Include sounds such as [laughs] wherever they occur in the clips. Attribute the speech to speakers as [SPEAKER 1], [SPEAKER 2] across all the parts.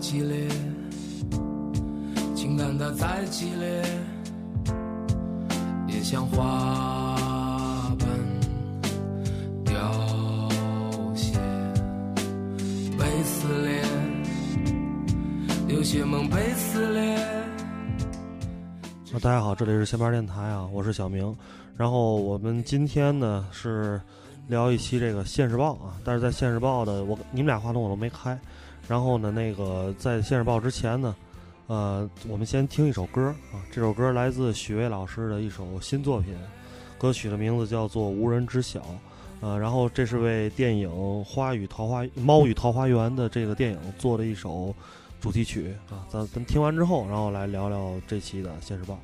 [SPEAKER 1] 激烈，情感它再激烈，也像花般凋谢，被撕裂，有些梦被撕裂。
[SPEAKER 2] 啊，大家好，这里是闲班电台啊，我是小明。然后我们今天呢是聊一期这个《现世报》啊，但是在《现世报》的我你们俩话筒我都没开。然后呢，那个在《现世报》之前呢，呃，我们先听一首歌啊，这首歌来自许巍老师的一首新作品，歌曲的名字叫做《无人知晓》。呃，然后这是为电影《花与桃花猫与桃花源》的这个电影做的一首主题曲啊，咱咱听完之后，然后来聊聊这期的《现世报》。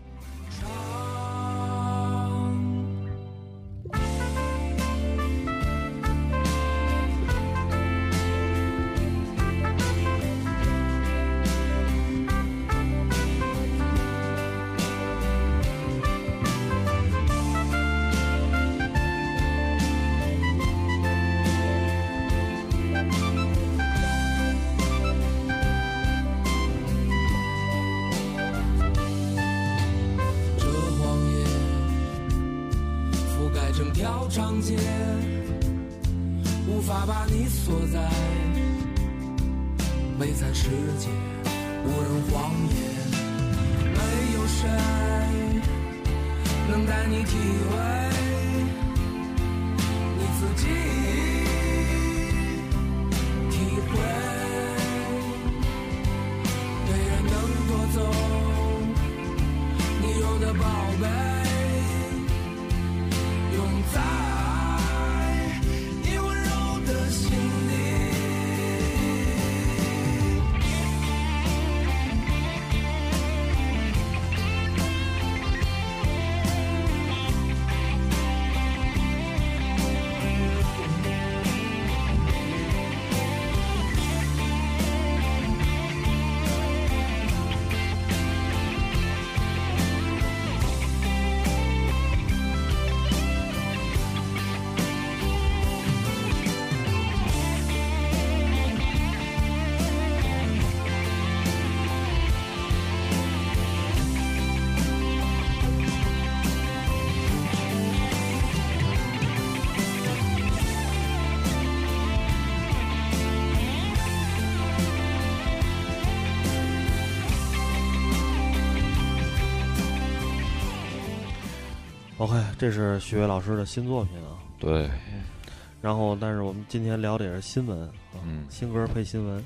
[SPEAKER 1] 这荒野覆盖整条长街，无法把你锁在悲惨世界，无人荒野，没有谁能带你体会你自己。体会，没人能夺走你有的宝贝，永在你温柔的心里。
[SPEAKER 2] OK，这是许巍老师的新作品啊。
[SPEAKER 3] 对，
[SPEAKER 2] 然后，但是我们今天聊的也是新闻啊，
[SPEAKER 3] 嗯
[SPEAKER 2] 新歌配新闻。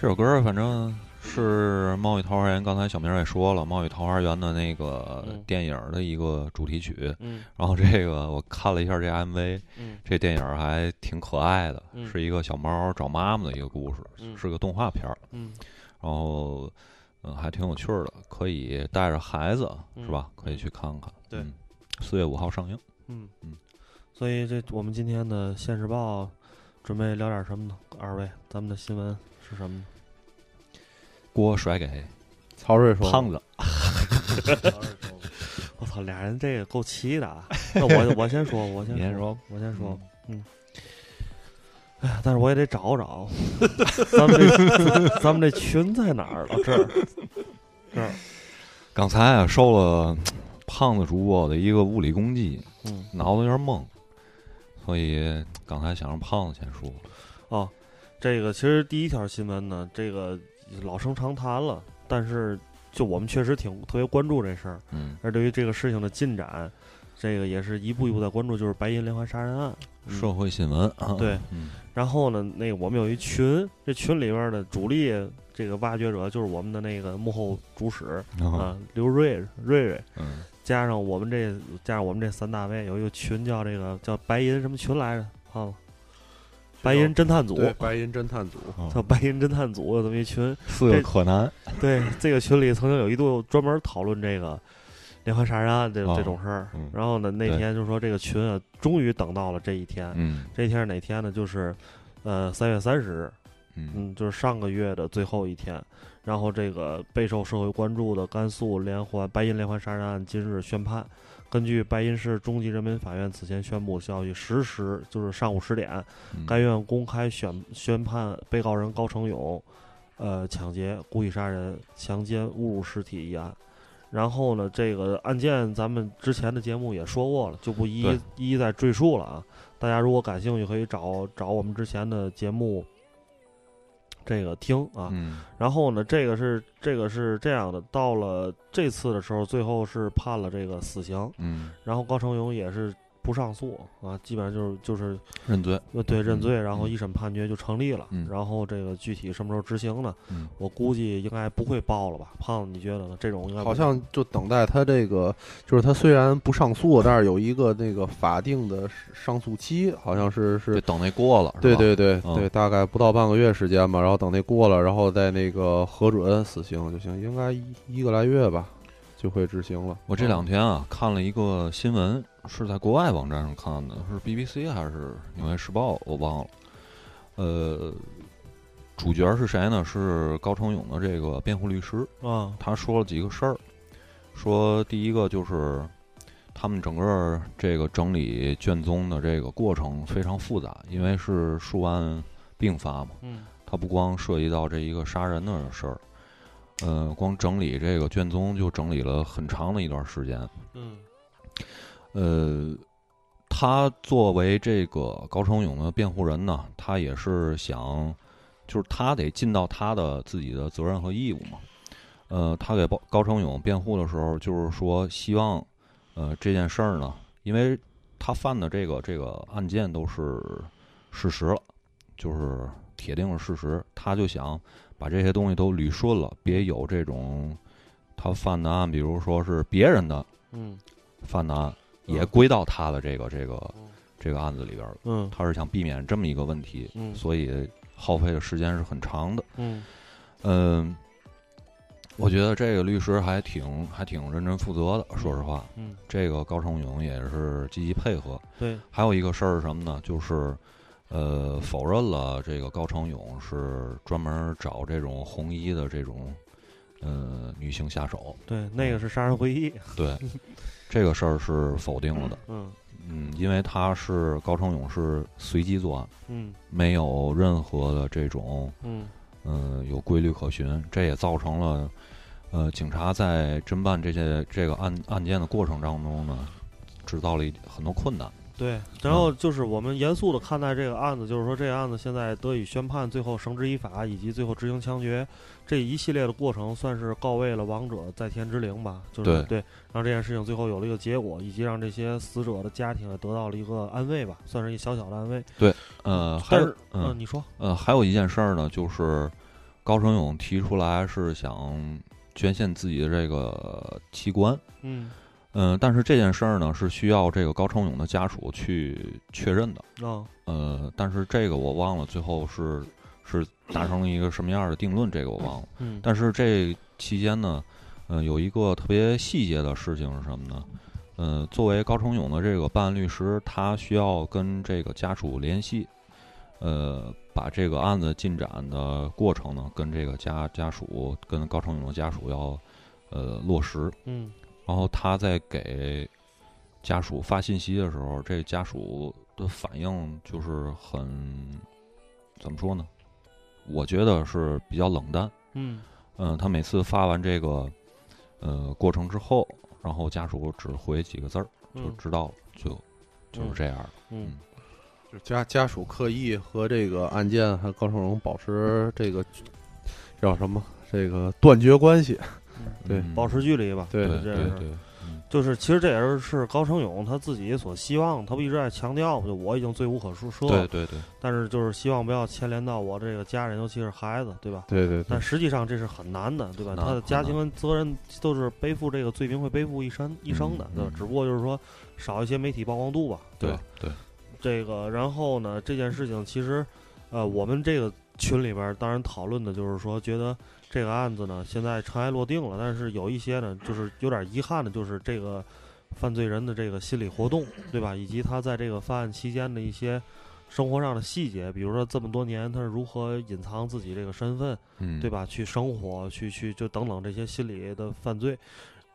[SPEAKER 3] 这首歌反正是《猫与桃花源》，刚才小明儿也说了，《猫与桃花源》的那个
[SPEAKER 2] 嗯
[SPEAKER 3] 电影儿的一个主题曲。
[SPEAKER 2] 嗯
[SPEAKER 3] 然后这个我看了一下这 MV，
[SPEAKER 2] 嗯
[SPEAKER 3] 这电影儿还挺可爱的，
[SPEAKER 2] 嗯
[SPEAKER 3] 是一个小猫找妈妈的一个故事，
[SPEAKER 2] 嗯
[SPEAKER 3] 是个动画片儿。
[SPEAKER 2] 嗯
[SPEAKER 3] 然后，嗯，还挺有趣儿的，可以带着孩子
[SPEAKER 2] 嗯
[SPEAKER 3] 是吧？可以去看看。
[SPEAKER 2] 对
[SPEAKER 3] 嗯，四月五号上映。
[SPEAKER 2] 嗯
[SPEAKER 3] 嗯，
[SPEAKER 2] 所以这我们今天的《现实报》准备聊点什么呢？二位，咱们的新闻是什么呢？
[SPEAKER 3] 锅甩给
[SPEAKER 4] 曹睿说
[SPEAKER 3] 胖子，
[SPEAKER 2] 我操，俩人这个够齐的啊！那我我先说，我先
[SPEAKER 4] 你先
[SPEAKER 2] 说
[SPEAKER 4] 说，
[SPEAKER 2] 我先说，嗯。哎，但是我也得找找， [laughs] 咱们这咱们这群在哪儿了？这儿，这儿，
[SPEAKER 3] 刚才啊受了胖子主播的一个物理攻击，
[SPEAKER 2] 嗯，
[SPEAKER 3] 脑子有点懵，所以刚才想让胖子先说。
[SPEAKER 2] 哦，这个其实第一条新闻呢，这个老生常谈了，但是就我们确实挺特别关注这事儿，
[SPEAKER 3] 嗯，
[SPEAKER 2] 而对于这个事情的进展，这个也是一步一步在关注，就是白银连环杀人案。嗯
[SPEAKER 3] 社会新闻 [laughs] 啊，
[SPEAKER 2] 对，
[SPEAKER 3] 嗯
[SPEAKER 2] 然后呢，那个我们有一群，这群里边的主力这个挖掘者就是我们的那个幕后主使
[SPEAKER 3] 然
[SPEAKER 4] 嗯
[SPEAKER 3] 后
[SPEAKER 2] 啊，刘瑞瑞瑞，
[SPEAKER 3] 嗯，
[SPEAKER 2] 加上我们这加上我们这三大位，有一个群叫这个叫白银什么群来着？啊，白银侦探组，
[SPEAKER 4] 对白银侦探组，
[SPEAKER 2] 叫白银侦探组有这么一群。
[SPEAKER 3] 嗯四
[SPEAKER 2] 个
[SPEAKER 3] 柯南， [laughs]
[SPEAKER 2] 对，这个群里曾经有一度专门讨论这个连环杀人案这、
[SPEAKER 3] 哦
[SPEAKER 2] 这种事儿。
[SPEAKER 3] 嗯
[SPEAKER 2] 然后呢，那
[SPEAKER 3] 对
[SPEAKER 2] 天就说这个群啊，终于等到了这一天。
[SPEAKER 3] 嗯
[SPEAKER 2] 这一天是哪天呢？就是呃三月三十日，
[SPEAKER 3] 嗯，
[SPEAKER 2] 嗯，就是上个月的最后一天。然后这个备受社会关注的甘肃连环白银连环杀人案今日宣判。根据白银市中级人民法院此前宣布消息，十时就是上午十点，
[SPEAKER 3] 嗯
[SPEAKER 2] 该院公开宣宣判被告人高成勇，呃抢劫、故意杀人、强奸、侮辱尸体一案。然后呢，这个案件咱们之前的节目也说过了，就不一
[SPEAKER 3] 对
[SPEAKER 2] 一一再赘述了啊。大家如果感兴趣，可以找找我们之前的节目这个听啊。
[SPEAKER 3] 嗯，
[SPEAKER 2] 然后呢，这个是这个是这样的，到了这次的时候，最后是判了这个死刑，
[SPEAKER 3] 嗯，
[SPEAKER 2] 然后高成勇也是不上诉啊，基本上就是就是
[SPEAKER 3] 认罪，
[SPEAKER 2] 呃对认罪，然后
[SPEAKER 3] 嗯
[SPEAKER 2] 一审判决就成立了。
[SPEAKER 3] 嗯
[SPEAKER 2] 然后这个具体什么时候执行呢？
[SPEAKER 3] 嗯
[SPEAKER 2] 我估计应该不会报了吧？胖子，你觉得呢？这种应该不
[SPEAKER 4] 好像就等待他这个，就是他虽然不上诉，但是有一个那个法定的上诉期，好像
[SPEAKER 3] 就
[SPEAKER 4] 是，
[SPEAKER 3] 是等那过了，是吧
[SPEAKER 4] 对，对对
[SPEAKER 3] 嗯
[SPEAKER 4] 对，大概不到半个月时间吧，然后等那过了，然后再那个核准死刑就行，应该一一个来月吧，就会执行了。
[SPEAKER 3] 我这两天啊看了一个新闻，是在国外网站上看的，是 BBC 还是《纽约时报》，我忘了。呃，主角是谁呢？是高成勇的这个辩护律师，
[SPEAKER 2] 啊，
[SPEAKER 3] 他说了几个事儿，说第一个就是他们整个这个整理卷宗的这个过程非常复杂，因为是数万并发嘛，
[SPEAKER 2] 嗯
[SPEAKER 3] 它不光涉及到这一个杀人的事儿，呃，光整理这个卷宗就整理了很长的一段时间。
[SPEAKER 2] 嗯
[SPEAKER 3] 呃，他作为这个高成勇的辩护人呢，他也是想，就是他得尽到他的自己的责任和义务嘛。呃，他给高高成勇辩护的时候，就是说希望，呃，这件事儿呢，因为他犯的这个这个案件都是事实了，就是铁定是事实，他就想把这些东西都捋顺了，别有这种他犯的案，比如说是别人的
[SPEAKER 2] 嗯
[SPEAKER 3] 犯的案，
[SPEAKER 2] 嗯
[SPEAKER 3] 也归到他的这个这个
[SPEAKER 2] 嗯
[SPEAKER 3] 这个案子里边了。
[SPEAKER 2] 嗯
[SPEAKER 3] 他是想避免这么一个问题，
[SPEAKER 2] 嗯
[SPEAKER 3] 所以耗费的时间是很长的。
[SPEAKER 2] 嗯
[SPEAKER 3] 嗯，我觉得这个律师还挺还挺认真负责的。说实话，
[SPEAKER 2] 嗯，
[SPEAKER 3] 这个高成勇也是积极配合。
[SPEAKER 2] 对，
[SPEAKER 3] 还有一个事儿是什么呢？就是。呃，否认了这个高成勇是专门找这种红衣的这种呃女性下手，
[SPEAKER 2] 对，那个是杀人回忆。 [laughs]
[SPEAKER 3] 对这个事儿是否定了的。
[SPEAKER 2] 嗯
[SPEAKER 3] 嗯，因为他是高成勇是随机作案，
[SPEAKER 2] 嗯
[SPEAKER 3] 没有任何的这种
[SPEAKER 2] 嗯
[SPEAKER 3] 嗯、有规律可循，这也造成了呃警察在侦办这些这个案案件的过程当中呢，制造了一很多困难。
[SPEAKER 2] 对。然后就是我们严肃的看待这个案子，就是说这个案子现在得以宣判，最后绳之以法，以及最后执行枪决这一系列的过程，算是告慰了亡者在天之灵吧。就是对让这件事情最后有了一个结果，以及让这些死者的家庭也得到了一个安慰吧，算是一小小的安慰。
[SPEAKER 3] 呃，还
[SPEAKER 2] 但
[SPEAKER 3] 是
[SPEAKER 2] 嗯、
[SPEAKER 3] 嗯
[SPEAKER 2] 你说，
[SPEAKER 3] 呃，还有一件事儿呢，就是高成勇提出来是想捐献自己的这个器官。
[SPEAKER 2] 嗯，
[SPEAKER 3] 嗯、但是这件事儿呢是需要这个高成勇的家属去确认的。
[SPEAKER 2] 哦，
[SPEAKER 3] 呃，但是这个我忘了，最后是是达成了一个什么样的定论，这个我忘了。
[SPEAKER 2] 嗯，
[SPEAKER 3] 但是这期间呢，呃，有一个特别细节的事情是什么呢？呃，作为高成勇的这个办案律师，他需要跟这个家属联系，呃，把这个案子进展的过程呢，跟这个家家属跟高成勇的家属要呃落实。
[SPEAKER 2] 嗯
[SPEAKER 3] 然后他在给家属发信息的时候，这家属的反应就是很怎么说呢？我觉得是比较冷淡。
[SPEAKER 2] 嗯
[SPEAKER 3] 嗯，他每次发完这个呃过程之后，然后家属只回几个字儿就
[SPEAKER 2] 嗯
[SPEAKER 3] 知道了，就就是这样。
[SPEAKER 2] 嗯
[SPEAKER 4] 就家家属刻意和这个案件和高成荣保持这个叫什么这个断绝关系，对
[SPEAKER 3] 嗯
[SPEAKER 2] 保持距离吧。
[SPEAKER 4] 对
[SPEAKER 3] 对
[SPEAKER 2] 这
[SPEAKER 3] 对
[SPEAKER 2] 是
[SPEAKER 3] 对，嗯
[SPEAKER 2] 就是其实这也是是高成勇他自己所希望，他不一直在强调吗？就我已经罪无可恕赦，
[SPEAKER 3] 对对对，
[SPEAKER 2] 但是就是希望不要牵连到我这个家人，尤其是孩子，对吧？
[SPEAKER 4] 对对对
[SPEAKER 2] 但。实际上这是很难的，对吧？
[SPEAKER 3] 嗯很难
[SPEAKER 2] 他的家庭跟责任都是背负这个罪名会背负一生一生的，对吧
[SPEAKER 3] 嗯？
[SPEAKER 2] 只不过就是说少一些媒体曝光度吧，对吧？
[SPEAKER 3] 对，
[SPEAKER 2] 这个，然后呢，这件事情其实，呃，我们这个群里边儿当然讨论的就是说，觉得这个案子呢现在尘埃落定了，但是有一些呢，就是有点遗憾的，就是这个犯罪人的这个心理活动，对吧？以及他在这个犯案期间的一些生活上的细节，比如说这么多年他是如何隐藏自己这个身份，
[SPEAKER 3] 嗯，
[SPEAKER 2] 对？吧？去生活，去去就等等这些心理的犯罪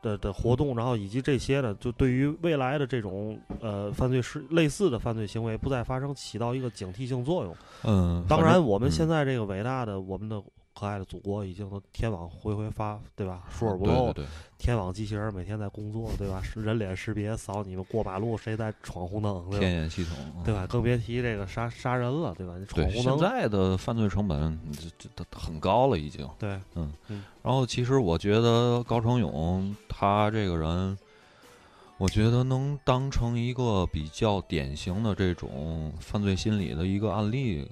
[SPEAKER 2] 的的活动，然后以及这些呢，就对于未来的这种呃犯罪事类似的犯罪行为不再发生，起到一个警惕性作用。
[SPEAKER 3] 嗯，
[SPEAKER 2] 当
[SPEAKER 3] 反
[SPEAKER 2] 然，
[SPEAKER 3] 正
[SPEAKER 2] 我们
[SPEAKER 3] 嗯
[SPEAKER 2] 现在这个伟大的我们的可爱的祖国已经都天网恢恢发，对吧？疏而不
[SPEAKER 3] 对
[SPEAKER 2] 漏
[SPEAKER 3] 对，对，
[SPEAKER 2] 天网机器人每天在工作，对吧？是人脸识别扫你们过马路谁在闯红灯，对吧？
[SPEAKER 3] 天眼系统，嗯
[SPEAKER 2] 对吧？更别提这个杀杀人了，对吧？你闯
[SPEAKER 3] 对，
[SPEAKER 2] 红
[SPEAKER 3] 现
[SPEAKER 2] 灯，
[SPEAKER 3] 在的犯罪成本嗯这这这很高了，已经。
[SPEAKER 2] 对，
[SPEAKER 3] 然后其实我觉得高成勇他这个人，我觉得能当成一个比较典型的这种犯罪心理的一个案例，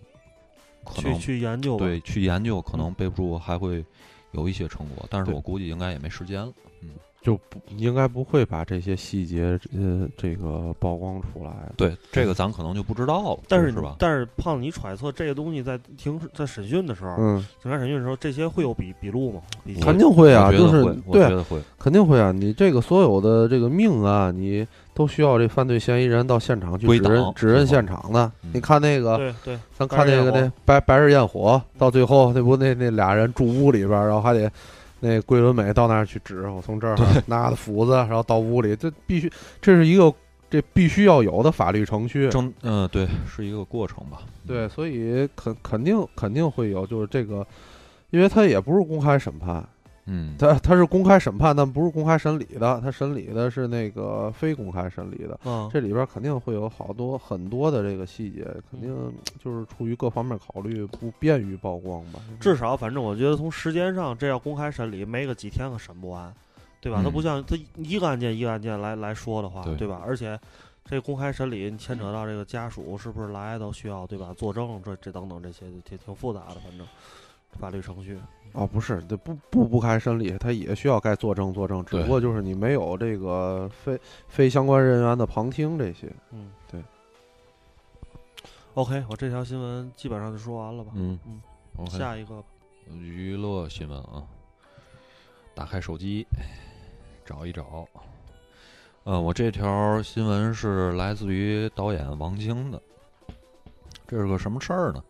[SPEAKER 3] 可
[SPEAKER 2] 去
[SPEAKER 3] 能
[SPEAKER 2] 去研究吧，
[SPEAKER 3] 对去嗯研究，可能备不住还会有一些成果，但是
[SPEAKER 4] 对
[SPEAKER 3] 我估计应该也没时间了。
[SPEAKER 4] 就不应该不会把这些细节呃这个曝光出来的。
[SPEAKER 3] 对，这个咱可能就不知道了，
[SPEAKER 2] 但
[SPEAKER 3] 嗯是
[SPEAKER 2] 是你
[SPEAKER 3] 吧？
[SPEAKER 2] 但是胖子，你揣测这个东西在庭在审讯的时候，
[SPEAKER 4] 嗯，
[SPEAKER 2] 警察审讯的时候，这些会有笔笔录吗？笔记
[SPEAKER 3] 我
[SPEAKER 4] 肯定会啊，
[SPEAKER 3] 我觉
[SPEAKER 4] 就
[SPEAKER 3] 得
[SPEAKER 4] 是
[SPEAKER 3] 会，我觉
[SPEAKER 4] 对，
[SPEAKER 3] 得会，
[SPEAKER 4] 肯定会啊。你这个所有的这个命案，你都需要这犯罪嫌疑人到现场去
[SPEAKER 3] 归
[SPEAKER 4] 指
[SPEAKER 3] 档
[SPEAKER 4] 认指认
[SPEAKER 3] 是吧
[SPEAKER 4] 现场的
[SPEAKER 3] 嗯。
[SPEAKER 4] 你看那个，
[SPEAKER 2] 对对，
[SPEAKER 4] 咱看那个那白白日焰火，到最后那不那那俩人住屋里边儿，然后还得那桂纶镁到那儿去指，我从这儿啊拿着斧子，然后到屋里，这必须这是一个这必须要有的法律程序。
[SPEAKER 3] 正嗯、对，是一个过程吧。
[SPEAKER 4] 对，所以肯肯定肯定会有，就是这个，因为他也不是公开审判，
[SPEAKER 3] 嗯，
[SPEAKER 4] 他他是公开审判，但不是公开审理的，他审理的是那个非公开审理的。
[SPEAKER 2] 嗯，
[SPEAKER 3] 哦
[SPEAKER 4] 这里边肯定会有好多很多的这个细节，肯
[SPEAKER 3] 嗯
[SPEAKER 4] 定就是出于各方面考虑，不便于曝光吧。
[SPEAKER 2] 至少反正我觉得从时间上，这要公开审理，没个几天可审不完，对吧？
[SPEAKER 3] 嗯
[SPEAKER 2] 它不像它一个案件一个案件来来说的话，
[SPEAKER 3] 对
[SPEAKER 2] 对吧？而且这公开审理，你牵扯到这个家属是不是来都需要，对吧？作证这这等等这些挺挺复杂的，反正法律程序。
[SPEAKER 4] 啊，不是，这不不不开审理，他也需要该作证作证，只
[SPEAKER 3] 对
[SPEAKER 4] 不过就是你没有这个非非相关人员的旁听这些。
[SPEAKER 2] 嗯，
[SPEAKER 4] 对。
[SPEAKER 2] OK，我这条新闻基本上就说完了吧？
[SPEAKER 3] 嗯
[SPEAKER 2] 嗯
[SPEAKER 3] o k
[SPEAKER 2] 下一个吧。
[SPEAKER 3] 娱乐新闻啊，打开手机找一找。呃，我这条新闻是来自于导演王晶的，这是个什么事儿呢？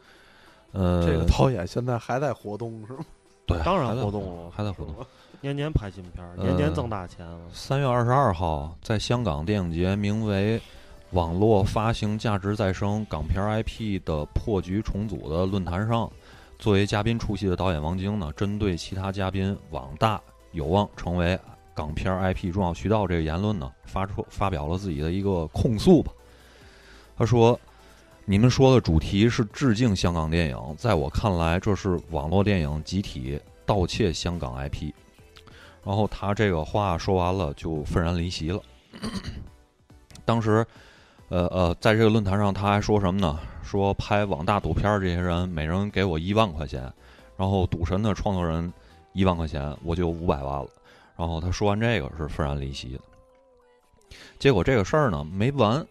[SPEAKER 3] 呃，
[SPEAKER 4] 这个导演现在还在活动是吗？
[SPEAKER 3] 对，
[SPEAKER 2] 当然
[SPEAKER 3] 还在
[SPEAKER 2] 活动了
[SPEAKER 3] 还在活动。
[SPEAKER 2] 年年拍新片儿，年年
[SPEAKER 3] 呃
[SPEAKER 2] 挣大钱啊了。
[SPEAKER 3] 三月二十二号，在香港电影节名为“网络发行价值再生：港片 IP 的破局重组”的论坛上，作为嘉宾出席的导演王晶呢，针对其他嘉宾“网大有望成为港片 IP 重要渠道”这个言论呢，发出发表了自己的一个控诉吧。他说：“你们说的主题是致敬香港电影，在我看来，这是网络电影集体盗窃香港 IP。”然后他这个话说完了，就愤然离席了。 [coughs] 当时，呃呃，在这个论坛上，他还说什么呢？说拍网大赌片儿这些人，每人给我一万块钱，然后赌神的创作人一万块钱，我就五百万了。然后他说完这个是愤然离席的。结果这个事儿呢没完，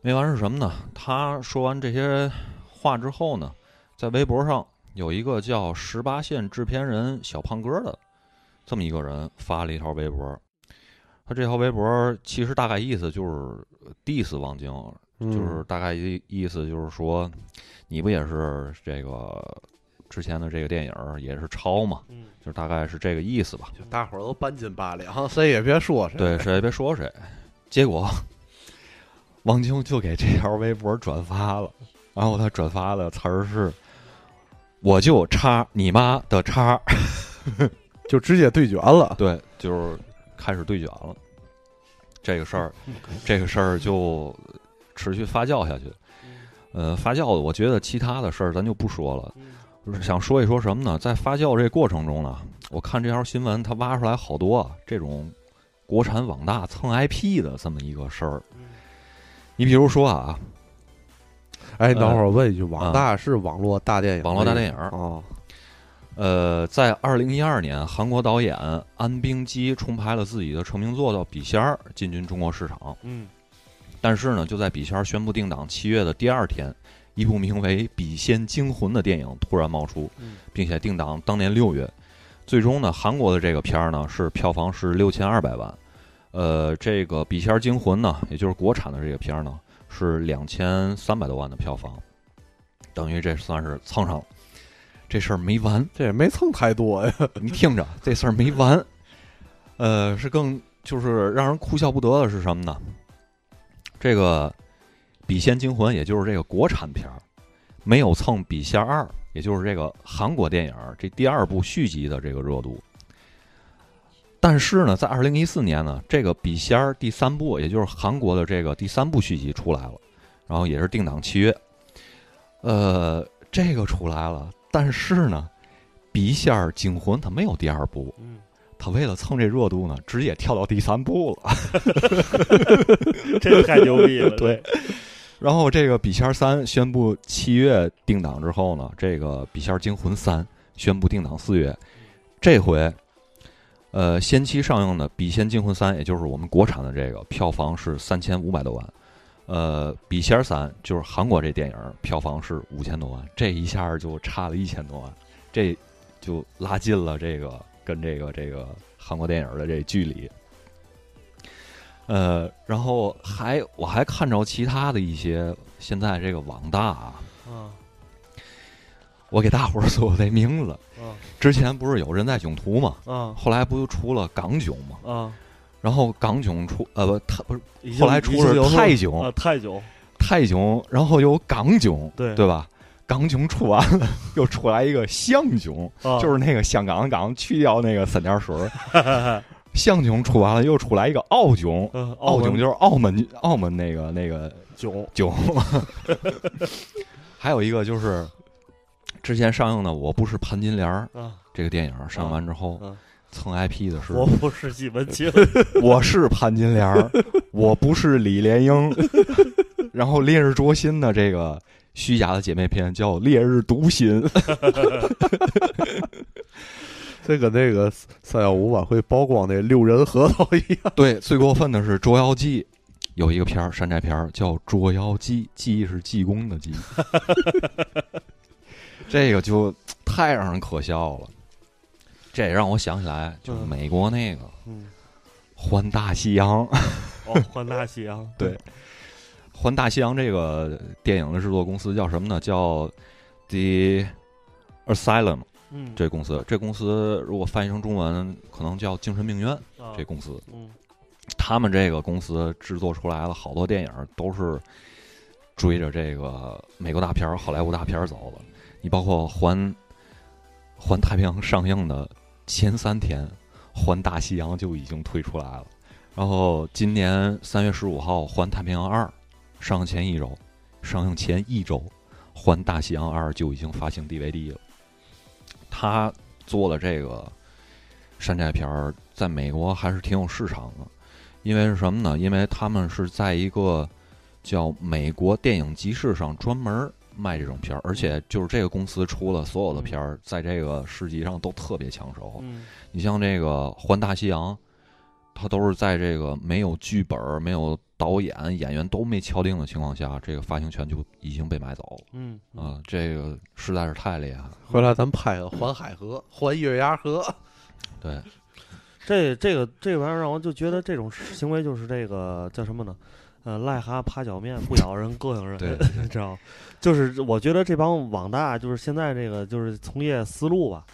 [SPEAKER 3] 没完是什么呢？他说完这些话之后呢，在微博上有一个叫“十八线制片人小胖哥”的这么一个人发了一条微博，他这条微博其实大概意思就是 diss 王晶，嗯就是大概意意思就是说，你不也是这个之前的这个电影儿也是抄嘛，
[SPEAKER 2] 嗯，
[SPEAKER 3] 就是大概是这个意思吧。
[SPEAKER 4] 就大伙儿都半斤八两，谁也别说谁。
[SPEAKER 3] 对，谁也别说谁。结果 [laughs] 王晶就给这条微博转发了，然后他转发的词儿是“我就插你妈的叉”，
[SPEAKER 4] 就直接对决了。
[SPEAKER 3] 对，就是 [laughs] 开始对决了。这个事儿，这个事儿就持续发酵下去。
[SPEAKER 2] 嗯
[SPEAKER 3] 呃，发酵的，我觉得其他的事儿咱就不说了。
[SPEAKER 2] 嗯
[SPEAKER 3] 想说一说什么呢？在发酵这过程中呢，我看这条新闻，它挖出来好多啊这种国产网大蹭 IP 的这么一个事儿。
[SPEAKER 2] 嗯
[SPEAKER 3] 你比如说啊，
[SPEAKER 4] 哎，
[SPEAKER 3] 呃
[SPEAKER 4] 等会儿我问一句，
[SPEAKER 3] 啊
[SPEAKER 4] 网大是网络大电影，
[SPEAKER 3] 网络大电影
[SPEAKER 4] 啊，哦
[SPEAKER 3] 呃，在二零一二年，韩国导演安冰基重拍了自己的成名作叫《笔仙儿》，进军中国市场。
[SPEAKER 2] 嗯，
[SPEAKER 3] 但是呢，就在笔仙儿宣布定档七月的第二天，一部名为《笔仙惊魂》的电影突然冒出
[SPEAKER 2] 嗯，
[SPEAKER 3] 并且定档当年六月。最终呢，韩国的这个片儿呢是票房是六千二百万，呃，这个《笔仙儿惊魂》呢，也就是国产的这个片儿呢是两千三百多万的票房，等于这算是蹭上了。这事儿没完，
[SPEAKER 4] 这也没蹭太多呀。 [laughs]
[SPEAKER 3] 你听着，这事儿没完。呃，是更就是让人哭笑不得的是什么呢？这个《笔仙惊魂》，也就是这个国产片儿，没有蹭《笔仙二》，也就是这个韩国电影儿这第二部续集的这个热度。但是呢，在二零一四年呢，这个《笔仙儿》第三部，也就是韩国的这个第三部续集出来了，然后也是定档七月。呃，这个出来了，但是呢，《笔仙儿惊魂》它没有第二部，
[SPEAKER 2] 嗯，
[SPEAKER 3] 它为了蹭这热度呢，直接跳到第三部了。
[SPEAKER 2] 这太牛逼了，
[SPEAKER 3] 对，然后这个《笔仙儿三》宣布七月定档之后呢，这个《笔仙儿惊魂三》宣布定档四月。这回，呃，先期上映的《笔仙惊魂三》，也就是我们国产的这个，票房是三千五百多万。呃，《笔仙儿三》就是韩国这电影，票房是五千多万，这一下儿就差了一千多万，这就拉近了这个跟这个这个韩国电影的这距离。呃，然后还我还看着其他的一些现在这个网大啊，
[SPEAKER 2] 啊
[SPEAKER 3] 我给大伙儿说这名字，
[SPEAKER 2] 啊
[SPEAKER 3] 之前不是有人在囧途嘛，
[SPEAKER 2] 啊
[SPEAKER 3] 后来不就出了港囧嘛，
[SPEAKER 2] 啊！
[SPEAKER 3] 然后港囧出呃不他不是
[SPEAKER 2] 已经
[SPEAKER 3] 后来出
[SPEAKER 2] 已经有
[SPEAKER 3] 了泰囧，
[SPEAKER 2] 啊泰囧，
[SPEAKER 3] 泰囧，然后有港囧，
[SPEAKER 2] 对
[SPEAKER 3] 对吧？港囧出完了，又出来一个象囧，
[SPEAKER 2] 啊
[SPEAKER 3] 就是那个香港的港去掉那个三点水儿，
[SPEAKER 2] [laughs]
[SPEAKER 3] 象囧出完了，又出来一个澳囧，
[SPEAKER 2] 呃
[SPEAKER 3] 澳囧
[SPEAKER 2] 门
[SPEAKER 3] 就是澳门澳门那个那个
[SPEAKER 2] 囧
[SPEAKER 3] 囧， [laughs] 还有一个就是之前上映的《我不是潘金莲》儿
[SPEAKER 2] 啊，
[SPEAKER 3] 这个电影上完之后，
[SPEAKER 2] 嗯
[SPEAKER 3] 蹭 IP 的是
[SPEAKER 2] 我不是西门
[SPEAKER 3] [laughs]
[SPEAKER 2] 庆，
[SPEAKER 3] 我是潘金莲
[SPEAKER 2] [laughs]
[SPEAKER 3] 儿，我不是李莲英。 [laughs] 然后《烈日灼心》的这个虚假的姐妹篇叫《烈日独心》，
[SPEAKER 4] 这跟那个三幺五晚会曝光那六人核桃一样。 [laughs]
[SPEAKER 3] 对，最过分的是《捉妖记》，有一个片儿山寨片儿叫《捉妖记》，记是济公的济，这个就太让人可笑了。这也让我想起来，就是
[SPEAKER 2] 嗯
[SPEAKER 3] 美国那个《
[SPEAKER 2] 嗯，
[SPEAKER 3] 环大西洋》， [laughs] 《
[SPEAKER 2] 哦，环大西洋，
[SPEAKER 3] 对环大西洋》这个电影的制作公司叫什么呢？叫 The Asylum
[SPEAKER 2] 嗯，
[SPEAKER 3] 这公司。这公司如果翻译成中文，可能叫精神病院。
[SPEAKER 2] 啊
[SPEAKER 3] 这公司，
[SPEAKER 2] 嗯
[SPEAKER 3] 他们这个公司制作出来了好多电影都是追着这个美国大片儿、好莱坞大片儿走的。你包括环环太平洋上映的前三天，环大西洋就已经推出来了。然后今年三月十五号，《环太平洋二》上映前一周，上映前一周，《环大西洋二》就已经发行 DVD 了。他做的这个山寨片儿，在美国还是挺有市场的，因为是什么呢？因为他们是在一个叫美国电影集市上专门儿卖这种片儿，而且就是这个公司出了所有的片儿，在这个市集上都特别抢手。
[SPEAKER 2] 嗯
[SPEAKER 3] 你像这个《环大西洋》，它都是在这个没有剧本儿、没有导演、演员都没敲定的情况下，这个发行权就已经被买走
[SPEAKER 2] 嗯
[SPEAKER 3] 了啊、这个实在是太厉害了。
[SPEAKER 4] 回来咱拍个环海河、环月牙河，
[SPEAKER 3] 对，
[SPEAKER 2] 这这个这个玩意儿让我就觉得这种行为就是这个叫什么呢？呃，癞蛤蟆趴脚面，不咬人膈应人，
[SPEAKER 3] 对
[SPEAKER 2] 你知道吗？就是我觉得这帮网大就是现在这个就是从业思路吧，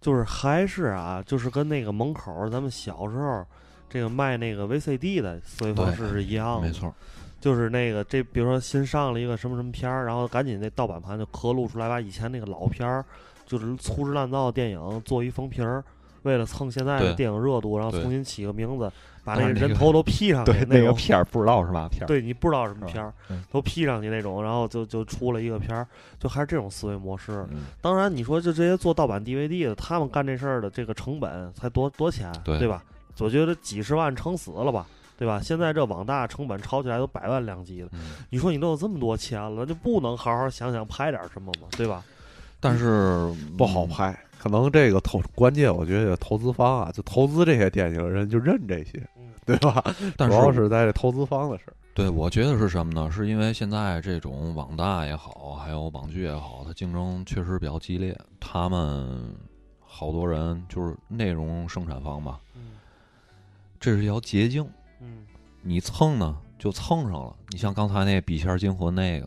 [SPEAKER 2] 就是还是啊，就是跟那个门口儿咱们小时候这个卖那个 VCD 的思维方
[SPEAKER 3] 对
[SPEAKER 2] 式是一样的，
[SPEAKER 3] 没错，
[SPEAKER 2] 就是那个这，比如说新上了一个什么什么片儿，然后赶紧那盗版盘就刻录出来，把以前那个老片儿，就是粗制滥造的电影做一封皮儿，为了蹭现在的
[SPEAKER 3] 对
[SPEAKER 2] 电影热度，然后
[SPEAKER 3] 对
[SPEAKER 2] 重新起个名字，把那
[SPEAKER 3] 但
[SPEAKER 2] 个
[SPEAKER 3] 是那
[SPEAKER 2] 人
[SPEAKER 3] 个
[SPEAKER 2] 头都 P 上去，
[SPEAKER 3] 对
[SPEAKER 2] 那
[SPEAKER 3] 个
[SPEAKER 2] 种
[SPEAKER 3] 片儿不知道是嘛片儿，
[SPEAKER 2] 对你不知道什么片儿
[SPEAKER 3] 嗯，
[SPEAKER 2] 都 P 上去那种，然后就就出了一个片儿，就还是这种思维模式。
[SPEAKER 3] 嗯，
[SPEAKER 2] 当然，你说就这些做盗版 DVD 的，他们干这事儿的这个成本才多多钱，
[SPEAKER 3] 对
[SPEAKER 2] 吧？我觉得几十万撑死了吧，对吧？现在这网大成本炒起来都百万量级了，
[SPEAKER 3] 嗯
[SPEAKER 2] 你说你都有这么多钱了，就不能好好想想拍点什么吗？对吧？
[SPEAKER 3] 但是
[SPEAKER 4] 不好
[SPEAKER 3] 拍。
[SPEAKER 4] 拍。可能这个投关键，我觉得投资方啊，就投资这些电影人就认这些
[SPEAKER 2] 嗯，
[SPEAKER 4] 对吧？
[SPEAKER 3] 但
[SPEAKER 4] 主要
[SPEAKER 3] 是
[SPEAKER 4] 是在这投资方的事 [laughs] 儿。
[SPEAKER 3] 对，我觉得是什么呢？是因为现在这种网大也好，还有网剧也好，它竞争确实比较激烈。他们好多人就是内容生产方吧，
[SPEAKER 2] 嗯
[SPEAKER 3] 这是一条捷径。
[SPEAKER 2] 嗯
[SPEAKER 3] 你蹭呢就蹭上了。你像刚才那《笔仙儿惊魂》那个，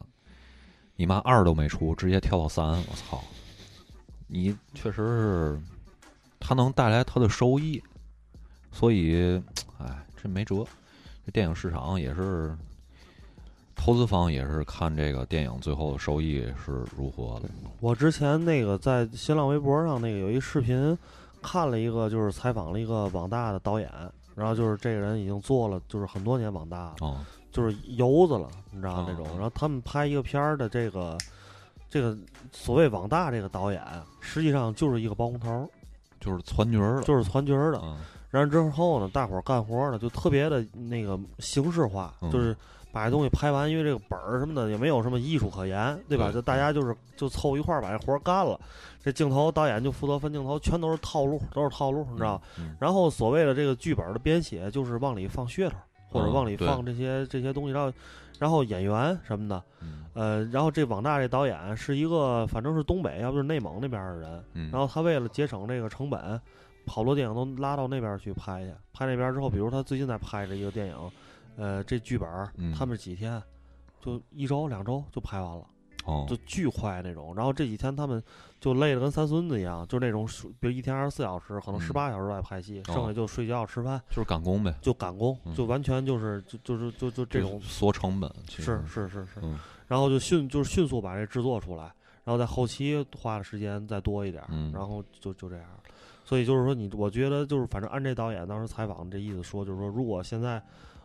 [SPEAKER 3] 你妈二都没出，直接跳到三，我操！你确实是，它能带来它的收益，所以，哎，这没辙。这电影市场也是投资方也是看这个电影最后的收益是如何的。
[SPEAKER 2] 我之前那个在新浪微博上那个有一视频，看了一个就是采访了一个网大的导演，然后就是这个人已经做了就是很多年网大了，
[SPEAKER 3] 哦，
[SPEAKER 2] 就是游子了，你知道吗
[SPEAKER 3] 哦
[SPEAKER 2] 这种。然后他们拍一个片儿的这个这个所谓网大这个导演，实际上就是一个包工头儿，
[SPEAKER 3] 就是窜角儿了，
[SPEAKER 2] 就是攒角儿的。
[SPEAKER 3] 嗯
[SPEAKER 2] 然后之后呢，大伙儿干活呢就特别的那个形式化，
[SPEAKER 3] 嗯
[SPEAKER 2] 就是把这东西拍完，因为这个本儿什么的也没有什么艺术可言，对吧？
[SPEAKER 3] 对嗯
[SPEAKER 2] 就大家就是就凑一块儿把这活儿干了。这镜头导演就负责分镜头，全都是套路，都是套路，你知道？
[SPEAKER 3] 嗯
[SPEAKER 2] 然后所谓的这个剧本的编写，就是往里放噱头，或者
[SPEAKER 3] 嗯
[SPEAKER 2] 往里
[SPEAKER 3] 对
[SPEAKER 2] 放这些、这些东西，然后然后演员什么的，
[SPEAKER 3] 嗯
[SPEAKER 2] 呃，然后这网大这导演是一个反正是东北，要不就是内蒙那边的人，
[SPEAKER 3] 嗯，
[SPEAKER 2] 然后他为了节省这个成本，好多电影都拉到那边去拍去。拍那边之后，比如他最近在拍着一个电影，呃，这剧本儿
[SPEAKER 3] 嗯
[SPEAKER 2] 他们几天就一周两周就拍完了，
[SPEAKER 3] 哦
[SPEAKER 2] 就巨快那种。然后这几天他们就累得跟三孙子一样，就那种比如一天二十四小时，可能
[SPEAKER 3] 嗯
[SPEAKER 2] 十八小时都在拍戏，剩下就睡觉吃饭，
[SPEAKER 3] 就是赶工呗，
[SPEAKER 2] 就赶工，
[SPEAKER 3] 嗯
[SPEAKER 2] 就完全就是就就是就就这种
[SPEAKER 3] 缩成本其实
[SPEAKER 2] 是是是是
[SPEAKER 3] 嗯，
[SPEAKER 2] 然后就迅就是迅速把这制作出来，然后在后期花的时间再多一点儿，
[SPEAKER 3] 嗯
[SPEAKER 2] 然后就就这样。所以就是说你，我觉得就是反正按这导演当时采访这意思说，就是说如果现在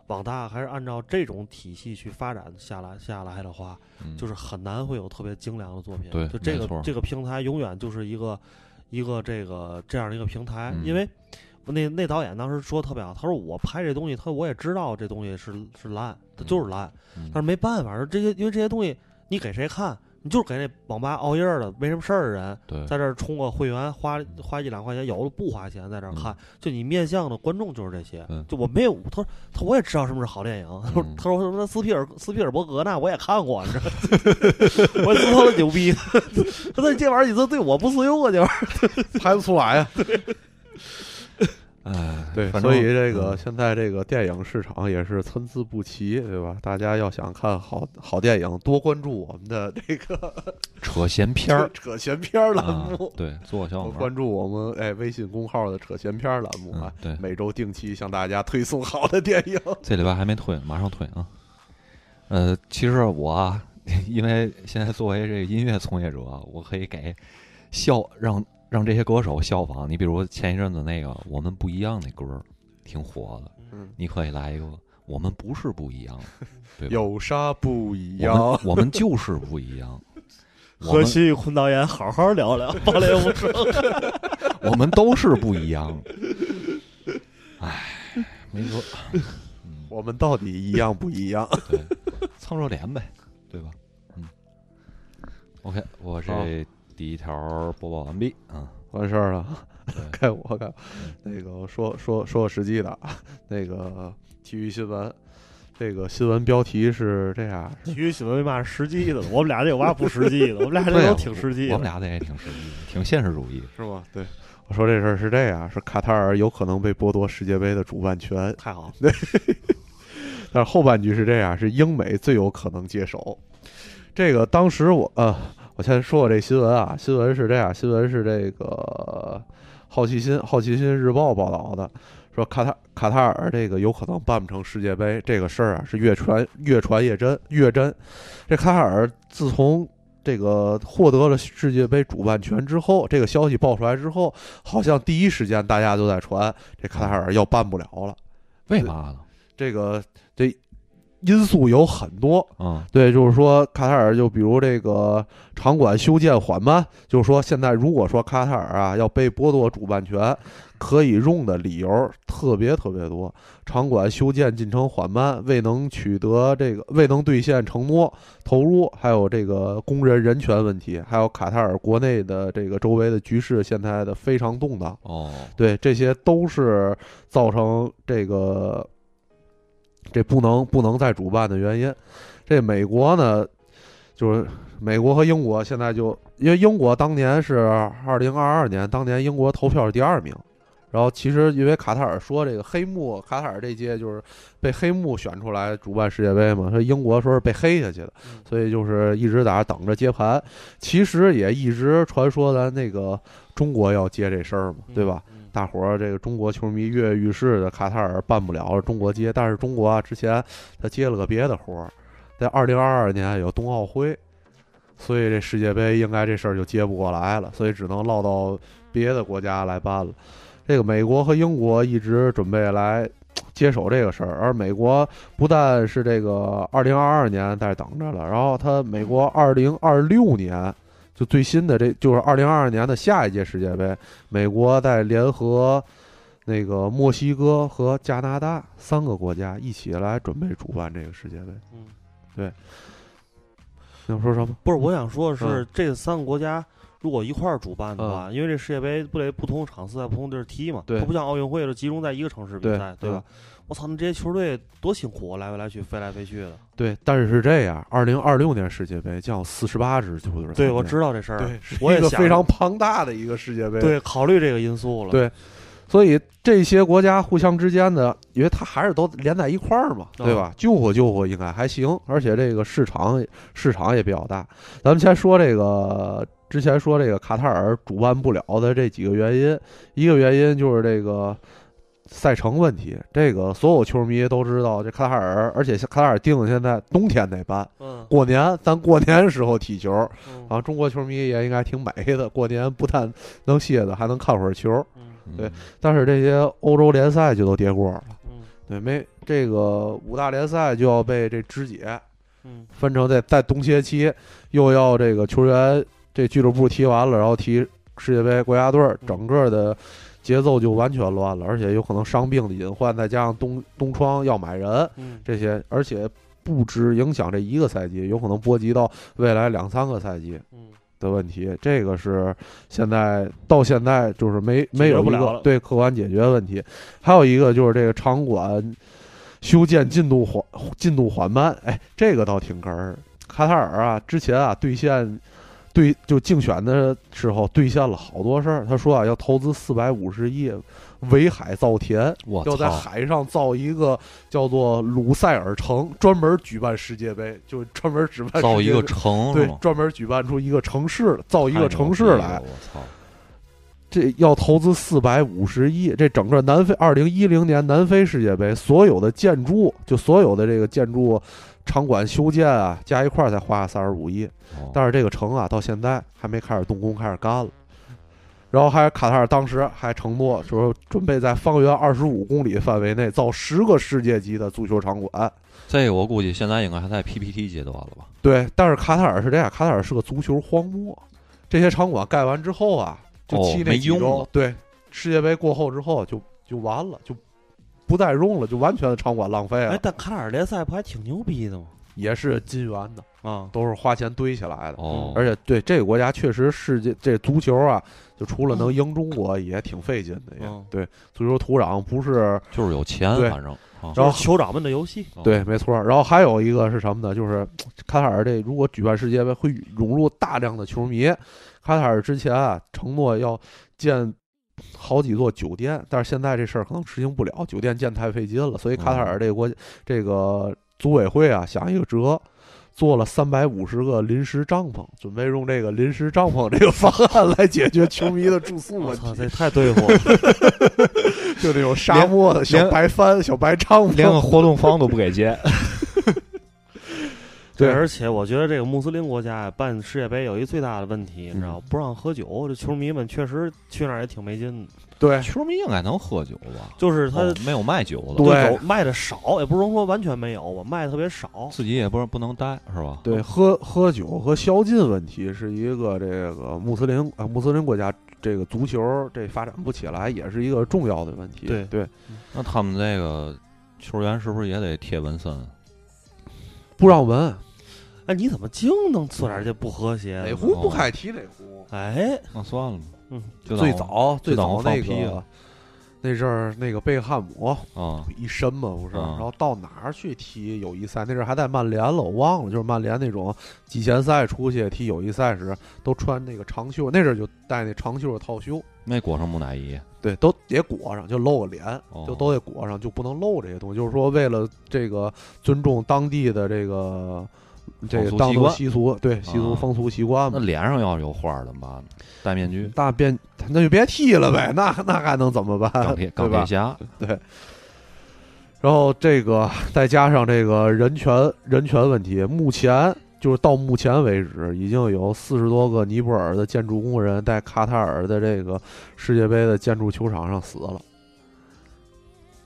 [SPEAKER 2] 网大还是按照这种体系去发展下来下来的话，
[SPEAKER 3] 嗯
[SPEAKER 2] 就是很难会有特别精良的作品。
[SPEAKER 3] 对
[SPEAKER 2] 就这
[SPEAKER 3] 没
[SPEAKER 2] 个
[SPEAKER 3] 错
[SPEAKER 2] 这个平台永远就是一个一个这个这样的一个平台，
[SPEAKER 3] 嗯
[SPEAKER 2] 因为那那导演当时说特别好，他说我拍这东西，他我也知道这东西是是烂，它就是烂，
[SPEAKER 3] 嗯
[SPEAKER 2] 但是没办法，这些因为这些东西你给谁看，你就是给那网吧熬夜儿的没什么事儿的人，
[SPEAKER 3] 对
[SPEAKER 2] 在这儿充个会员，花花一两块钱，有的不花钱在这儿看，就你面向的观众就是这些。
[SPEAKER 3] 嗯
[SPEAKER 2] 就我没有，他说他我也知道什么是好电影，他说他说什么斯皮尔斯皮尔伯格那我也看过，你知道吗，我知道他牛逼，他说你这玩意儿你说对我不适用啊，这玩意儿。
[SPEAKER 4] 拍不出来啊呀、
[SPEAKER 3] 哎，
[SPEAKER 4] [laughs] 对，
[SPEAKER 3] 反正嗯
[SPEAKER 4] 所以这个现在这个电影市场也是参差不齐，对吧？大家要想看好好电影，多关注我们的这个
[SPEAKER 3] 扯闲篇儿
[SPEAKER 4] 扯闲篇儿栏
[SPEAKER 3] 啊
[SPEAKER 4] 目，，
[SPEAKER 3] 对，做小
[SPEAKER 4] 多
[SPEAKER 3] 网文
[SPEAKER 4] 关
[SPEAKER 3] 儿，
[SPEAKER 4] 注我们哎微信公号的扯闲篇儿栏目啊
[SPEAKER 3] 嗯，，对，
[SPEAKER 4] 每周定期向大家推送好的电影。
[SPEAKER 3] 这礼拜还没退，马上退啊。呃，其实我啊， [laughs] 因为现在作为这个音乐从业者，啊我可以给效让让这些歌手效仿。你比如前一阵子那个《我们不一样》那歌儿挺火的，
[SPEAKER 4] 嗯，
[SPEAKER 3] 你可以来一个《我们不是不一样》，对吧？
[SPEAKER 4] 有啥不
[SPEAKER 3] 我们
[SPEAKER 4] 一样？
[SPEAKER 3] 我们就是不一样，我
[SPEAKER 2] 和
[SPEAKER 3] 们
[SPEAKER 2] 辛玉坤导演好好聊聊，暴雷无声。
[SPEAKER 3] 我们都是不一样。
[SPEAKER 4] [laughs]
[SPEAKER 3] 唉，没辙，
[SPEAKER 4] 我们到底一样不一样？
[SPEAKER 3] 对，蹭热点呗，对吧？嗯，OK，我
[SPEAKER 4] 好
[SPEAKER 3] 这第一条播报完毕啊。
[SPEAKER 4] [laughs] 完事儿了
[SPEAKER 3] 对，
[SPEAKER 4] [laughs] 该我该我那个说说说个实际的啊，那个体育新闻，这个新闻标题是这样，
[SPEAKER 2] 体育新闻为嘛是实际的？我们俩这有嘛不实际的？我们俩这
[SPEAKER 3] 对
[SPEAKER 2] 都
[SPEAKER 3] 啊
[SPEAKER 2] 挺实际
[SPEAKER 3] 我
[SPEAKER 2] 的
[SPEAKER 3] 们。俩这也挺实际，挺现实主义。
[SPEAKER 4] 是吗？对，我说这事儿是这样，是卡塔尔有可能被剥夺世界杯的主办权，
[SPEAKER 2] 太好了，
[SPEAKER 4] 但是后半句是这样，是英美最有可能接手。这个当时我呃，我先说我这新闻啊，新闻是这样，新闻是这个好奇心好奇心日报报道的，说卡塔卡塔尔这个有可能办不成世界杯，这个事儿啊是越传越传越真越真。这卡塔尔自从这个获得了世界杯主办权之后，这个消息爆出来之后，好像第一时间大家都在传这卡塔尔要办不了了。
[SPEAKER 3] 为嘛呢？
[SPEAKER 4] 这个这因素有很多。
[SPEAKER 3] 啊，
[SPEAKER 4] 对，就是说卡塔尔，就比如这个场馆修建缓慢，就是说现在如果说卡塔尔啊要被剥夺主办权，可以用的理由特别特别多。场馆修建进程缓慢，未能取得这个未能兑现承诺投入，还有这个工人人权问题，还有卡塔尔国内的这个周围的局势现在的非常动荡。
[SPEAKER 3] 哦，
[SPEAKER 4] 对，这些都是造成这个这不能不能再主办的原因。这美国呢，就是美国和英国现在就因为英国当年是二零二二年，当年英国投票是第二名。然后其实因为卡塔尔说这个黑幕，卡塔尔这届就是被黑幕选出来主办世界杯嘛，说英国说是被黑下去的，所以就是一直在那等着接盘。其实也一直传说咱那个中国要接这事儿嘛，对吧？
[SPEAKER 2] 嗯？
[SPEAKER 4] 大伙儿这个中国球迷跃跃欲试的，卡塔尔办不了，中国接，但是中国啊之前他接了个别的活儿，在二零二二年有冬奥会，所以这世界杯应该这事儿就接不过来了，所以只能落到别的国家来办了。这个美国和英国一直准备来接手这个事儿，而美国不但是这个二零二二年在等着了，然后它美国二零二六年就最新的这就是二零二二年的下一届世界杯，美国在联合那个墨西哥和加拿大三个国家一起来准备主办这个世界杯。
[SPEAKER 2] 嗯，
[SPEAKER 4] 你要说什么？
[SPEAKER 2] 不是，我想说的是，
[SPEAKER 4] 嗯
[SPEAKER 2] 这三个国家如果一块儿主办的话，因为这世界杯不得不同场次在不同地儿踢嘛，
[SPEAKER 4] 对
[SPEAKER 2] 它不像奥运会是集嗯中在一个城市比赛，
[SPEAKER 4] 对嗯
[SPEAKER 2] 对吧？我操，那这些球队多辛苦，啊来回来去，飞来飞去的。
[SPEAKER 4] 对，但是是这样，二零二六年世界杯将有四十八支球队参加。
[SPEAKER 2] 对，我知道这事儿，
[SPEAKER 4] 对，是
[SPEAKER 2] 我也
[SPEAKER 4] 一个
[SPEAKER 2] 想
[SPEAKER 4] 非常庞大的一个世界杯。，
[SPEAKER 2] 对，考虑这个因素了。
[SPEAKER 4] 对所以这些国家互相之间的，因为它还是都连在一块儿嘛，
[SPEAKER 2] 啊
[SPEAKER 4] 对吧？救火救火应该还行，而且这个市场市场也比较大。咱们先说这个，之前说这个卡塔尔主办不了的这几个原因，一个原因就是这个赛程问题，这个所有球迷都知道，这卡塔尔，而且卡塔尔定的现在冬天得办，
[SPEAKER 2] 嗯，
[SPEAKER 4] 过年咱过年时候踢球，
[SPEAKER 2] 嗯，
[SPEAKER 4] 啊，中国球迷也应该挺美的，过年不但能歇着，还能看会儿球。
[SPEAKER 2] 嗯，
[SPEAKER 4] 对但是这些欧洲联赛就都跌锅了，
[SPEAKER 2] 嗯，
[SPEAKER 4] 对，没这个五大联赛就要被这肢解，
[SPEAKER 2] 嗯，
[SPEAKER 4] 分成在在冬歇期，又要这个球员这俱乐部踢完了，然后踢世界杯国家队儿，整个的节奏就完全乱了，而且有可能伤病的隐患，再加上冬冬窗要买人
[SPEAKER 2] 嗯，
[SPEAKER 4] 这些，而且不止影响这一个赛季，有可能波及到未来两三个赛季。
[SPEAKER 2] 嗯，
[SPEAKER 4] 的问题，这个是现在到现在就是没没有一
[SPEAKER 2] 不了
[SPEAKER 4] 个
[SPEAKER 2] 了
[SPEAKER 4] 对客观解决问题，还有一个就是这个场馆修建进度缓进度缓慢，哎，这个倒挺哏儿。卡塔尔啊，之前啊兑现对就竞选的时候兑现了好多事儿，他说啊要投资四百五十亿围海造田，
[SPEAKER 3] 我
[SPEAKER 4] 要在
[SPEAKER 3] 操，
[SPEAKER 4] 海上造一个叫做鲁塞尔城，专门举办世界杯，就专门举办
[SPEAKER 3] 造
[SPEAKER 4] 世
[SPEAKER 3] 一
[SPEAKER 4] 界 [laughs]
[SPEAKER 3] 个
[SPEAKER 4] 杯
[SPEAKER 3] 城是
[SPEAKER 4] 对
[SPEAKER 3] 吗，？
[SPEAKER 4] 专门举办出一个城市，造一
[SPEAKER 3] 太牛
[SPEAKER 4] 个城
[SPEAKER 3] 逼
[SPEAKER 4] 市
[SPEAKER 3] 了
[SPEAKER 4] 来，
[SPEAKER 3] 我操！
[SPEAKER 4] 这要投资四百五十亿。这整个南非二零一零年南非世界杯所有的建筑，就所有的这个建筑场馆修建啊，加一块儿才花三十五亿。
[SPEAKER 3] 哦
[SPEAKER 4] 但是这个城啊，到现在还没开始动工，开始干了。然后还有卡塔尔当时还承诺说，准备在方圆二十五公里范围内造十个世界级的足球场馆。
[SPEAKER 3] 这个我估计现在应该还在 PPT 阶段了吧？
[SPEAKER 4] 对，但是卡塔尔是这样，卡塔尔是个足球荒漠，这些场馆盖完之后啊，就
[SPEAKER 3] 哦
[SPEAKER 4] 踢那
[SPEAKER 3] 没
[SPEAKER 4] 几
[SPEAKER 3] 用
[SPEAKER 4] 周，
[SPEAKER 3] 了
[SPEAKER 4] 对，世界杯过后之后就就完了，就不再用了，就完全的场馆浪费了，
[SPEAKER 2] 哎，但卡塔尔联赛不还挺牛逼的吗？
[SPEAKER 4] 也是金元的，
[SPEAKER 2] 啊，
[SPEAKER 4] 都是花钱堆起来的。
[SPEAKER 3] 哦，
[SPEAKER 4] 嗯而且对这个国家确实世界这足球啊，就除了能赢中国也挺费劲的，也、
[SPEAKER 2] 嗯
[SPEAKER 4] 对足球土壤不是
[SPEAKER 3] 就是有钱，
[SPEAKER 4] 对
[SPEAKER 3] 反正啊，
[SPEAKER 4] 然
[SPEAKER 2] 就
[SPEAKER 4] 后
[SPEAKER 2] 是酋长们的游戏，
[SPEAKER 3] 哦
[SPEAKER 4] 对，没错。然后还有一个是什么呢？就是卡塔尔这如果举办世界杯，会涌入大量的球迷。卡塔尔之前啊承诺要建好几座酒店，但是现在这事儿可能执行不了，酒店建太费劲了，所以卡塔尔这个国、这个组委会啊想一个辙。做了三百五十个临时帐篷，准备用这个临时帐篷这个方案来解决球迷的住宿
[SPEAKER 2] 我
[SPEAKER 4] 问
[SPEAKER 2] 操，
[SPEAKER 4] 题，
[SPEAKER 2] 这太对付了。
[SPEAKER 4] 就那种沙漠的小
[SPEAKER 5] 连
[SPEAKER 4] 白帆、小白帐篷，
[SPEAKER 5] 连个活动方都不给接。
[SPEAKER 4] 对
[SPEAKER 2] 而且我觉得这个穆斯林国家办世界杯有一最大的问题，你知道，不让喝酒，这球迷们确实去那儿也挺没劲的。
[SPEAKER 4] 对
[SPEAKER 3] 哎球迷应该能喝酒吧？
[SPEAKER 2] 就是他
[SPEAKER 3] 哦没有卖酒的，
[SPEAKER 4] 对
[SPEAKER 2] 对酒卖的少，也不能说完全没有，我卖的特别少。
[SPEAKER 3] 自己也不是不能待是吧？
[SPEAKER 4] 对，喝喝酒和宵禁问题是一个这个穆斯林啊穆斯林国家这个足球这发展不起来，也是一个重要的问题。
[SPEAKER 2] 对
[SPEAKER 4] 对，
[SPEAKER 3] 那他们这个球员是不是也得贴纹身？
[SPEAKER 4] 不让闻，
[SPEAKER 2] 哎，你怎么净能做点这不和谐的呢？
[SPEAKER 3] 壶不开
[SPEAKER 4] 提哪壶。
[SPEAKER 2] 哎，
[SPEAKER 3] 那算了吧，
[SPEAKER 2] 嗯，
[SPEAKER 3] 就当
[SPEAKER 4] 最早最
[SPEAKER 3] 就当
[SPEAKER 4] 早
[SPEAKER 3] 我放
[SPEAKER 4] 那
[SPEAKER 3] 屁
[SPEAKER 4] 个
[SPEAKER 3] 了
[SPEAKER 4] 那阵儿那个贝克汉姆
[SPEAKER 3] 啊，
[SPEAKER 4] 一身嘛不是，
[SPEAKER 3] 啊
[SPEAKER 4] 然后到哪儿去踢友谊赛？那阵儿还在曼联了，我忘了，就是曼联那种季前赛出去踢友谊赛时都穿那个长袖，那阵儿就带那长袖套袖。
[SPEAKER 3] 没裹上木乃伊，
[SPEAKER 4] 对，都得裹上，就露个脸，
[SPEAKER 3] 哦
[SPEAKER 4] 就都得裹上，就不能露这些东西。就是说，为了这个尊重当地的这个这
[SPEAKER 3] 风
[SPEAKER 4] 个
[SPEAKER 3] 俗
[SPEAKER 4] 当
[SPEAKER 3] 习
[SPEAKER 4] 地
[SPEAKER 3] 惯
[SPEAKER 4] 习俗，对习俗
[SPEAKER 3] 啊
[SPEAKER 4] 风俗习惯
[SPEAKER 3] 那
[SPEAKER 4] 嘛。
[SPEAKER 3] 脸上要是有花儿怎么办呢？戴面具，
[SPEAKER 4] 那变啊那就别剃了呗，那那还能怎么办？
[SPEAKER 3] 钢铁
[SPEAKER 4] 对
[SPEAKER 3] 钢铁
[SPEAKER 4] 吧？
[SPEAKER 3] 侠，
[SPEAKER 4] [laughs] 然后这个再加上这个人权人权问题，目前就是到目前为止，已经有四十多个尼泊尔的建筑工人在卡塔尔的这个世界杯的建筑球场上死了。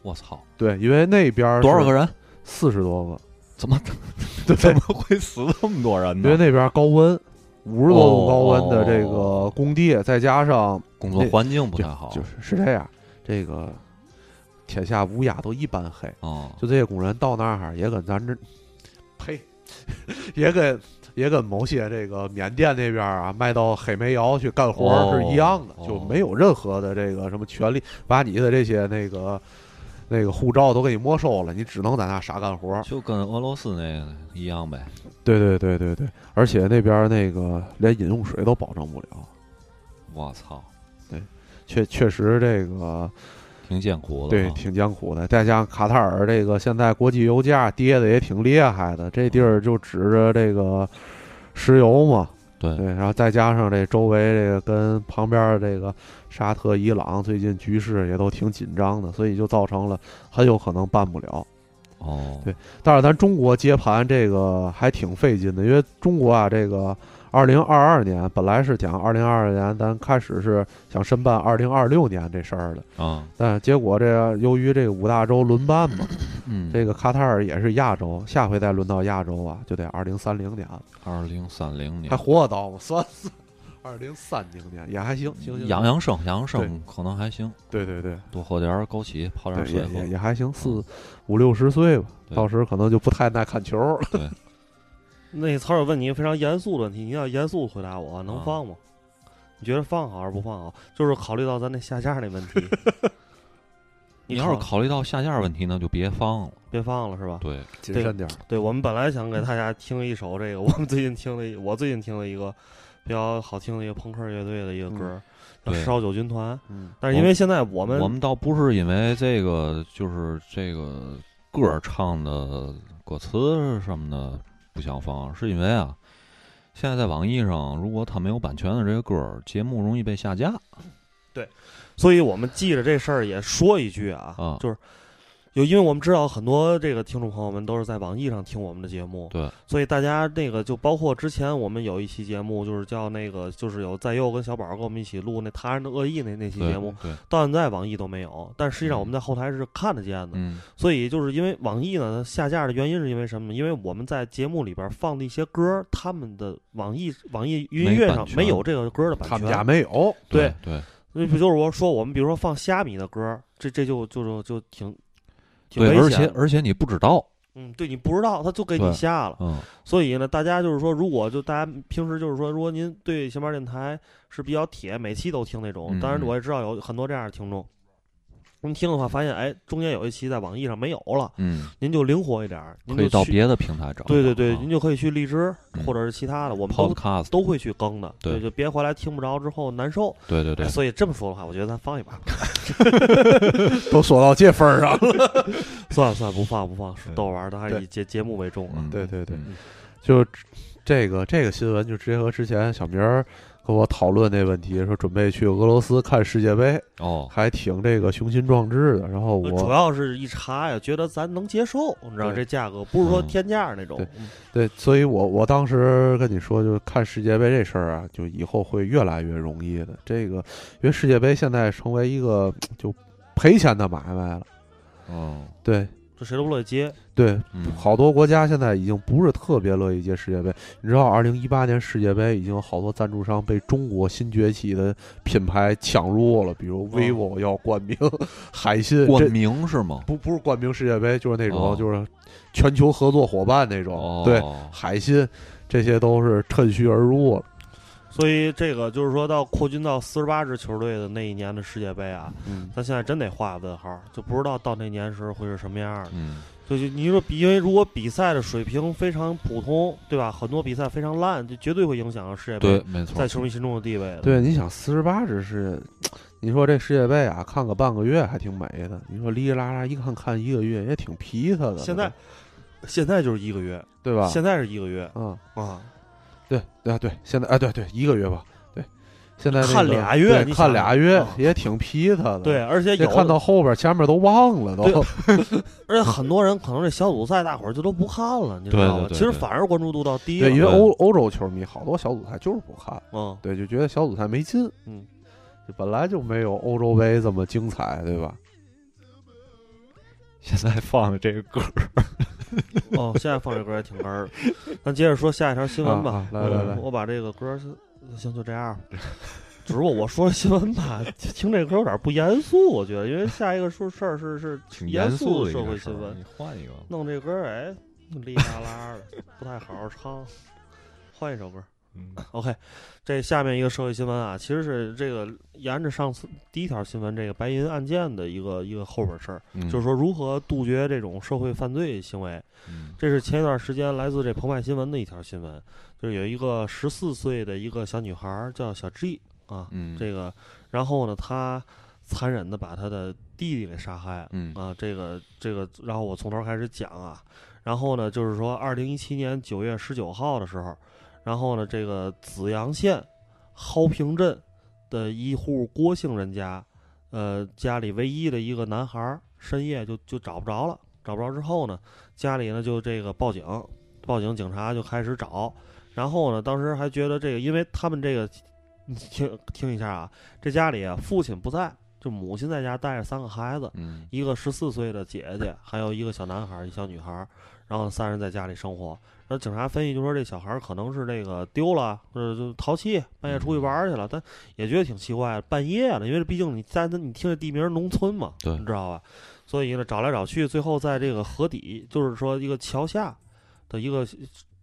[SPEAKER 3] 我操，
[SPEAKER 4] 对，因为那边
[SPEAKER 3] 多少个人？
[SPEAKER 4] 四十多个，
[SPEAKER 3] 怎
[SPEAKER 4] [laughs]
[SPEAKER 3] 么怎么会死这么多人
[SPEAKER 4] 因为
[SPEAKER 3] 呢？
[SPEAKER 4] 那边高温，五十多度高温的这
[SPEAKER 3] 哦
[SPEAKER 4] 个工地，再加上
[SPEAKER 3] 工作环境不太好，
[SPEAKER 4] 就是是这样，这个天下乌鸦都一般黑。
[SPEAKER 3] 哦，
[SPEAKER 4] 就这些工人到那儿也跟咱这，呸， [laughs] 也跟也跟某些这个缅甸那边啊卖到黑煤窑去干活
[SPEAKER 3] 哦
[SPEAKER 4] 儿是一样的，
[SPEAKER 3] 哦
[SPEAKER 4] 就没有任何的这个什么权利，把你的这些那个那个护照都给你没收了，你只能在那傻干活儿。
[SPEAKER 3] 就跟俄罗斯那个一样呗。
[SPEAKER 4] 对对对对对，而且那边那个连饮用水都保证不了，
[SPEAKER 3] 我操，
[SPEAKER 4] 确确实这个
[SPEAKER 3] 挺艰苦的。啊
[SPEAKER 4] 对，挺艰苦的。再加上卡塔尔这个现在国际油价跌的也挺厉害的，这地儿
[SPEAKER 3] 嗯
[SPEAKER 4] 就指着这个石油嘛，
[SPEAKER 3] 对
[SPEAKER 4] 对，然后再加上这周围这个跟旁边儿这个沙特、伊朗最近局势也都挺紧张的，所以就造成了很有可能办不了。
[SPEAKER 3] 哦，
[SPEAKER 4] 对但是咱中国接盘这个还挺费劲的，因为中国啊，这个二零二二年本来是讲二零二二年，咱开始是想申办二零二六年这事儿的。
[SPEAKER 3] 啊，
[SPEAKER 4] 但结果这个由于这个五大洲轮班嘛，
[SPEAKER 3] 嗯，
[SPEAKER 4] 这个卡塔尔也是亚洲，下回再轮到亚洲啊，就得二零三零年了，
[SPEAKER 3] 二零三零年
[SPEAKER 4] 还活得到吗？算算， [laughs] 二零三零年也还行，行行，
[SPEAKER 3] 养养生，养养生可能还行，
[SPEAKER 4] 对对对，
[SPEAKER 3] 多喝点儿枸杞，泡点儿
[SPEAKER 4] 对
[SPEAKER 3] 水
[SPEAKER 4] 也也
[SPEAKER 3] 喝。
[SPEAKER 4] 也还行，四五六十岁吧，
[SPEAKER 3] 对
[SPEAKER 4] 到时可能就不太耐看球了。
[SPEAKER 2] 那曹友问你一个非常严肃的问题，你要严肃地回答我，能
[SPEAKER 3] 啊
[SPEAKER 2] 放吗？你觉得放好还是不放好？就是考虑到咱那下架那问题，
[SPEAKER 3] 你要是
[SPEAKER 2] 考
[SPEAKER 3] 考虑到下架问题呢，就别放了。
[SPEAKER 2] 别放了是吧？
[SPEAKER 3] 对，
[SPEAKER 4] 谨慎点儿，
[SPEAKER 2] 对，我们本来想给大家听一首这个，我们最近听的一，我最近听的一个比较好听的一个朋克乐队的一个歌，
[SPEAKER 3] 嗯
[SPEAKER 2] 叫
[SPEAKER 3] 对
[SPEAKER 2] 烧酒军团。
[SPEAKER 4] 嗯，
[SPEAKER 2] 但是因为现在我们
[SPEAKER 3] 我们倒不是因为这个，就是这个歌儿唱的歌词什么的不想放，是因为啊，现在在网易上，如果它没有版权的这个歌儿，节目容易被下架。
[SPEAKER 2] 所以我们记着这事儿也说一句啊，
[SPEAKER 3] 啊
[SPEAKER 2] 就是有，因为我们知道很多这个听众朋友们都是在网易上听我们的节目，
[SPEAKER 3] 对，
[SPEAKER 2] 所以大家那个就包括之前我们有一期节目，就是叫那个就是有在佑跟小宝跟我们一起录那《他人的恶意那》那期
[SPEAKER 3] 对嗯
[SPEAKER 2] 节目，
[SPEAKER 3] 对，
[SPEAKER 2] 到现在网易都没有，但实际上我们在后台是看得见的，
[SPEAKER 3] 嗯，
[SPEAKER 2] 所以就是因为网易呢它下架的原因是因为什么呢？因为我们在节目里边放的一些歌，他们的网易网易云音
[SPEAKER 3] 没
[SPEAKER 2] 乐
[SPEAKER 3] 版
[SPEAKER 2] 上
[SPEAKER 3] 权
[SPEAKER 2] 没有这个歌的版
[SPEAKER 4] 他
[SPEAKER 2] 权，
[SPEAKER 4] 们家没有，
[SPEAKER 2] 对
[SPEAKER 3] 对，
[SPEAKER 2] 那不就是我说我们比如说放虾米的歌，这这就就就就挺挺
[SPEAKER 3] 对，
[SPEAKER 2] 危
[SPEAKER 3] 而
[SPEAKER 2] 险
[SPEAKER 3] 且
[SPEAKER 2] 的。
[SPEAKER 3] 而且你不知道，
[SPEAKER 2] 嗯，对你不知道，他就给你
[SPEAKER 3] 对
[SPEAKER 2] 下了。
[SPEAKER 3] 嗯，
[SPEAKER 2] 所以呢，大家就是说，如果就大家平时就是说，如果您对闲班电台是比较铁，每期都听那种，
[SPEAKER 3] 嗯
[SPEAKER 2] 当然
[SPEAKER 3] 嗯
[SPEAKER 2] 我也知道有很多这样的听众。您听的话，发现哎，中间有一期在网易上没有了，
[SPEAKER 3] 嗯，
[SPEAKER 2] 您就灵活一点儿，您
[SPEAKER 3] 可
[SPEAKER 2] 就
[SPEAKER 3] 以到
[SPEAKER 2] 去
[SPEAKER 3] 别的平台找。
[SPEAKER 2] 对对对，
[SPEAKER 3] 啊
[SPEAKER 2] 您就可以去荔枝
[SPEAKER 3] 嗯
[SPEAKER 2] 或者是其他的，我们都
[SPEAKER 3] Podcast，
[SPEAKER 2] 都会去更的，
[SPEAKER 3] 对
[SPEAKER 2] 就别回来听不着之后难受。
[SPEAKER 3] 对对对，
[SPEAKER 2] 所以这么说的话，我觉得咱放一把，
[SPEAKER 4] 都说到这份儿上了。
[SPEAKER 2] 算了算了，不放不放，
[SPEAKER 3] 对
[SPEAKER 2] 逗玩儿的，还是
[SPEAKER 4] 对
[SPEAKER 2] 以节节目为重啊。
[SPEAKER 3] 嗯
[SPEAKER 4] 对对对，
[SPEAKER 3] 嗯
[SPEAKER 4] 就这个这个新闻，就直接和之前小明儿跟我讨论那问题，说准备去俄罗斯看世界杯，
[SPEAKER 3] 哦，
[SPEAKER 4] 还挺这个雄心壮志的。然后
[SPEAKER 2] 呃主
[SPEAKER 4] 我
[SPEAKER 2] 要是一查呀，觉得咱能接受，你知道
[SPEAKER 4] 对
[SPEAKER 2] 这价格不是说
[SPEAKER 3] 嗯
[SPEAKER 2] 天价那种
[SPEAKER 4] 对。对，所以我我当时跟你说，就是看世界杯这事儿啊，就以后会越来越容易的。这个因为世界杯现在成为一个就赔钱的买卖了，
[SPEAKER 3] 哦，
[SPEAKER 2] 嗯
[SPEAKER 4] 对。
[SPEAKER 2] 这谁都不乐意接。
[SPEAKER 4] 对，
[SPEAKER 3] 嗯
[SPEAKER 4] 好多国家现在已经不是特别乐意接世界杯。你知道，二零一八年世界杯已经有好多赞助商被中国新崛起的品牌抢入了，比如 vivo 要冠名海信，
[SPEAKER 3] 哦冠
[SPEAKER 4] 这
[SPEAKER 3] 名是吗？
[SPEAKER 4] 不不是冠名世界杯，就是那种、
[SPEAKER 3] 哦
[SPEAKER 4] 就是全球合作伙伴那种。
[SPEAKER 3] 哦，
[SPEAKER 4] 对，海信这些都是趁虚而入了。
[SPEAKER 2] 所以这个就是说到扩军到四十八支球队的那一年的世界杯啊，
[SPEAKER 4] 嗯，
[SPEAKER 2] 咱现在真得画问号，就不知道到那年时候会是什么样儿的。
[SPEAKER 3] 嗯，
[SPEAKER 2] 就是你说比，因为如果比赛的水平非常普通，对吧？很多比赛非常烂，就绝对会影响世界
[SPEAKER 3] 对，
[SPEAKER 2] 杯
[SPEAKER 3] 没错，
[SPEAKER 2] 在球迷心中的地位的。
[SPEAKER 4] 对，你想四十八只是，你说这世界杯啊，看个半个月还挺美的。你说哩哩啦啦一看看一个月也挺皮他的，
[SPEAKER 2] 现在现在就是一个月，
[SPEAKER 4] 对吧？
[SPEAKER 2] 现在是一个月
[SPEAKER 4] 嗯。
[SPEAKER 2] 啊，
[SPEAKER 4] 对对啊，对，现在啊，对对，一个月吧，对，现在那个
[SPEAKER 2] 看俩月
[SPEAKER 4] 对
[SPEAKER 2] 你想
[SPEAKER 4] 看俩月
[SPEAKER 2] 啊
[SPEAKER 4] 也挺批他的。
[SPEAKER 2] 对，，而且
[SPEAKER 4] 这
[SPEAKER 2] 有
[SPEAKER 4] 看到后边前面都忘了
[SPEAKER 2] 对
[SPEAKER 4] 都。
[SPEAKER 2] 而且很多人可能这小组赛大伙儿就都不看了，你知
[SPEAKER 3] 对
[SPEAKER 2] 道吧
[SPEAKER 3] 对？对
[SPEAKER 2] 其实
[SPEAKER 3] 对
[SPEAKER 2] 反而关注度到低
[SPEAKER 4] 对，因
[SPEAKER 2] 了。
[SPEAKER 4] 为
[SPEAKER 3] 对
[SPEAKER 4] 欧欧洲球迷好多小组赛就是不看，
[SPEAKER 2] 嗯，
[SPEAKER 4] 对，就觉得小组赛没劲。
[SPEAKER 2] 嗯，
[SPEAKER 4] 就本来就没有欧洲杯这么精彩，对吧？
[SPEAKER 3] 现在放的这个歌儿，
[SPEAKER 2] 哦，现在放这歌也挺哏儿 [laughs] 的。咱接着说下一条新闻吧。嗯
[SPEAKER 4] 啊啊来来来
[SPEAKER 2] 我把这个歌儿先行就这样吧。只不过我说新闻吧，听这歌有点不严肃，我觉得，因为下一个说事儿是是
[SPEAKER 3] 挺
[SPEAKER 2] 严
[SPEAKER 3] 肃
[SPEAKER 2] 的
[SPEAKER 3] 一
[SPEAKER 2] 社
[SPEAKER 3] 个
[SPEAKER 2] 会
[SPEAKER 3] 事
[SPEAKER 2] 新
[SPEAKER 3] 儿。
[SPEAKER 2] 闻，
[SPEAKER 3] 你换一个，
[SPEAKER 2] 弄这歌儿哎，哩啦啦的，不太好好唱，换一首歌儿。
[SPEAKER 3] 嗯
[SPEAKER 2] OK，这下面一个社会新闻啊，其实是这个沿着上次第一条新闻这个白银案件的一个一个后边事儿，
[SPEAKER 3] 嗯，
[SPEAKER 2] 就是说如何杜绝这种社会犯罪行为。
[SPEAKER 3] 嗯
[SPEAKER 2] 这是前一段时间来自这澎湃新闻的一条新闻，就是有一个十四岁的一个小女孩儿叫小 G 啊，
[SPEAKER 3] 嗯
[SPEAKER 2] 这个，然后呢，她残忍的把她的弟弟给杀害了。
[SPEAKER 3] 嗯
[SPEAKER 2] 啊，这个这个，然后我从头开始讲啊。然后呢，就是说，二零一七年九月十九号的时候，然后呢，这个紫阳县蒿坪镇的一户郭姓人家，呃，家里唯一的一个男孩儿深夜就就找不着了，找不着之后呢，家里呢就这个报警，报警，警察就开始找。然后呢，当时还觉得这个，因为他们这个， [laughs] 你听听一下啊，这家里啊，父亲不在，就母亲在家带着三个孩子，
[SPEAKER 3] 嗯
[SPEAKER 2] 一个十四岁的姐姐，还有一个小男孩儿，一小女孩儿，然后三人在家里生活。然后警察分析就说这小孩儿可能是那个丢了，或者就淘气，半夜出去玩儿去了。但也觉得挺奇怪，半夜了，因为毕竟你在那你听这地名儿农村嘛，
[SPEAKER 3] 对
[SPEAKER 2] 你知道吧？所以呢，找来找去，最后在这个河底，就是说一个桥下的一个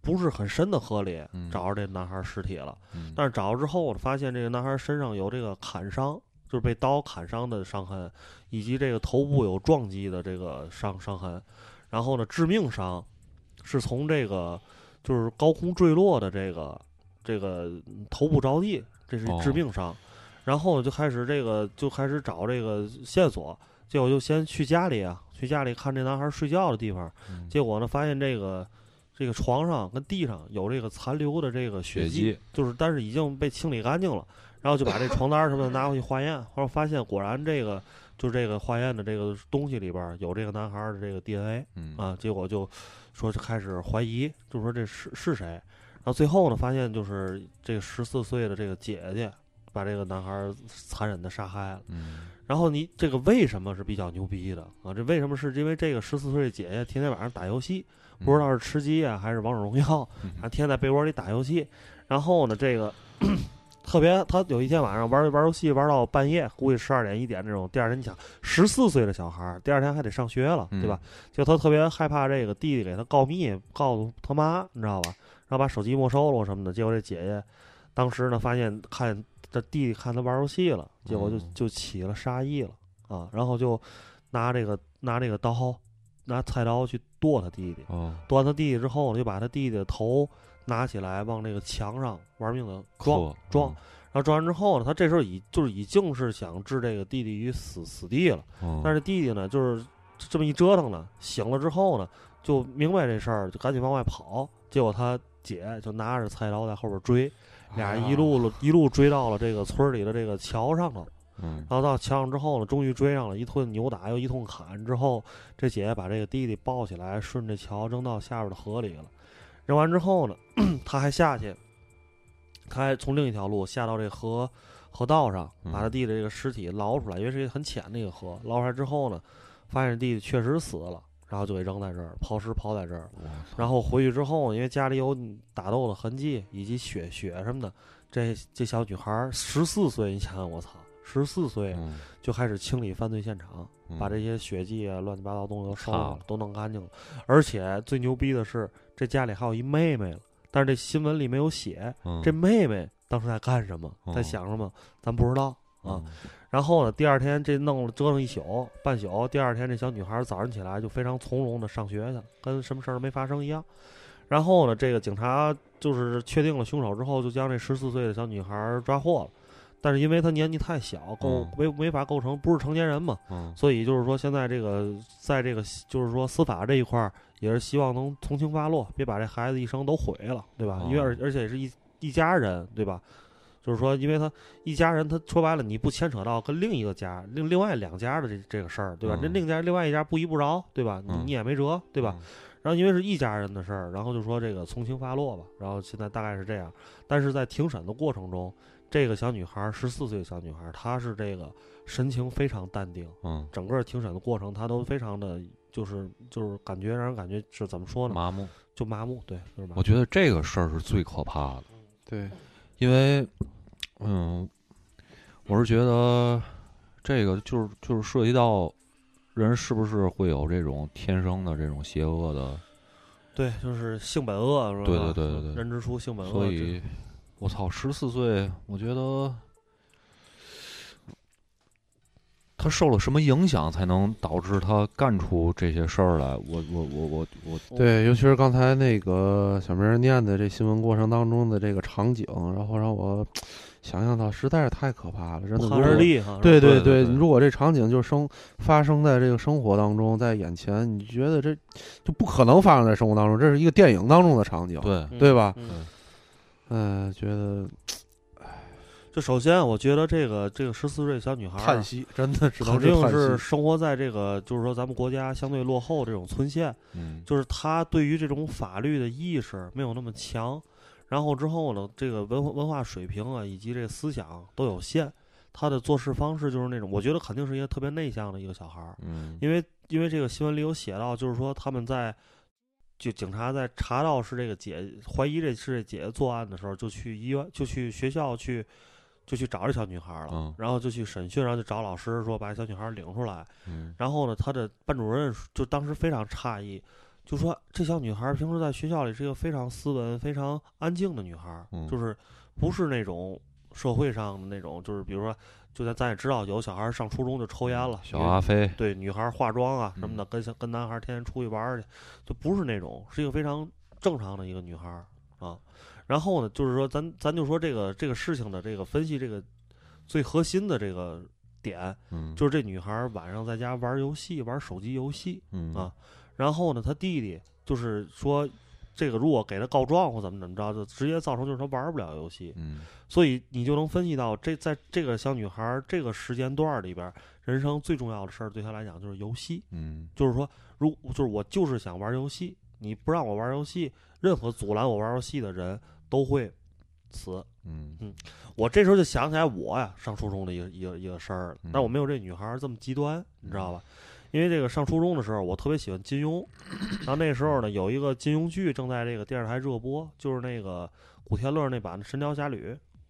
[SPEAKER 2] 不是很深的河里，
[SPEAKER 3] 嗯
[SPEAKER 2] 找着这男孩儿尸体了。
[SPEAKER 3] 嗯
[SPEAKER 2] 但是找着之后，发现这个男孩身上有这个砍伤，就是被刀砍伤的伤痕，以及这个头部有撞击的这个伤伤痕。然后呢，致命伤是从这个就是高空坠落的这个这个头部着地，这是
[SPEAKER 3] 哦
[SPEAKER 2] 致命伤。然后呢，就开始这个就开始找这个线索，结果就先去家里啊，去家里看这男孩睡觉的地方。
[SPEAKER 3] 嗯
[SPEAKER 2] 结果呢，发现这个这个床上跟地上有这个残留的这个血
[SPEAKER 3] 血
[SPEAKER 2] 迹，
[SPEAKER 3] 迹
[SPEAKER 2] 就是但是已经被清理干净了，然后就把这床单儿什么的拿回去化验，后来发现果然这个就是这个化验的这个东西里边儿有这个男孩儿的这个 DNA
[SPEAKER 3] 嗯
[SPEAKER 2] 啊，结果就说就开始怀疑，就说这是是谁，然后最后呢发现就是这个十四岁的这个姐姐把这个男孩儿残忍的杀害了。
[SPEAKER 3] 嗯
[SPEAKER 2] 然后你这个为什么是比较牛逼的啊？这为什么是因为这个十四岁的姐姐天天晚上打游戏，不知道是吃鸡啊还是王者荣耀，
[SPEAKER 3] 嗯
[SPEAKER 2] 然后天天在被窝里打游戏。然后呢，这个 [clears throat] 特别，他有一天晚上玩玩游戏玩到半夜，估计十二点一点这种。第二天你想，十四岁的小孩儿，第二天还得上学了，对吧？就他特别害怕这个弟弟给他告密，告诉他妈，你知道吧？然后把手机没收了什么的。结果这姐姐当时呢，发现看这弟弟看他玩游戏了，结果就
[SPEAKER 3] 嗯
[SPEAKER 2] 就起了杀意了啊，然后就拿这个拿这个刀，拿菜刀去剁他弟弟。
[SPEAKER 3] 哦，
[SPEAKER 2] 剁完他弟弟之后呢，就把他弟弟的头拿起来往那个墙上玩命的撞，
[SPEAKER 3] 撞
[SPEAKER 2] 撞，然后撞完之后呢，他这时候已就是已经是想置这个弟弟于死死地了，
[SPEAKER 3] 嗯
[SPEAKER 2] 但是弟弟呢，就是这么一折腾呢，醒了之后呢，就明白这事儿，就赶紧往外跑，结果他姐就拿着菜刀在后边追，俩人一路路一路追到了这个村儿里的这个桥上头。
[SPEAKER 3] 嗯
[SPEAKER 2] 然后到墙上之后呢，终于追上了，一顿扭打又一通砍之后，这姐姐把这个弟弟抱起来，顺着桥扔到下边的河里了。扔完之后呢， [clears throat] 他还下去，他还从另一条路下到这河河道上，
[SPEAKER 3] 嗯
[SPEAKER 2] 把他弟弟这个尸体捞出来，因为是一个很浅的一个河，捞出来之后呢，发现弟弟确实死了，然后就给扔在这儿，抛尸抛在这儿了。然后回去之后，因为家里有打斗的痕迹以及血血什么的，这这小女孩十四岁，你想想，我操，十四岁
[SPEAKER 3] 嗯
[SPEAKER 2] 就开始清理犯罪现场，
[SPEAKER 3] 嗯
[SPEAKER 2] 把这些血迹啊、乱七八糟东西都收拾
[SPEAKER 3] 擦
[SPEAKER 2] 了
[SPEAKER 3] 了，
[SPEAKER 2] 都弄干净了。而且最牛逼的是，这家里还有一妹妹了，但是这新闻里没有写，
[SPEAKER 3] 嗯
[SPEAKER 2] 这妹妹当时在干什么，在
[SPEAKER 3] 哦
[SPEAKER 2] 想什么，咱不知道啊。
[SPEAKER 3] 嗯
[SPEAKER 2] 然后呢，第二天这弄了折腾一宿半宿，第二天这小女孩早上起来就非常从容的上学去了，跟什么事儿都没发生一样。然后呢，这个警察就是确定了凶手之后，就将这十四岁的小女孩抓获了。但是因为她年纪太小，构
[SPEAKER 3] 嗯
[SPEAKER 2] 没没法构成不是成年人嘛，
[SPEAKER 3] 嗯
[SPEAKER 2] 所以就是说现在这个在这个就是说司法这一块儿也是希望能从轻发落，别把这孩子一生都毁了，对吧？因为而
[SPEAKER 3] 哦
[SPEAKER 2] 而且是一一家人，对吧？就是说，因为他一家人，他说白了，你不牵扯到跟另一个家、另另外两家的这这个事儿，对吧？
[SPEAKER 3] 嗯
[SPEAKER 2] 那另一家另外一家不依不饶，对吧？你
[SPEAKER 3] 嗯
[SPEAKER 2] 你也没辙，对吧？？然后因为是一家人的事儿，然后就说这个从轻发落吧。然后现在大概是这样，但是在庭审的过程中，这个小女孩十四岁的小女孩，她是这个神情非常淡定，
[SPEAKER 3] 嗯，
[SPEAKER 2] 整个庭审的过程她都非常的就是就是感觉让人感觉是怎么说呢？
[SPEAKER 3] 嗯麻木。
[SPEAKER 2] 就麻木，对，就是麻
[SPEAKER 3] 我
[SPEAKER 2] 木。
[SPEAKER 3] 觉得这个事儿是最可怕的，
[SPEAKER 4] 对，
[SPEAKER 3] 因为，嗯，我是觉得这个就是就是涉及到人是不是会有这种天生的这种邪恶的，
[SPEAKER 2] 对，就是性本恶，是吧？
[SPEAKER 3] 对对对对对
[SPEAKER 2] 人之初性本恶，
[SPEAKER 3] 所
[SPEAKER 2] 这
[SPEAKER 3] 以，我操，十四岁，我觉得他受了什么影响才能导致他干出这些事儿来？我我我我我，
[SPEAKER 4] 对，尤其是刚才那个小明儿念的这新闻过程当中的这个场景，然后让我想象到，实在是太可怕了，真的。
[SPEAKER 2] 不
[SPEAKER 4] 如
[SPEAKER 2] 寒
[SPEAKER 4] 果
[SPEAKER 2] 而栗哈。
[SPEAKER 4] 对
[SPEAKER 3] 对对
[SPEAKER 4] 对，
[SPEAKER 3] 对
[SPEAKER 4] 如果这场景就生发生在这个生活当中，在眼前，你觉得这就不可能发生在生活当中，这是一个电影当中的场景，
[SPEAKER 3] 对，
[SPEAKER 2] 嗯
[SPEAKER 4] 对吧？
[SPEAKER 2] 嗯
[SPEAKER 4] 嗯、觉得
[SPEAKER 2] 就首先，我觉得这个这个十四岁小女孩儿啊
[SPEAKER 4] 叹息，真的只
[SPEAKER 2] 肯
[SPEAKER 4] 能是
[SPEAKER 2] 定
[SPEAKER 4] 叹
[SPEAKER 2] 是
[SPEAKER 4] 息。
[SPEAKER 2] 生活在这个就是说咱们国家相对落后这种村县，
[SPEAKER 3] 嗯，
[SPEAKER 2] 就是她对于这种法律的意识没有那么强，然后之后呢，这个文化文化水平啊以及这个思想都有限，她的做事方式就是那种，我觉得肯定是一个特别内向的一个小孩儿，
[SPEAKER 3] 嗯，
[SPEAKER 2] 因为因为这个新闻里有写到，就是说他们在就警察在查到是这个姐怀疑这是这姐姐作案的时候，就去医院就去学校去就去找这小女孩了，
[SPEAKER 3] 嗯
[SPEAKER 2] 然后就去审讯，然后就找老师说把小女孩领出来。
[SPEAKER 3] 嗯
[SPEAKER 2] 然后呢，他的班主任就当时非常诧异，就说这小女孩平时在学校里是一个非常斯文、非常安静的女孩，
[SPEAKER 3] 嗯
[SPEAKER 2] 就是不是那种社会上的那种，就是比如说，就咱咱也知道有小孩上初中就抽烟了，
[SPEAKER 3] 嗯小
[SPEAKER 2] 因为
[SPEAKER 3] 阿飞，
[SPEAKER 2] 对女孩儿化妆啊什么的，
[SPEAKER 3] 嗯
[SPEAKER 2] 跟小跟男孩儿天天出去玩儿去，就不是那种，是一个非常正常的一个女孩儿啊。然后呢，就是说咱咱就说这个这个事情的这个分析，这个最核心的这个点，
[SPEAKER 3] 嗯，
[SPEAKER 2] 就是这女孩儿晚上在家玩儿游戏，玩儿手机游戏。
[SPEAKER 3] 嗯
[SPEAKER 2] 啊然后呢，她弟弟就是说，这个如果给她告状或怎么怎么着，就直接造成就是她玩儿不了游戏。
[SPEAKER 3] 嗯
[SPEAKER 2] 所以你就能分析到，这在这个小女孩儿这个时间段儿里边儿，人生最重要的事儿对她来讲就是游戏。
[SPEAKER 3] 嗯
[SPEAKER 2] 就是说，如就是我就是想玩游戏，你不让我玩游戏，任何阻拦我玩游戏的人都会死。
[SPEAKER 3] 嗯
[SPEAKER 2] 我这时候就想起来我呀上初中的一个一个一个事儿了
[SPEAKER 3] 嗯，
[SPEAKER 2] 但我没有这女孩儿这么极端，你知道吧？因为这个上初中的时候，我特别喜欢金庸，然后那时候呢有一个金庸剧正在这个电视台热播，就是那个古天乐那版的《神雕侠侣》，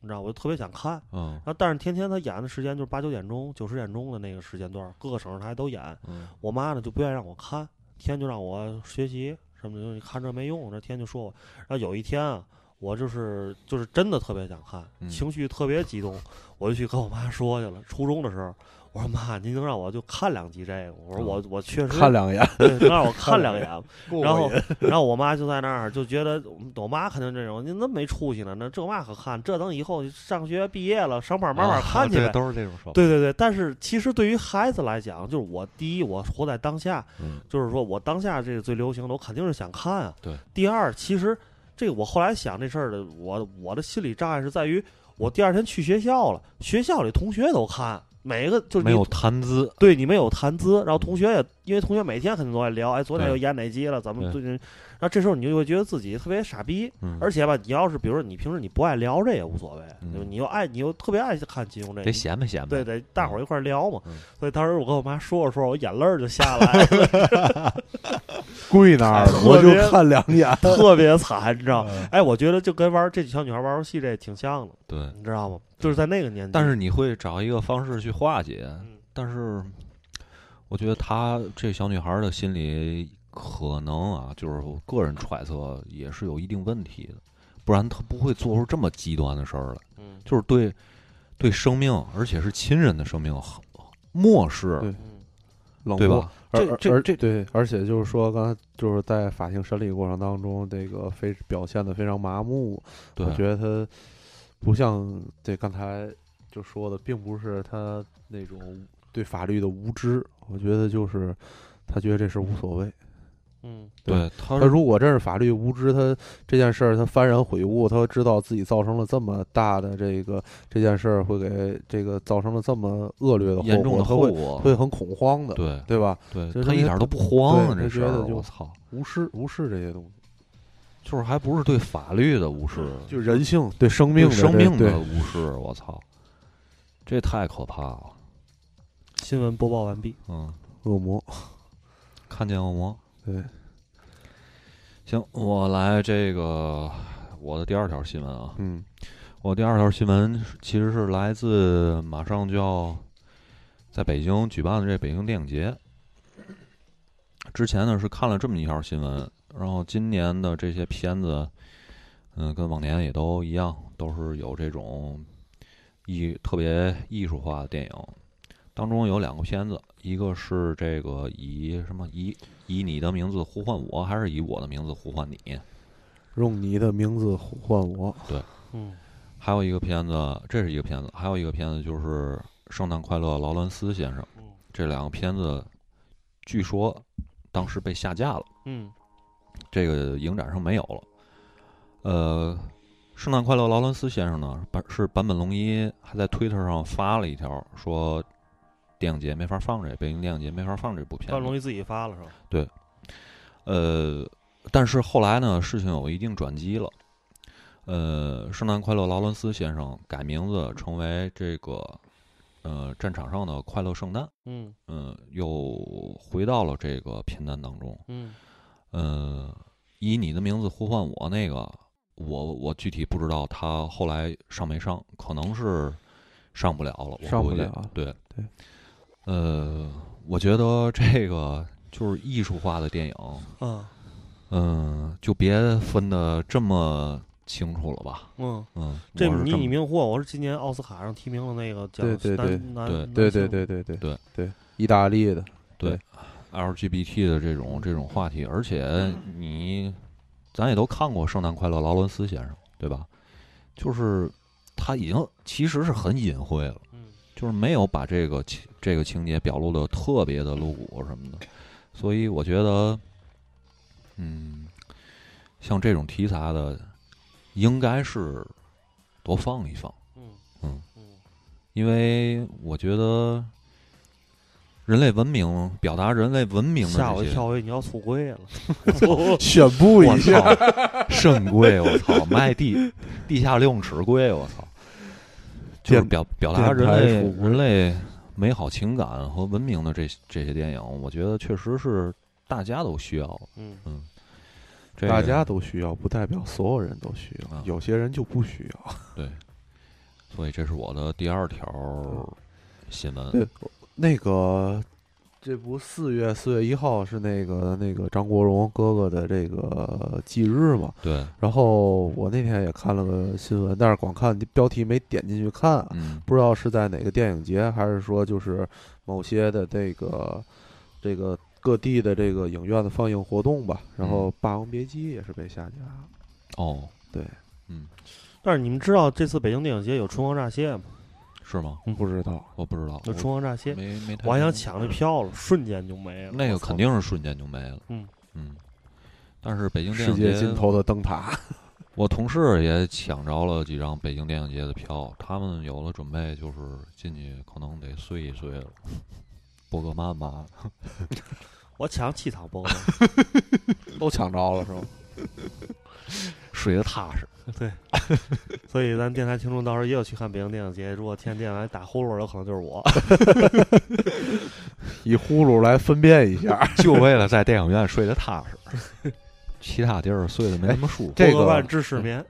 [SPEAKER 2] 你知道，我就特别想看。
[SPEAKER 3] 嗯
[SPEAKER 2] 然后但是天天他演的时间就是八九点钟、九十点钟的那个时间段，各个省市台都演。
[SPEAKER 3] 嗯
[SPEAKER 2] 我妈呢就不愿意让我看，天天就让我学习什么的，你看这没用，这天天就说我。然后有一天啊，我就是就是真的特别想看，
[SPEAKER 3] 嗯
[SPEAKER 2] 情绪特别激动，我就去跟我妈说去了。初中的时候，我说妈，您能让我就看两集这个？我说我我确实
[SPEAKER 4] 看两眼，
[SPEAKER 2] 对能让我看两眼吗。然后
[SPEAKER 4] 过瘾
[SPEAKER 2] 然后我妈就在那儿就觉得我妈肯定这种，您那么没出息呢，那这嘛可看？这等以后上学毕业了，上班慢慢看去呗。
[SPEAKER 3] 哦都是这种说法。
[SPEAKER 2] 对对对，但是其实对于孩子来讲，就是我第一，我活在当下，
[SPEAKER 3] 嗯
[SPEAKER 2] 就是说我当下这个最流行的，我肯定是想看啊。
[SPEAKER 3] 对。
[SPEAKER 2] 第二，其实这个我后来想这事儿的，我我的心理障碍是在于，我第二天去学校了，学校里同学都看，每个就是
[SPEAKER 3] 没
[SPEAKER 2] 你
[SPEAKER 3] 有谈资，
[SPEAKER 2] 对你们有谈资，然后同学也因为同学每天肯定都在聊，哎，昨天
[SPEAKER 3] 对
[SPEAKER 2] 又演哪集了，咱们
[SPEAKER 3] 对
[SPEAKER 2] 最近，然后这时候你就会觉得自己特别傻逼，
[SPEAKER 3] 嗯，
[SPEAKER 2] 而且吧，你要是比如说你平时你不爱聊这也无所谓，
[SPEAKER 3] 嗯
[SPEAKER 2] 就你又爱你又特别爱看金庸这，
[SPEAKER 3] 得
[SPEAKER 2] 你
[SPEAKER 3] 显摆显摆。
[SPEAKER 2] 对，得大伙儿一块儿聊嘛。
[SPEAKER 3] 嗯
[SPEAKER 2] 所以当时我跟我妈说着说着，我眼泪儿就下
[SPEAKER 3] [laughs]
[SPEAKER 2] 来了，
[SPEAKER 4] 跪那儿了，我
[SPEAKER 2] 特
[SPEAKER 4] 就
[SPEAKER 2] 别
[SPEAKER 4] 看两眼。
[SPEAKER 2] 特别惨，你知道吗？
[SPEAKER 3] 嗯
[SPEAKER 2] 哎，我觉得就跟玩这小女孩玩游戏这也挺像的，
[SPEAKER 3] 对。
[SPEAKER 2] 你知道吗？就是在那个年纪，
[SPEAKER 3] 但是你会找一个方式去化解，
[SPEAKER 2] 嗯
[SPEAKER 3] 但是我觉得她这小女孩儿的心理可能啊，就是我个人揣测也是有一定问题的，不然她不会做出这么极端的事儿来，
[SPEAKER 2] 嗯
[SPEAKER 3] 就是对对生命，而且是亲人的生命很漠视，
[SPEAKER 4] 对
[SPEAKER 2] 嗯
[SPEAKER 4] 冷
[SPEAKER 3] 对
[SPEAKER 4] 漠
[SPEAKER 3] 吧？
[SPEAKER 4] 而
[SPEAKER 2] 这
[SPEAKER 4] 而
[SPEAKER 2] 这
[SPEAKER 4] 而对，而且就是说，刚才就是在法庭审理过程当中，这个非表现的非常麻木。
[SPEAKER 3] 对
[SPEAKER 4] 我，觉得他不像对刚才就说的，并不是他那种对法律的无知，我觉得就是他觉得这事儿无所谓，
[SPEAKER 2] 嗯，
[SPEAKER 3] 对，他
[SPEAKER 4] 他如果真是法律无知，他这件事儿他幡然悔悟，他知道自己造成了这么大的这个这件事儿会给这个造成了这么恶劣的后果，
[SPEAKER 3] 严重的
[SPEAKER 4] 他
[SPEAKER 3] 后
[SPEAKER 4] 会
[SPEAKER 3] 果，
[SPEAKER 4] 会很恐慌的，
[SPEAKER 3] 对
[SPEAKER 4] 对吧？
[SPEAKER 3] 对，
[SPEAKER 4] 这
[SPEAKER 3] 他
[SPEAKER 4] 是
[SPEAKER 3] 一点都不慌啊，
[SPEAKER 4] 对
[SPEAKER 3] 这
[SPEAKER 4] 他
[SPEAKER 3] 事
[SPEAKER 4] 觉
[SPEAKER 3] 儿，
[SPEAKER 4] 得就
[SPEAKER 3] 我操，
[SPEAKER 4] 无视无视这些东西，
[SPEAKER 3] 就是还不是对法律的无视，
[SPEAKER 4] 就人性嗯对生
[SPEAKER 3] 对
[SPEAKER 4] 命的
[SPEAKER 3] 生命
[SPEAKER 4] 对
[SPEAKER 3] 的无视，我操，这太可怕了，
[SPEAKER 2] 新闻播报完毕。
[SPEAKER 3] 嗯，
[SPEAKER 4] 恶魔，
[SPEAKER 3] 看见恶魔。
[SPEAKER 4] 对，
[SPEAKER 3] 行，我来这个我的第二条新闻啊，
[SPEAKER 4] 嗯
[SPEAKER 3] 我第二条新闻是其实是来自马上就要在北京举办的这北京电影节。之前呢是看了这么一条新闻，然后今年的这些片子，嗯，跟往年也都一样，都是有这种艺特别艺术化的电影。当中有两个片子，一个是这个以什么以以你的名字呼唤我，还是以我的名字呼唤你？
[SPEAKER 4] 用你的名字呼唤我，
[SPEAKER 2] 嗯
[SPEAKER 3] 还有一个片子，这是一个片子，还有一个片子就是《圣诞快乐，劳伦斯先生》。
[SPEAKER 2] 嗯
[SPEAKER 3] 这两个片子据说当时被下架了，
[SPEAKER 2] 嗯
[SPEAKER 3] 这个影展上没有了。呃，《圣诞快乐，劳伦斯先生》呢，版是坂本龙一还在推特上发了一条说，电影节没法放这，北京电影节没法放这部片
[SPEAKER 2] 段
[SPEAKER 3] 子
[SPEAKER 2] 龙。一自己发了是吧？
[SPEAKER 3] 呃，但是后来呢，事情有一定转机了。呃，圣诞快乐，劳伦斯先生改名字成为这个呃战场上的快乐圣诞，
[SPEAKER 2] 嗯
[SPEAKER 3] 嗯、又回到了这个片单当中。
[SPEAKER 2] 嗯
[SPEAKER 3] 呃，以你的名字呼唤我那个，我我具体不知道他后来上没上，可能是上不了了，我
[SPEAKER 4] 上不
[SPEAKER 3] 估计
[SPEAKER 4] 了了
[SPEAKER 3] 对
[SPEAKER 4] 对，
[SPEAKER 3] 呃，我觉得这个就是艺术化的电影，
[SPEAKER 2] 啊
[SPEAKER 3] 嗯，就别分的这么清楚了吧？
[SPEAKER 2] 嗯，
[SPEAKER 3] 嗯，
[SPEAKER 2] 这
[SPEAKER 3] 我是
[SPEAKER 2] 你
[SPEAKER 3] 这
[SPEAKER 2] 你
[SPEAKER 3] 么
[SPEAKER 2] 名呼唤我是今年奥斯卡上提名的那个奖，
[SPEAKER 4] 对对对
[SPEAKER 2] 男
[SPEAKER 3] 对
[SPEAKER 2] 男
[SPEAKER 4] 对
[SPEAKER 2] 男
[SPEAKER 4] 对
[SPEAKER 2] 性
[SPEAKER 4] 对对对
[SPEAKER 3] 对
[SPEAKER 4] 对，意大利的，
[SPEAKER 3] LGBT 的这种这种话题，而且你咱也都看过《圣诞快乐，劳伦斯先生》，对吧？就是他已经其实是很隐晦了，
[SPEAKER 2] 嗯
[SPEAKER 3] 就是没有把这个情这个情节表露的特别的露骨什么的，所以我觉得，嗯，像这种题材的，应该是多放一放。
[SPEAKER 2] 嗯
[SPEAKER 3] 嗯
[SPEAKER 2] 嗯
[SPEAKER 3] 因为我觉得人类文明表达人类文明的
[SPEAKER 2] 吓我
[SPEAKER 3] 这
[SPEAKER 2] 一
[SPEAKER 3] 些，
[SPEAKER 2] 跳，我以为你要出柜了。
[SPEAKER 4] 宣布
[SPEAKER 3] 我
[SPEAKER 4] 一下，
[SPEAKER 3] 操，肾贵，我操，卖地地下六尺贵，我操，就是
[SPEAKER 4] 电
[SPEAKER 3] 表表达人
[SPEAKER 4] 电台
[SPEAKER 3] 类
[SPEAKER 4] 出
[SPEAKER 3] 人类美好情感和文明的这这些电影，我觉得确实是大家都需要。
[SPEAKER 2] 嗯
[SPEAKER 3] 这个
[SPEAKER 4] 大家都需要，不代表所有人都需
[SPEAKER 3] 啊
[SPEAKER 4] 要，有些人就不需要。
[SPEAKER 3] 对，所以这是我的第二条
[SPEAKER 4] 哦
[SPEAKER 3] 新闻。
[SPEAKER 4] 对，那个，这不四月四月一号是那个那个张国荣哥哥的这个忌日嘛？
[SPEAKER 3] 对，
[SPEAKER 4] 然后我那天也看了个新闻，但是光看标题没点进去看，啊
[SPEAKER 3] 嗯，
[SPEAKER 4] 不知道是在哪个电影节，还是说就是某些的这个这个各地的这个影院的放映活动吧。然后《霸王别姬》也是被下架了，
[SPEAKER 3] 哦，
[SPEAKER 4] 对，
[SPEAKER 3] 嗯，
[SPEAKER 2] 但是你们知道这次北京电影节有春光乍泄吗？
[SPEAKER 3] 是吗？
[SPEAKER 4] 不知道。
[SPEAKER 3] 我不知道，
[SPEAKER 2] 有
[SPEAKER 3] 我
[SPEAKER 2] 春光乍泄，
[SPEAKER 3] 没没太
[SPEAKER 2] 我还想
[SPEAKER 3] 听
[SPEAKER 2] 抢那票了，瞬间就没了。
[SPEAKER 3] 那个
[SPEAKER 2] 我操
[SPEAKER 3] 肯定是瞬间就没了。
[SPEAKER 2] 嗯
[SPEAKER 3] 嗯，但是北京电
[SPEAKER 4] 世
[SPEAKER 3] 影
[SPEAKER 4] 界
[SPEAKER 3] 节，
[SPEAKER 4] 尽头的灯塔，
[SPEAKER 3] 我同事也抢着了几张北京电影节的票，他们有了准备，就是进去可能得碎一碎了。博格曼吧，
[SPEAKER 2] 我抢气场崩了。
[SPEAKER 4] 都抢着了是 [laughs] 吗？
[SPEAKER 3] 睡得踏 [laughs] 实。
[SPEAKER 2] 所以咱电台听众到时候也有去看北京电影节，如果天电台打呼噜，有可能就是我。
[SPEAKER 4] 以呼噜来分辨一下， [laughs]
[SPEAKER 3] 就为了在电影院睡得踏实， [laughs] 哎其他地儿睡得没那么舒服。
[SPEAKER 4] 这
[SPEAKER 2] 波
[SPEAKER 4] 个
[SPEAKER 2] 哥万治失眠，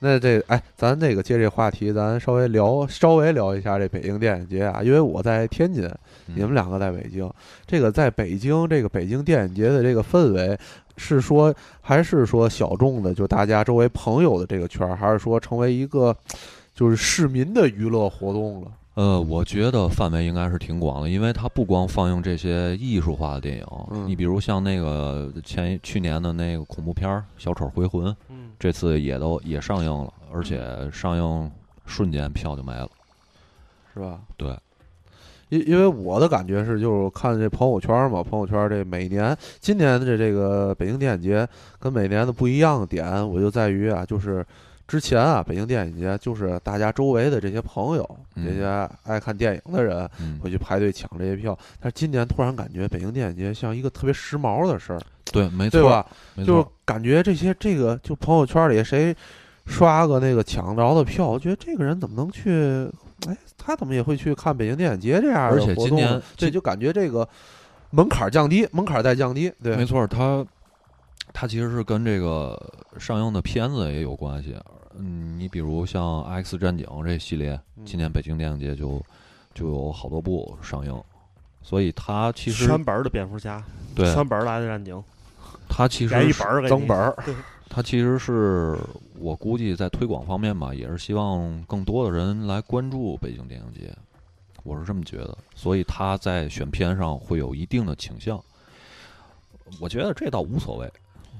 [SPEAKER 4] 那这哎，咱这个接这话题，咱稍微聊稍微聊一下这北京电影节啊，因为我在天津，
[SPEAKER 3] 嗯
[SPEAKER 4] 你们两个在北京。这个在北京，这个北京电影节的这个氛围，是说还是说小众的，就大家周围朋友的这个圈儿，还是说成为一个就是市民的娱乐活动了？
[SPEAKER 3] 呃，我觉得范围应该是挺广的，因为它不光放映这些艺术化的电影，
[SPEAKER 4] 嗯
[SPEAKER 3] 你比如像那个前去年的那个恐怖片儿《小丑回魂》，
[SPEAKER 2] 嗯，
[SPEAKER 3] 这次也都也上映了，而且上映瞬间票就没了。
[SPEAKER 4] 是吧？
[SPEAKER 3] 对，
[SPEAKER 4] 因因为我的感觉是，就是看这朋友圈嘛，朋友圈这每年今年的这这个北京电影节跟每年的不一样的点，我就在于啊，就是之前啊，北京电影节就是大家周围的这些朋友，
[SPEAKER 3] 嗯
[SPEAKER 4] 这些爱看电影的人
[SPEAKER 3] 嗯，
[SPEAKER 4] 会去排队抢这些票，但是今年突然感觉北京电影节像一个特别时髦的事儿，
[SPEAKER 3] 对，没错，
[SPEAKER 4] 对吧？
[SPEAKER 3] 没
[SPEAKER 4] 就是
[SPEAKER 3] 错，
[SPEAKER 4] 感觉这些这个就朋友圈里谁刷个那个抢着的票，我觉得这个人怎么能去？哎，他怎么也会去看北京电影节这样
[SPEAKER 3] 而
[SPEAKER 4] 的
[SPEAKER 3] 且
[SPEAKER 4] 活
[SPEAKER 3] 今
[SPEAKER 4] 动
[SPEAKER 3] 年
[SPEAKER 4] 呢？这
[SPEAKER 3] 今
[SPEAKER 4] 就感觉这个门槛儿降低，门槛儿在降低，
[SPEAKER 3] 没
[SPEAKER 4] 对，
[SPEAKER 3] 错，它它其实是跟这个上映的片子也有关系。嗯，你比如像《X 战警》这系列，
[SPEAKER 4] 嗯
[SPEAKER 3] 今年北京电影节就就有好多部上映，所以它其实
[SPEAKER 2] 全本儿的蝙蝠侠，
[SPEAKER 3] 对
[SPEAKER 2] 全本儿来的战警，
[SPEAKER 3] 它其实
[SPEAKER 2] 改一
[SPEAKER 3] 是
[SPEAKER 2] 本儿给
[SPEAKER 4] 增
[SPEAKER 2] 你
[SPEAKER 4] 本儿，
[SPEAKER 3] 它其实是我估计在推广方面吧，也是希望更多的人来关注北京电影节，我是这么觉得。所以它在选片上会有一定的倾向，我觉得这倒无所谓。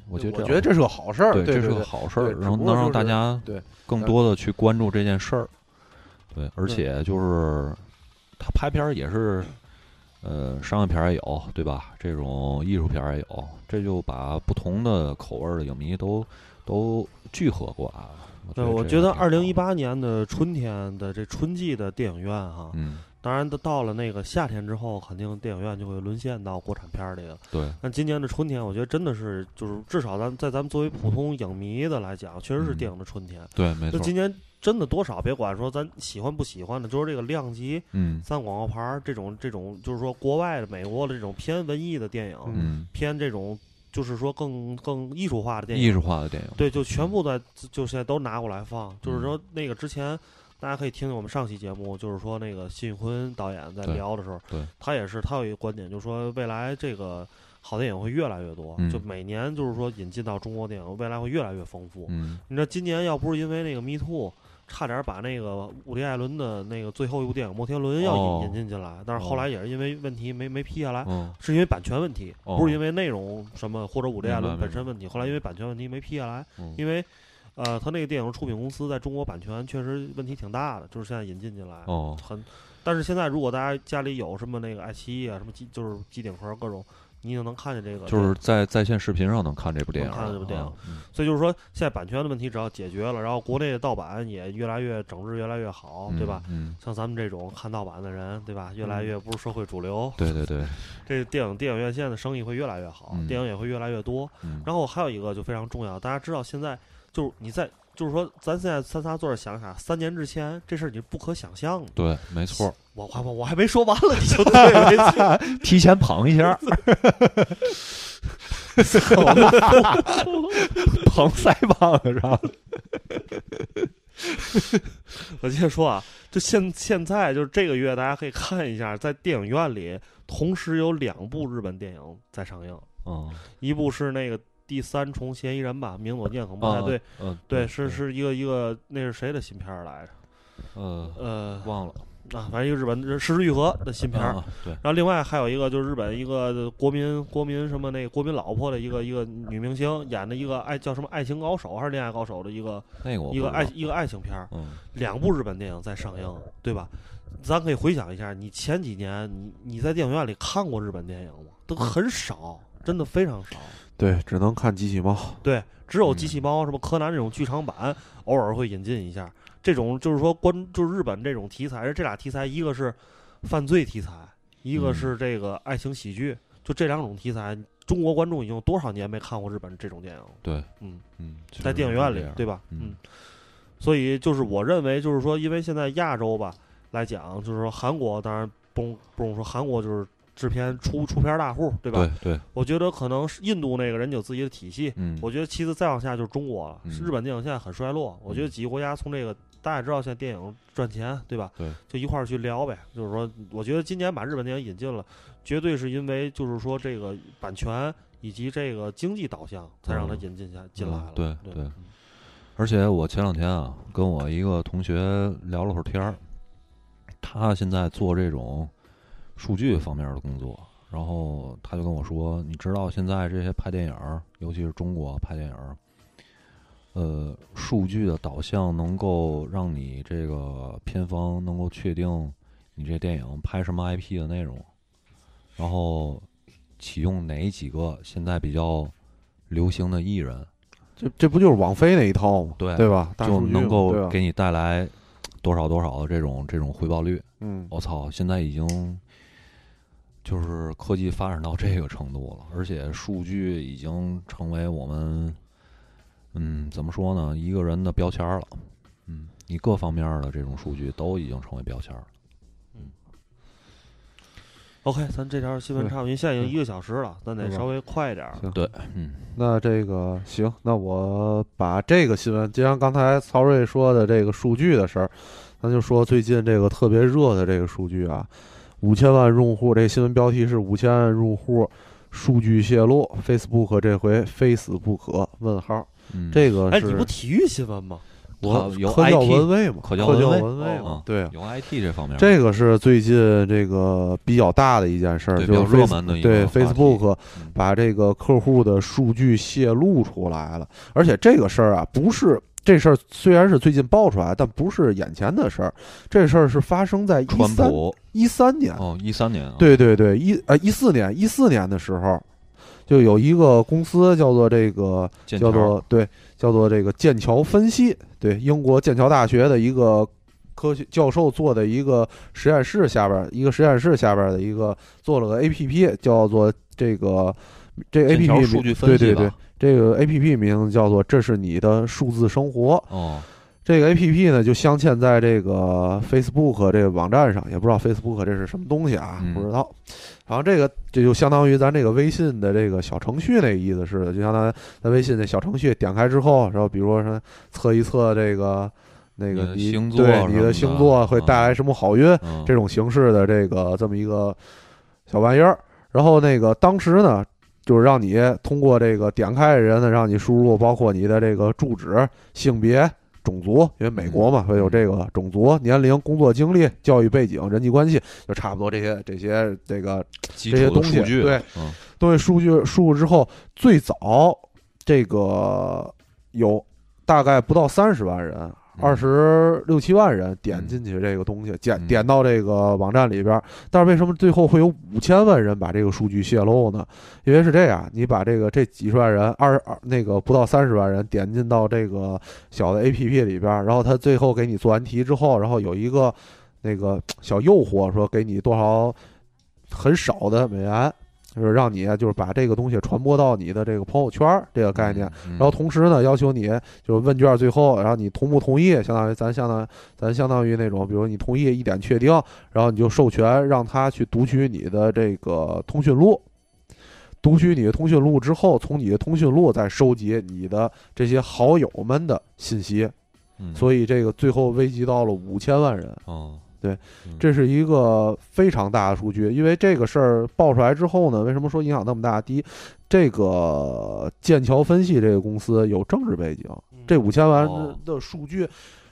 [SPEAKER 3] 我觉得
[SPEAKER 4] 我觉得这是个好事儿，
[SPEAKER 3] 对，
[SPEAKER 4] 对，
[SPEAKER 3] 这是
[SPEAKER 4] 对
[SPEAKER 3] 个好事儿
[SPEAKER 4] 对，
[SPEAKER 3] 然后
[SPEAKER 4] 只不过
[SPEAKER 3] 能让
[SPEAKER 4] 就是
[SPEAKER 3] 大家
[SPEAKER 4] 对
[SPEAKER 3] 更多的去关注这件事儿。对，而且就是他拍片儿也是，呃，商业片儿也有，对吧？这种艺术片儿也有，这就把不同的口味儿的影迷都都聚合过来了。
[SPEAKER 2] 对，我觉
[SPEAKER 3] 觉
[SPEAKER 2] 得
[SPEAKER 3] 这个挺好
[SPEAKER 2] 二零一，八年的春天的这春季的电影院哈，
[SPEAKER 3] 嗯，
[SPEAKER 2] 当然到了那个夏天之后，肯定电影院就会沦陷到国产片儿里了。
[SPEAKER 3] 对，
[SPEAKER 2] 但今年的春天，我觉得真的是，就是至少咱在咱们作为普通影迷的来讲，确实是
[SPEAKER 3] 嗯
[SPEAKER 2] 电影的春天。
[SPEAKER 3] 对，没
[SPEAKER 2] 就
[SPEAKER 3] 错，
[SPEAKER 2] 今年真的多少，别管说咱喜欢不喜欢的，就是这个量级、
[SPEAKER 3] 嗯
[SPEAKER 2] 三广告牌儿这种这种，就是说国外的、美国的这种偏文艺的电影，
[SPEAKER 4] 嗯
[SPEAKER 3] 嗯，
[SPEAKER 2] 偏这种就是说更更艺术化的电影，
[SPEAKER 3] 艺术化的电影，
[SPEAKER 2] 对，就全部在就就现在都拿过来放。就是
[SPEAKER 3] 嗯
[SPEAKER 2] 说，那个之前大家可以听听我们上期节目，就是说那个辛宇坤导演在
[SPEAKER 3] 对
[SPEAKER 2] 聊的时候，
[SPEAKER 3] 对
[SPEAKER 2] 他也是他有一个观点，就是说未来这个好电影会越来越多，
[SPEAKER 3] 嗯
[SPEAKER 2] 就每年就是说引进到中国电影，未来会越来越丰富。
[SPEAKER 3] 嗯，
[SPEAKER 2] 你知道今年要不是因为那个 Me Too。差点把那个伍迪·艾伦的那个最后一部电影《摩天轮》要引、
[SPEAKER 3] 哦
[SPEAKER 2] 引进进来，但是后
[SPEAKER 3] 哦
[SPEAKER 2] 来也是因为问题没没批下来，
[SPEAKER 3] 嗯，
[SPEAKER 2] 是因为版权问题，
[SPEAKER 3] 哦
[SPEAKER 2] 不是因为内容什么或者伍迪·艾伦
[SPEAKER 3] 明白
[SPEAKER 2] 本身问题。后来因为版权问题没批下来，
[SPEAKER 3] 嗯
[SPEAKER 2] 因为呃，他那个电影出品公司在中国版权确实问题挺大的，就是现在引进进来，
[SPEAKER 3] 哦，
[SPEAKER 2] 很。但是现在如果大家家里有什么那个爱奇艺啊，什么机就是机顶盒各种，你已经能看见这个，
[SPEAKER 3] 就是在在线视频上能看这部电影
[SPEAKER 2] 能
[SPEAKER 3] 了，
[SPEAKER 2] 看这部电影
[SPEAKER 3] 啊，嗯
[SPEAKER 2] 所以就是说，现在版权的问题只要解决了，然后国内的盗版也越来越整治越来越好，对吧？？
[SPEAKER 3] 嗯，嗯嗯
[SPEAKER 2] 像咱们这种看盗版的人，对吧？越来越不是社会主流，
[SPEAKER 3] 对对对，
[SPEAKER 2] 这电影电影院现在的生意会越来越好，
[SPEAKER 3] 嗯
[SPEAKER 2] 电影也会越来越多。 [laughs]
[SPEAKER 3] 嗯
[SPEAKER 2] 然后还有一个就非常重要，大家知道现在就是你在就是说咱现在咱仨坐这想想，三年之前这事儿你是不可想象的。
[SPEAKER 3] 对，没错，
[SPEAKER 2] [laughs] 我我我还没说完了，你就对了
[SPEAKER 3] 提前捧一下，捧腮帮子上。
[SPEAKER 2] [laughs] 我接着说啊，就现现在就是这个月，大家可以看一下，在电影院里同时有两部日本电影在上映，
[SPEAKER 3] 嗯，
[SPEAKER 2] 一部是那个。第三重嫌疑人吧，名字我念可能不太对，
[SPEAKER 3] 嗯，
[SPEAKER 2] 对，是，是一个一个那是谁的新片儿来着？
[SPEAKER 3] 呃，
[SPEAKER 2] 呃，
[SPEAKER 3] 忘了
[SPEAKER 2] 啊，反正一个日本《失之愈合》的新片儿。
[SPEAKER 3] 啊对，
[SPEAKER 2] 然后另外还有一个就是日本一个国民国民什么那个国民老婆的一个一个女明星演的一个爱叫什么爱情高手还是恋爱高手的一个
[SPEAKER 3] 那个我
[SPEAKER 2] 一
[SPEAKER 3] 不
[SPEAKER 2] 个
[SPEAKER 3] 知道
[SPEAKER 2] 爱，一个爱情片儿，
[SPEAKER 3] 嗯，
[SPEAKER 2] 两部日本电影在上映，对吧？咱可以回想一下，你前几年你你在电影院里看过日本电影吗？
[SPEAKER 3] 嗯
[SPEAKER 2] 都很少，真的非常少。
[SPEAKER 4] 对，只能看机器猫，
[SPEAKER 2] 对，只
[SPEAKER 3] 嗯
[SPEAKER 2] 有机器猫、什么柯南这种剧场版偶尔会引进一下。这种就是说关就是日本这种题材，而这俩题材一个是犯罪题材，一个
[SPEAKER 3] 嗯
[SPEAKER 2] 是这个爱情喜剧，就这两种题材，中国观众已经有多少年没看过日本这种电影了？
[SPEAKER 3] 对，
[SPEAKER 2] 嗯，
[SPEAKER 3] 嗯，
[SPEAKER 2] 在电影院里，对
[SPEAKER 3] 吧？
[SPEAKER 2] 吧？
[SPEAKER 3] 嗯
[SPEAKER 2] 嗯，所以就是我认为，就是说，因为现在亚洲吧来讲，就是说韩国，当然不用不用说，韩国就是制片出出片大户，对吧？
[SPEAKER 3] 对对，
[SPEAKER 2] 我觉得可能是印度那个人家有自己的体系，
[SPEAKER 3] 嗯，
[SPEAKER 2] 我觉得其次再往下就是中国了，
[SPEAKER 3] 嗯
[SPEAKER 2] 日本电影现在很衰落。我觉得几个国家从这个大家也知道，现在电影赚钱，对吧？
[SPEAKER 3] 对，
[SPEAKER 2] 就一块儿去聊呗。就是说，我觉得今年把日本电影引进了，绝对是因为就是说这个版权以及这个经济导向，才让它引进下、进来了。
[SPEAKER 3] 嗯对
[SPEAKER 2] 对
[SPEAKER 3] 对而且我前两天啊，跟我一个同学聊了会儿天儿，他现在做这种数据方面的工作，然后他就跟我说，你知道现在这些拍电影儿，尤其是中国拍电影儿，呃，数据的导向能够让你这个片方能够确定你这电影拍什么 IP 的内容，然后启用哪几个现在比较流行的艺人，
[SPEAKER 4] 这这不就是网飞那一套吗？
[SPEAKER 3] 对
[SPEAKER 4] 对吧？大数
[SPEAKER 3] 就
[SPEAKER 4] 据嘛
[SPEAKER 3] 能
[SPEAKER 4] 对啊
[SPEAKER 3] 够
[SPEAKER 4] 吧
[SPEAKER 3] 给你带来多少多少的这种这种回报率。
[SPEAKER 4] 嗯
[SPEAKER 3] 我操，现在已经就是科技发展到这个程度了，而且数据已经成为我们，嗯，怎么说呢，一个人的标签儿了。嗯，你各方面儿的这种数据都已经成为标签儿了。
[SPEAKER 2] OK，咱这条新闻
[SPEAKER 4] 对
[SPEAKER 2] 差不多，因为现在已经一个小时了，咱得
[SPEAKER 4] 对吧
[SPEAKER 2] 稍微快一点儿。
[SPEAKER 4] 行
[SPEAKER 3] 对，嗯，
[SPEAKER 4] 那这个行，那我把这个新闻，就像刚才曹睿说的这个数据的事儿，咱就说最近这个特别热的这个数据啊，五千万用户，这新闻标题是五千万用户数据泄露，Facebook 这回非死不可？问号，
[SPEAKER 3] 嗯
[SPEAKER 4] 这个
[SPEAKER 2] 哎，
[SPEAKER 4] 是
[SPEAKER 2] 你不体育新闻吗？
[SPEAKER 4] 我
[SPEAKER 3] 有
[SPEAKER 4] 科教
[SPEAKER 3] IT
[SPEAKER 4] 文卫嘛？
[SPEAKER 3] 可
[SPEAKER 4] 科
[SPEAKER 3] 教
[SPEAKER 4] 教
[SPEAKER 3] 文卫
[SPEAKER 4] 文卫嘛
[SPEAKER 3] 哦？
[SPEAKER 4] 对啊，
[SPEAKER 3] 有 IT 这方面儿，
[SPEAKER 4] 这个是最近这个比较大的一件事儿，
[SPEAKER 3] 对
[SPEAKER 4] 就
[SPEAKER 3] 比较
[SPEAKER 4] 是
[SPEAKER 3] 热
[SPEAKER 4] Face-
[SPEAKER 3] 门的一
[SPEAKER 4] 对
[SPEAKER 3] 个话题
[SPEAKER 4] Facebook
[SPEAKER 3] 嗯
[SPEAKER 4] 把这个客户的数据泄露出来了，而且这个事儿啊，不是这事儿虽然是最近爆出来，但不是眼前的事儿，这事儿是发生在一
[SPEAKER 3] 川
[SPEAKER 4] 三
[SPEAKER 3] 普
[SPEAKER 4] 一三年，
[SPEAKER 3] 哦，一三年啊，
[SPEAKER 4] 对对对，一呃一四年一四年的时候，就有一个公司叫做这个
[SPEAKER 3] 剑
[SPEAKER 4] 叫
[SPEAKER 3] 桥
[SPEAKER 4] 做对，叫做这个剑桥分析，对，英国剑桥大学的一个科学教授做的一个实验室下边儿一个实验室下边儿的一个做了个 A P P，叫做这个这 A
[SPEAKER 3] 剑
[SPEAKER 4] P
[SPEAKER 3] 桥
[SPEAKER 4] P
[SPEAKER 3] 数据分析
[SPEAKER 4] 对对
[SPEAKER 3] 吧
[SPEAKER 4] 对，这个 A P P 名字叫做这是你的数字生活，
[SPEAKER 3] 哦，
[SPEAKER 4] 这个 A P P 呢就镶嵌在这个 Facebook 这个网站上，也不知道 Facebook 这是什么东西啊，
[SPEAKER 3] 嗯
[SPEAKER 4] 不知道。然后这个这就相当于咱这个微信的这个小程序那意思似的，就相当于咱微信的小程序点开之后，然后比如说什么测一测这个那个
[SPEAKER 3] 你的
[SPEAKER 4] 你
[SPEAKER 3] 星座
[SPEAKER 4] 对
[SPEAKER 3] 什
[SPEAKER 4] 你
[SPEAKER 3] 么的
[SPEAKER 4] 的星座会带来什么好运，
[SPEAKER 3] 嗯，
[SPEAKER 4] 这种形式的这个这么一个小玩意儿。然后那个当时呢，就是让你通过这个点开的人呢，让你输入包括你的这个住址、性别、种族，因为美国嘛会有这个种族、年龄、工作经历、教育背景、人际关系，就差不多这些这些这个
[SPEAKER 3] 基
[SPEAKER 4] 这些
[SPEAKER 3] 础
[SPEAKER 4] 东
[SPEAKER 3] 的
[SPEAKER 4] 西
[SPEAKER 3] 数据，
[SPEAKER 4] 对
[SPEAKER 3] 嗯，
[SPEAKER 4] 东西数据输入之后，最早这个有大概不到三十万
[SPEAKER 3] 嗯
[SPEAKER 4] 人，二十六七万人点进去这个东西，点
[SPEAKER 3] 嗯
[SPEAKER 4] 点到这个网站里边儿。但是为什么最后会有五千万人把这个数据泄露呢？因为是这样，你把这个这几十万人，二二那个不到三十万人点进到这个小的 APP 里边儿，然后他最后给你做完题之后，然后有一个那个小诱惑，说给你多少很少的美元，就是让你啊就是把这个东西传播到你的这个朋友圈儿这个概念。
[SPEAKER 3] 嗯，然
[SPEAKER 4] 然后同时呢，要求你就是问卷最后，然后你同不同意，相当于咱相当咱相当于那种，比如你同意一点确定，然后你就授权让他去读取你的这个通讯录，读取你的通讯录之后，从你的通讯录再收集你的这些好友们的信息，
[SPEAKER 3] 嗯
[SPEAKER 4] 所以这个最后危及到了五千万人。
[SPEAKER 3] 哦，
[SPEAKER 4] 对
[SPEAKER 3] 嗯，
[SPEAKER 4] 这是一个非常大的数据，因为这个事儿爆出来之后呢，为什么说影响那么大？第一，这个剑桥分析这个公司有政治背景，这五千万
[SPEAKER 3] 哦
[SPEAKER 4] 的数据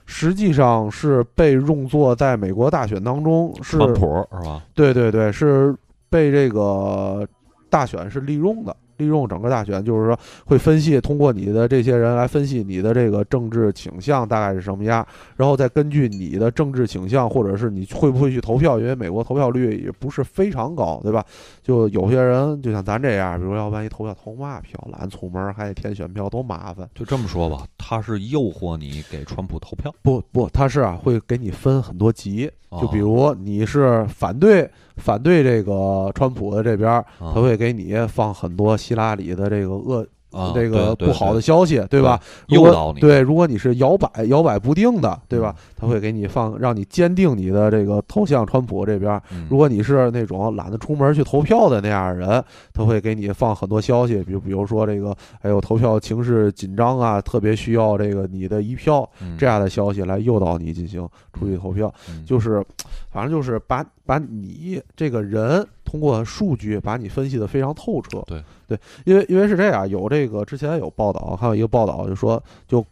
[SPEAKER 4] 实际上是被用作在美国大选当中是，
[SPEAKER 3] 川普是吧？
[SPEAKER 4] 对对对，是被这个大选是利用的。利用整个大选，就是说会分析，通过你的这些人来分析你的这个政治倾向大概是什么样，然后再根据你的政治倾向，或者是你会不会去投票，因为美国投票率也不是非常高，对吧？就有些人就像咱这样，比如要万一投票投嘛票了，俺出门还得填选票，多麻烦。
[SPEAKER 3] 就这么说吧，他是诱惑你给川普投票，
[SPEAKER 4] 不不，他是啊，会给你分很多级，
[SPEAKER 3] 哦
[SPEAKER 4] 就比如你是反对反对这个川普的这边儿，
[SPEAKER 3] 啊
[SPEAKER 4] 他会给你放很多希拉里的这个恶
[SPEAKER 3] 啊
[SPEAKER 4] 这个
[SPEAKER 3] 对对
[SPEAKER 4] 不好的
[SPEAKER 3] 对
[SPEAKER 4] 消息，对吧？如
[SPEAKER 3] 诱
[SPEAKER 4] 果
[SPEAKER 3] 导你，嗯
[SPEAKER 4] 对，如果你是摇摆摇摆不定的，对吧？他会给你放，让你坚定你的这个投向川普这边儿。
[SPEAKER 3] 嗯，
[SPEAKER 4] 如果你是那种懒得出门去投票的那样的人，他会给你放很多消息，比如比如说这个，哎呦，投票情势紧张啊，特别需要这个你的一票
[SPEAKER 3] 嗯
[SPEAKER 4] 这样的消息来诱导你进行出去投票。
[SPEAKER 3] 嗯
[SPEAKER 4] 就是，反正就是把把你这个人通过数据把你分析的非常透彻。
[SPEAKER 3] 对
[SPEAKER 4] 对，因为因为是这样，有这个之前有报道，还有一个报道就说，就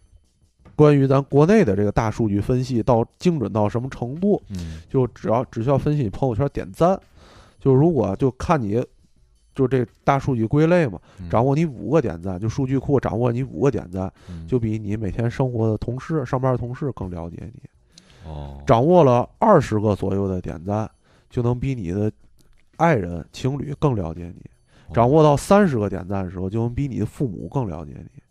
[SPEAKER 4] 关于咱国内的这个大数据分析到精准到什么程度，
[SPEAKER 3] 嗯
[SPEAKER 4] 就只要只需要分析你朋友圈点赞，就如果就看你。就这大数据归类嘛，
[SPEAKER 3] 嗯
[SPEAKER 4] 掌握你五个点赞，就数据库掌握你五个点赞，
[SPEAKER 3] 嗯
[SPEAKER 4] 就比你每天生活的同事、上班的同事更了解你。
[SPEAKER 3] 哦，
[SPEAKER 4] 掌握了二十个左右的点赞，就能比你的爱人、情侣更了解你；
[SPEAKER 3] 哦
[SPEAKER 4] 掌握到三十个点赞的时候，就能比你的父母更了解你，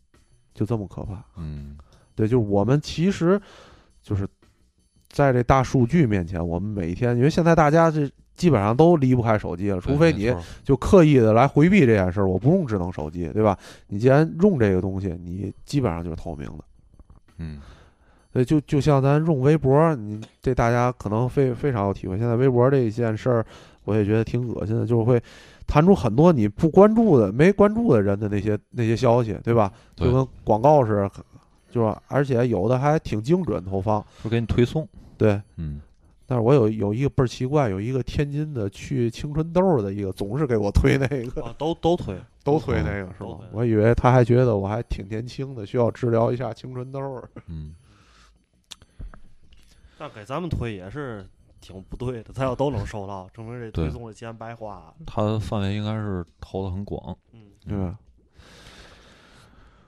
[SPEAKER 4] 就这么可怕。
[SPEAKER 3] 嗯
[SPEAKER 4] 对，就是我们其实就是在这大数据面前，我们每天因为现在大家这基本上都离不开手机了，除
[SPEAKER 3] 对
[SPEAKER 4] 非
[SPEAKER 3] 没
[SPEAKER 4] 你
[SPEAKER 3] 错
[SPEAKER 4] 就刻意的来回避这件事儿，我不用智能手机，对吧？你既然用这个东西，你基本上就是透明的。
[SPEAKER 3] 嗯
[SPEAKER 4] 所以就就像咱用微博，你这大家可能非非常有体会。现在微博这一件事儿，我也觉得挺恶心的，就是会弹出很多你不关注的、没关注的人的那些那些消息，对吧？
[SPEAKER 3] 对
[SPEAKER 4] 就跟广告似的，就是而且有的还挺精准投放，
[SPEAKER 3] 说给你推送，
[SPEAKER 4] 对。
[SPEAKER 3] 嗯
[SPEAKER 4] 但是我有有一个倍儿奇怪，有一个天津的去青春痘儿的一个，总是给我推那个，
[SPEAKER 2] 啊，都都推，
[SPEAKER 4] 都推那个是
[SPEAKER 2] 都
[SPEAKER 4] 吗
[SPEAKER 2] 推？
[SPEAKER 4] 我以为他还觉得我还挺年轻的，需要治疗一下青春痘儿。
[SPEAKER 3] 嗯，
[SPEAKER 2] 但给咱们推也是挺不对的。咱要都能收到，证明这
[SPEAKER 3] 对
[SPEAKER 2] 推送的钱白花。
[SPEAKER 3] 它的范围应该是投的很广。
[SPEAKER 2] 嗯，
[SPEAKER 4] 对
[SPEAKER 3] 啊
[SPEAKER 4] 吧？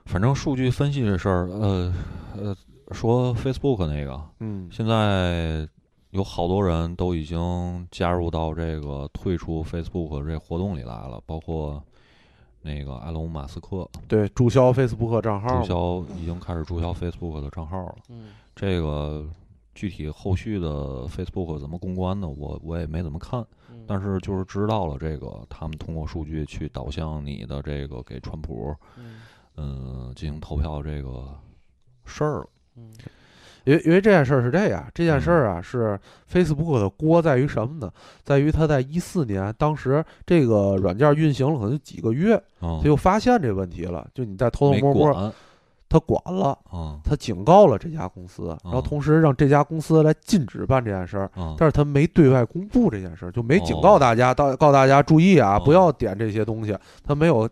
[SPEAKER 3] 反正数据分析这事儿，呃呃，说 Facebook 那个，
[SPEAKER 4] 嗯
[SPEAKER 3] 现在有好多人都已经加入到这个退出 Facebook 这活动里来了，包括那个埃隆·马斯克
[SPEAKER 2] 哦
[SPEAKER 4] 对，注销 Facebook 账号嘛，
[SPEAKER 3] 注销，已经开始注销 Facebook 的账号了。
[SPEAKER 2] 嗯，
[SPEAKER 3] 这个具体后续的 Facebook 怎么公关呢？我我也没怎么看，
[SPEAKER 2] 嗯
[SPEAKER 3] 但是就是知道了这个，他们通过数据去导向你的这个给川普
[SPEAKER 2] 嗯
[SPEAKER 3] 嗯进行投票这个事儿了。
[SPEAKER 2] 嗯
[SPEAKER 4] 因为因为这件事儿是这样，这
[SPEAKER 3] 嗯
[SPEAKER 4] 件事儿啊是 Facebook 的锅在于什么呢？在于它在一四年，当时这个软件运行了可能几个月，
[SPEAKER 3] 嗯
[SPEAKER 4] 它，就发现这问题了，就你在偷偷
[SPEAKER 3] 没
[SPEAKER 4] 摸摸，
[SPEAKER 3] 管
[SPEAKER 4] 它管了，
[SPEAKER 3] 啊
[SPEAKER 4] 它警告了这家公
[SPEAKER 3] 哦
[SPEAKER 4] 司，然后同时让这家公司来禁止办这件事儿。
[SPEAKER 3] 啊，
[SPEAKER 4] 但是它没对外公布这件事儿，就没警告大家，到告大家注意啊，
[SPEAKER 3] 哦
[SPEAKER 4] 不要点这些东西。它没有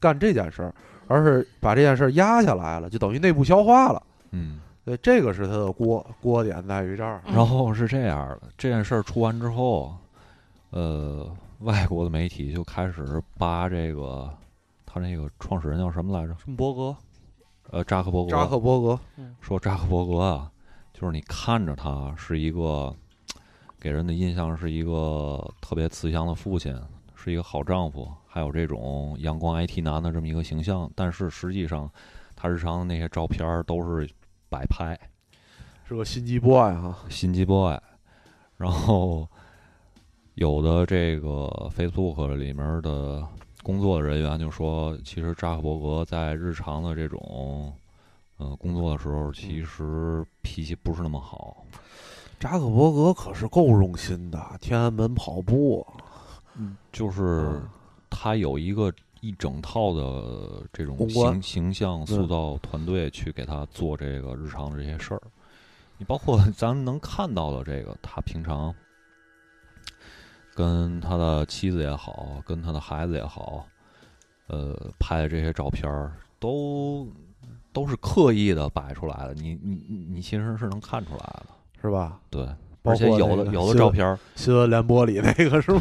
[SPEAKER 4] 干这件事儿，而是把这件事儿压下来了，就等于内部消化了。
[SPEAKER 3] 嗯。
[SPEAKER 4] 对，这个是它的锅锅点在于这儿。
[SPEAKER 3] 然后是这样的，这件事儿出完之后，呃，外国的媒体就开始扒这个他那个创始人叫什么来着？
[SPEAKER 2] 什么伯格？
[SPEAKER 3] 呃，扎克伯格。
[SPEAKER 4] 扎克伯格，
[SPEAKER 3] 说扎克伯格啊，就是你看着他是一个给人的印象是一个特别慈祥的父亲，是一个好丈夫，还有这种阳光 IT 男的这么一个形象，但是实际上他日常的那些照片儿都是摆拍。
[SPEAKER 4] 是个心机 boy 哈，
[SPEAKER 3] 心机 boy，然后有的这个 Facebook 里面的工作人员就说，其实扎克伯格在日常的这种呃工作的时候，其实脾气不是那么好。
[SPEAKER 4] 扎克伯格可是够用心的，天安门跑步，
[SPEAKER 3] 就是他有一个一整套的这种
[SPEAKER 4] 公关
[SPEAKER 3] 形形象塑造团队去给他做这个日常的这些事儿。你包括咱们能看到的这个，他平常跟他的妻子也好，跟他的孩子也好，呃，拍的这些照片儿都都是刻意的摆出来的。你你你你其实是能看出来的，
[SPEAKER 4] 是吧？
[SPEAKER 3] 对。
[SPEAKER 4] 包
[SPEAKER 3] 而且
[SPEAKER 4] 括
[SPEAKER 3] 有
[SPEAKER 4] 那
[SPEAKER 3] 的
[SPEAKER 4] 个
[SPEAKER 3] 有的
[SPEAKER 4] 新
[SPEAKER 3] 照
[SPEAKER 4] 闻
[SPEAKER 3] 片儿，
[SPEAKER 4] 新闻联播里那个是吗？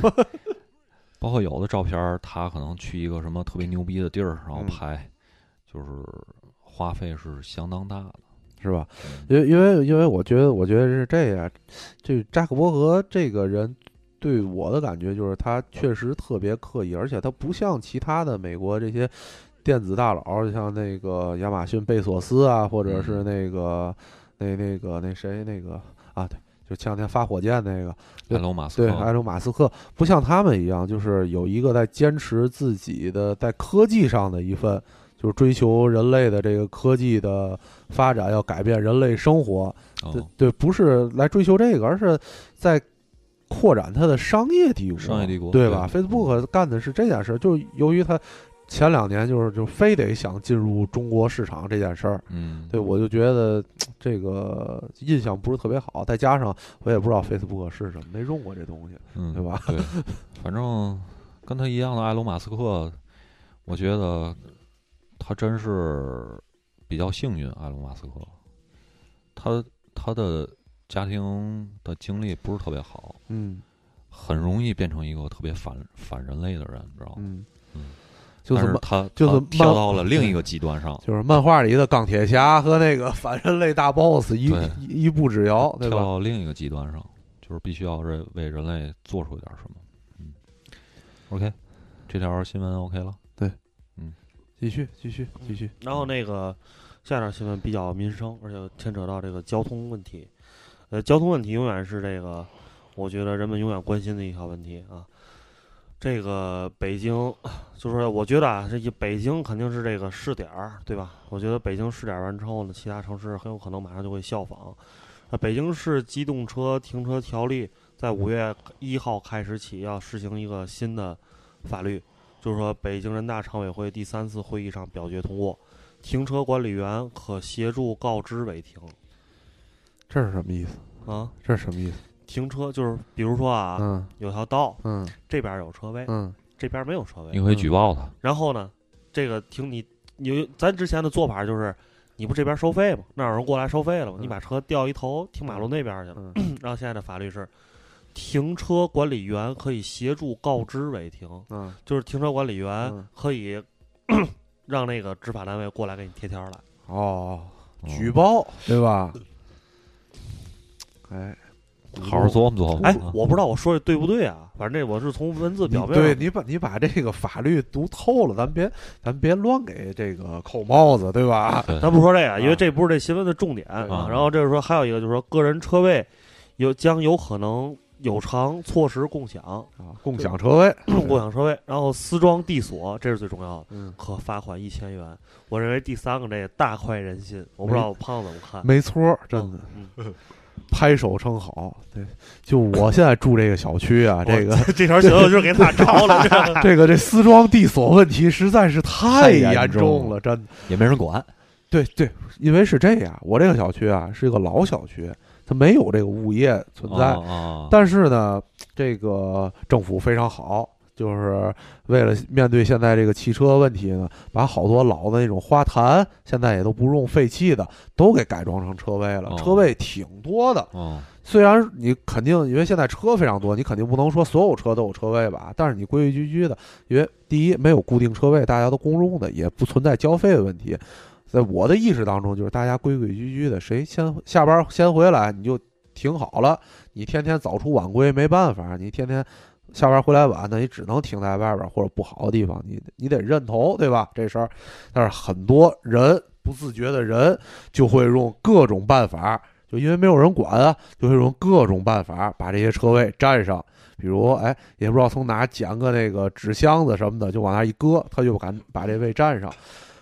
[SPEAKER 4] [laughs]
[SPEAKER 3] 包括有的照片儿，他可能去一个什么特别牛逼的地儿，然后
[SPEAKER 4] 嗯
[SPEAKER 3] 拍，就是花费是相当大的。
[SPEAKER 4] 是吧？
[SPEAKER 3] 嗯
[SPEAKER 4] 因为因为因为我觉得我觉得是这样，这扎克伯格这个人对我的感觉就是他确实特别刻意，而且他不像其他的美国这些电子大佬，像那个亚马逊贝索斯啊，或者是那个、那那个那谁那个啊，对，就前两天发火箭那个，对
[SPEAKER 3] 埃隆·马斯
[SPEAKER 4] 对，啊
[SPEAKER 3] 克，
[SPEAKER 4] 埃隆·马斯克不像他们一样，就是有一个在坚持自己的在科技上的一份，就是追求人类的这个科技的发展，要改变人类生活。对
[SPEAKER 3] 嗯，
[SPEAKER 4] 对，不是来追求这个，而是在扩展它的商业帝国，
[SPEAKER 3] 商业帝国
[SPEAKER 4] 对吧
[SPEAKER 3] 对嗯
[SPEAKER 4] f a c e b o o k 干的是这件事，就由于他前两年就是就非得想进入中国市场这件事儿，
[SPEAKER 3] 嗯，
[SPEAKER 4] 对，我就觉得这个印象不是特别好，再加上我也不知道 Facebook 是什么，没用过这东西，
[SPEAKER 3] 嗯，
[SPEAKER 4] 对吧？
[SPEAKER 3] 对，反正跟他一样的埃隆·马斯克，我觉得他真是比较幸运。埃隆·马斯克，他他的家庭的经历不是特别好，
[SPEAKER 4] 嗯
[SPEAKER 3] 很容易变成一个特别反反人类的人，你知道吗？
[SPEAKER 4] 嗯
[SPEAKER 3] 哦嗯，
[SPEAKER 4] 就
[SPEAKER 3] 但
[SPEAKER 4] 是
[SPEAKER 3] 是
[SPEAKER 4] 漫
[SPEAKER 3] 他
[SPEAKER 4] 就是
[SPEAKER 3] 他
[SPEAKER 4] 漫
[SPEAKER 3] 跳到了另一个极端上，
[SPEAKER 4] 就是漫画里的钢铁侠和那个反人类大 boss 一
[SPEAKER 3] 对
[SPEAKER 4] 一一步之遥，对
[SPEAKER 3] 跳
[SPEAKER 4] 吧？
[SPEAKER 3] 到另一个极端上，就是必须要为为人类做出一点什么。嗯，OK，这条新闻 OK 了。
[SPEAKER 4] 继续继续
[SPEAKER 3] 嗯
[SPEAKER 4] 继续，
[SPEAKER 2] 然后那个下一条新闻比较民生，而且牵扯到这个交通问题。呃，交通问题永远是这个，我觉得人们永远关心的一条问题啊。这个北京， [clears throat] 就是说我觉得啊，这一北京肯定是这个试点儿，对吧？我觉得北京试点儿完之后呢，其他城市很有可能马上就会效仿。那北京市机动车停车条例在五月一号开始起要实行一个新的法律，就是说北京人大常委会第三次会议上表决通过，停车管理员可协助告知违停
[SPEAKER 4] 这是什么意思？
[SPEAKER 2] 啊。
[SPEAKER 4] 这是什么意思？
[SPEAKER 2] 停车就是比如说啊，
[SPEAKER 4] 嗯
[SPEAKER 2] 有条道
[SPEAKER 4] 嗯
[SPEAKER 2] 这边有车位，
[SPEAKER 4] 嗯
[SPEAKER 2] 这边没有车
[SPEAKER 3] 你
[SPEAKER 2] 位，
[SPEAKER 3] 可以举报他，
[SPEAKER 2] 然后呢，这个停你有咱之前的做法就是。你不这边收费吗？那有人过来收费了吗？
[SPEAKER 4] 嗯
[SPEAKER 2] 你把车调一头停马路那边去了。
[SPEAKER 4] 嗯
[SPEAKER 2] 然后现在的法律是，停车管理员可以协助告知违停，
[SPEAKER 4] 嗯
[SPEAKER 2] 就是停车管理员
[SPEAKER 4] 嗯
[SPEAKER 2] 可以、 [coughs] 让那个执法单位过来给你贴条儿来。
[SPEAKER 4] 哦，
[SPEAKER 3] 嗯
[SPEAKER 4] 举报对吧？哎，
[SPEAKER 3] 好好琢磨琢磨。
[SPEAKER 2] 哎
[SPEAKER 3] 啊，
[SPEAKER 2] 我不知道我说的对不对啊，反正这我是从文字
[SPEAKER 4] 你
[SPEAKER 2] 表面
[SPEAKER 4] 对
[SPEAKER 2] 上
[SPEAKER 4] 你把你把这个法律读透了，咱别咱别乱给这个扣帽子，对吧？
[SPEAKER 3] 对
[SPEAKER 2] 咱不说这个，因为
[SPEAKER 4] 啊
[SPEAKER 2] 这不是这新闻的重点
[SPEAKER 4] 啊
[SPEAKER 2] 然后这是说还有一个就是说个人车位有将有可能有偿错时共
[SPEAKER 4] [clears throat]
[SPEAKER 2] 享
[SPEAKER 4] 啊，共享车位，
[SPEAKER 2] 共享车位，然后私装地锁这是最重要的，
[SPEAKER 4] 嗯，
[SPEAKER 2] 可罚款一千元。我认为第三个这个大快人心，我不知道胖子怎么看。
[SPEAKER 4] 没错，真的
[SPEAKER 2] 嗯，
[SPEAKER 4] 拍手称好。对，就我现在住这个小区啊，这个
[SPEAKER 2] 我这条新闻我就是给他 [laughs] 着
[SPEAKER 4] [laughs]
[SPEAKER 2] 了，这个
[SPEAKER 4] 这个这私装地锁问题实在是太
[SPEAKER 3] 太严
[SPEAKER 4] 严
[SPEAKER 3] 重
[SPEAKER 4] 重了，真的。
[SPEAKER 3] 也没人管，
[SPEAKER 4] 对对，因为是这样，我这个小区啊是一个老小区，它没有这个物业存在，
[SPEAKER 3] 啊啊，
[SPEAKER 4] 但是呢，这个政府非常好，就是为了面对现在这个汽车问题呢，把好多老的那种花坛，现在也都不用废弃的，都给改装成车位了。
[SPEAKER 3] 哦
[SPEAKER 4] 车位挺多的，
[SPEAKER 3] 哦，
[SPEAKER 4] 虽然你肯定因为现在车非常多，你肯定不能说所有车都有车位吧，但是你规规矩矩的，因为第一没有固定车位，大家都公用的，也不存在交费的问题。在我的意识当中，就是大家规规矩矩的，谁先下班先回来你就停好了，你天天早出晚归没办法，你天天下班回来晚，那你只能停在外边或者不好的地方，你你得认头，对吧？这事儿，但是很多人不自觉的人就会用各种 [laughs] 办法，就因为没有人管啊，就会用各种办法把这些车位占上。比如，哎，也不知道从哪儿捡个那个纸箱子什么的，就往那儿一搁，他就敢把这位占上。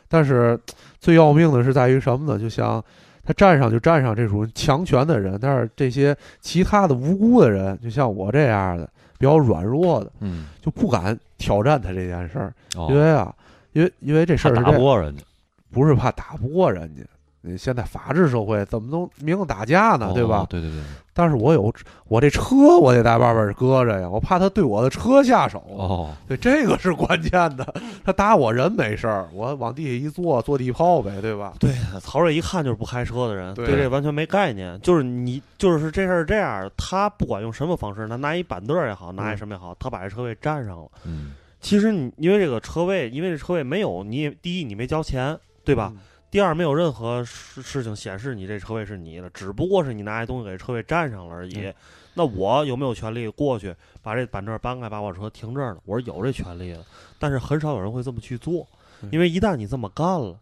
[SPEAKER 4] 但是最要命的是在于什么呢？就像他占上就占上这种强权的人，但是这些其他的无辜的人，就像我这样的比较软弱的，
[SPEAKER 3] 嗯，
[SPEAKER 4] 就不敢挑战他这件事儿，
[SPEAKER 3] 哦
[SPEAKER 4] 因为啊，因为因为这事
[SPEAKER 3] 他
[SPEAKER 4] 儿是
[SPEAKER 3] 打
[SPEAKER 4] 这样，
[SPEAKER 3] 过人家，
[SPEAKER 4] 不是怕打不过人家。你现在法治社会怎么能明着打架呢？
[SPEAKER 3] 哦
[SPEAKER 4] 对吧？
[SPEAKER 3] 对对对，
[SPEAKER 4] 但是我有我这车，我得在外边搁着呀，我怕他对我的车下手。
[SPEAKER 3] 哦，
[SPEAKER 4] 对，这个是关键的。他打我人没事儿，我往地下一坐，坐地炮呗，对吧？
[SPEAKER 2] 对，曹睿一看就是不开车的人，
[SPEAKER 4] 对
[SPEAKER 2] 这完全没概念。就是你，就是这事儿这样，他不管用什么方式，他拿一板凳儿也好，拿一什么也好，他把这车位占上了。
[SPEAKER 3] 嗯，
[SPEAKER 2] 其实你因为这个车位，因为这车位没有你也，第一你没交钱，对吧？
[SPEAKER 4] 嗯？
[SPEAKER 2] 第二没有任何事事情显示你这车位是你的，只不过是你拿一东西给车位占上了而已。
[SPEAKER 4] 嗯
[SPEAKER 2] 那我有没有权利过去把这板凳搬开，把我车停这儿呢？我是有这权利的，但是很少有人会这么去做，
[SPEAKER 4] 嗯
[SPEAKER 2] 因为一旦你这么干了。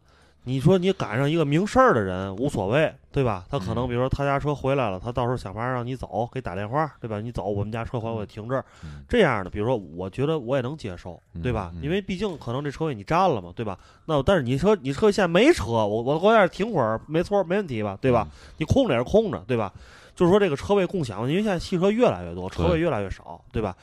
[SPEAKER 2] 你说你赶上一个明事儿的人无所谓，对吧？他可能
[SPEAKER 3] 嗯
[SPEAKER 2] 比如说他家车回来了，他到时候想法让你走，给打电话，对吧？你走，我们家车还我停这儿，
[SPEAKER 3] 嗯
[SPEAKER 2] 这样的，比如说，我觉得我也能接受，对吧？
[SPEAKER 3] 嗯嗯
[SPEAKER 2] 因为毕竟可能这车位你占了嘛，对吧？那但是你车你车位现在没车，我我我在这儿停会儿，没错，没问题吧？对吧？？
[SPEAKER 3] 嗯
[SPEAKER 2] 你空着也是空着，对吧？就是说这个车位共享，因为现在汽车越来越多，车位越来越少，对吧？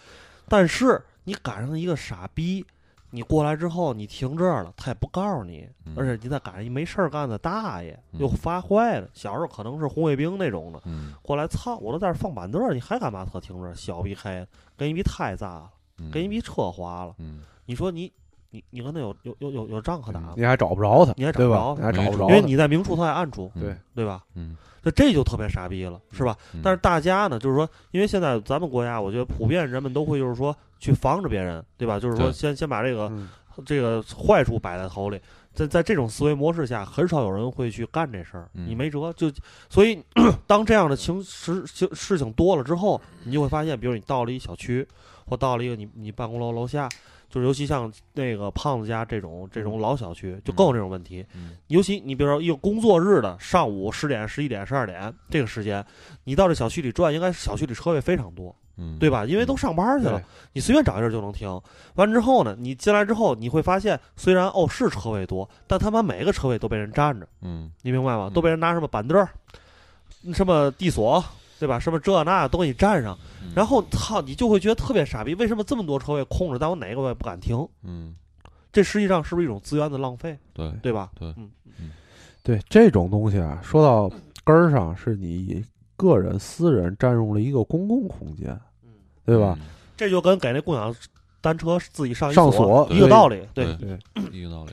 [SPEAKER 2] 但是你赶上一个傻逼，你过来之后你停这儿了，他也不告诉你，
[SPEAKER 3] 嗯
[SPEAKER 2] 而且你再赶上一没事儿干的大爷，
[SPEAKER 3] 嗯
[SPEAKER 2] 又发坏了，小时候可能是红卫兵那种的，
[SPEAKER 3] 嗯，
[SPEAKER 2] 过来操，我都在这儿放板凳儿，你还敢把车停这儿？小逼开，跟一逼太炸了。
[SPEAKER 3] 嗯
[SPEAKER 2] 给你，笔车划了。
[SPEAKER 3] 嗯，
[SPEAKER 2] 你说你你你跟他有有有有有仗可打吗？
[SPEAKER 4] 你还找不着他，
[SPEAKER 2] 你还找
[SPEAKER 4] 对
[SPEAKER 2] 不
[SPEAKER 4] 吧
[SPEAKER 2] 着？
[SPEAKER 4] 你还
[SPEAKER 3] 没
[SPEAKER 4] 找不
[SPEAKER 3] 准
[SPEAKER 4] 着
[SPEAKER 2] 因为
[SPEAKER 4] 他
[SPEAKER 2] 你在明处，他在暗处，
[SPEAKER 3] 嗯
[SPEAKER 4] 对，
[SPEAKER 2] 对吧？
[SPEAKER 3] 嗯，
[SPEAKER 2] 这这就特别傻逼了，是吧？
[SPEAKER 3] 嗯
[SPEAKER 2] 但是大家呢，就是说，因为现在咱们国家，我觉得普遍人们都会就是说去防着别人，对吧？就是说
[SPEAKER 3] 对
[SPEAKER 2] 先先把这个
[SPEAKER 4] 嗯
[SPEAKER 2] 这个坏处摆在头里。在在这种思维模式下，很少有人会去干这事儿，
[SPEAKER 3] 嗯
[SPEAKER 2] 你没辙。就所以， [clears throat] 当这样的情事情事情多了之后，你就会发现，比如你到了一小区，或到了一个你你办公楼楼下，就是尤其像那个胖子家这种这种老小区，就更有这种问题。
[SPEAKER 3] 嗯
[SPEAKER 2] 尤其你比如说一个工作日的上午十点、十一点、十二点这个时间，你到这小区里转，应该是小区里车位非常多，
[SPEAKER 3] 嗯，
[SPEAKER 2] 对吧？因为都上班去了，你随便找一地儿就能停。完之后呢，你进来之后，你会发现，虽然哦是车位多，但他妈每个车位都被人占着，
[SPEAKER 3] 嗯，
[SPEAKER 2] 你明白吗？
[SPEAKER 3] 嗯
[SPEAKER 2] 都被人拿什么板凳儿、什么地锁，对吧？什么这那都给你占上，
[SPEAKER 3] 嗯
[SPEAKER 2] 然后操，你就会觉得特别傻逼，为什么这么多车位空着，但我哪个我也不敢停？
[SPEAKER 3] 嗯，
[SPEAKER 2] 这实际上是不是一种资源的浪费，
[SPEAKER 3] 对，
[SPEAKER 2] 对吧？
[SPEAKER 4] 对这种东西啊，说到根儿上，是你个人私人占用了一个公共空间，
[SPEAKER 2] 嗯。
[SPEAKER 4] 对吧？
[SPEAKER 2] 这就跟给那共享单车自己上一
[SPEAKER 4] 上
[SPEAKER 2] 锁
[SPEAKER 4] 锁
[SPEAKER 2] 一个
[SPEAKER 4] 对
[SPEAKER 2] 道理。
[SPEAKER 3] 对
[SPEAKER 4] 对，
[SPEAKER 3] 嗯？一个道理。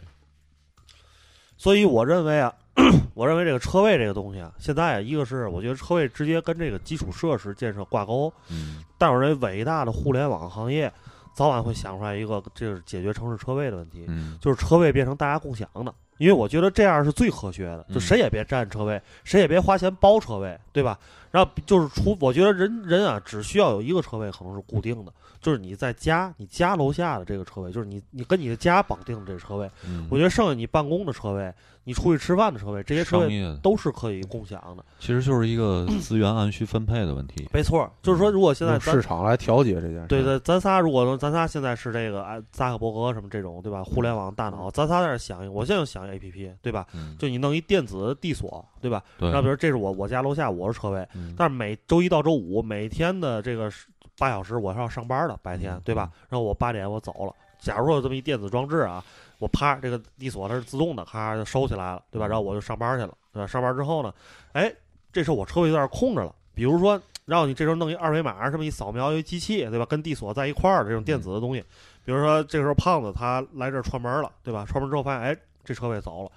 [SPEAKER 2] 所以我认为啊， [clears throat] 我认为这个车位这个东西啊，现在啊，一个是我觉得车位直接跟这个基础设施建设挂钩，
[SPEAKER 3] 嗯
[SPEAKER 2] 但我认为伟大的互联网行业早晚会想出来一个，就是解决城市车位的问题，
[SPEAKER 3] 嗯，
[SPEAKER 2] 就是车位变成大家共享的。因为我觉得这样是最科学的，就
[SPEAKER 3] 嗯
[SPEAKER 2] 谁也别占车位，谁也别花钱包车位，对吧？然后就是除，我觉得人人啊，只需要有一个车位可能是固定的，就是你在家，你家楼下的这个车位，就是你你跟你的家绑定的这个车位。
[SPEAKER 3] 嗯
[SPEAKER 2] 我觉得剩下你办公的车位，你出去吃饭的车位，这些车
[SPEAKER 3] 商
[SPEAKER 2] 位
[SPEAKER 3] 业的
[SPEAKER 2] 都是可以共享的。
[SPEAKER 3] 其实就是一个资源按需分配的问题。
[SPEAKER 2] 没错，就是说，如果现在
[SPEAKER 4] 用
[SPEAKER 2] 咱
[SPEAKER 4] 市场来调节这件事。
[SPEAKER 2] 对，对，咱仨如果能，咱仨现在是这个啊，扎克伯格什么这种，对吧？互联网大脑，咱仨在这想一个，我现在就想 A P P，对吧？
[SPEAKER 3] 嗯，
[SPEAKER 2] 就你弄一电子地锁，对吧？
[SPEAKER 3] 对，
[SPEAKER 2] 那比如这是我我家楼下我是车位，
[SPEAKER 3] 嗯
[SPEAKER 2] 但是每周一到周五每天的这个是八小时我是要上班的，白天
[SPEAKER 3] 嗯
[SPEAKER 2] 对吧？然后我八点我走了。假如说有这么一电子装置啊，我啪这个地锁它是自动的，咔就收起来了，对吧？然后
[SPEAKER 3] 嗯
[SPEAKER 2] 我就上班去了，对吧？上班之后呢，哎，这时候我车位有点空着了，比如说让你这时候弄一二维码，这么一扫描一机器，对吧？跟地锁在一块儿的这种电子的东西，比如说这时候胖子他来这儿串门了，对吧？串门之后发现，哎，这车位走了。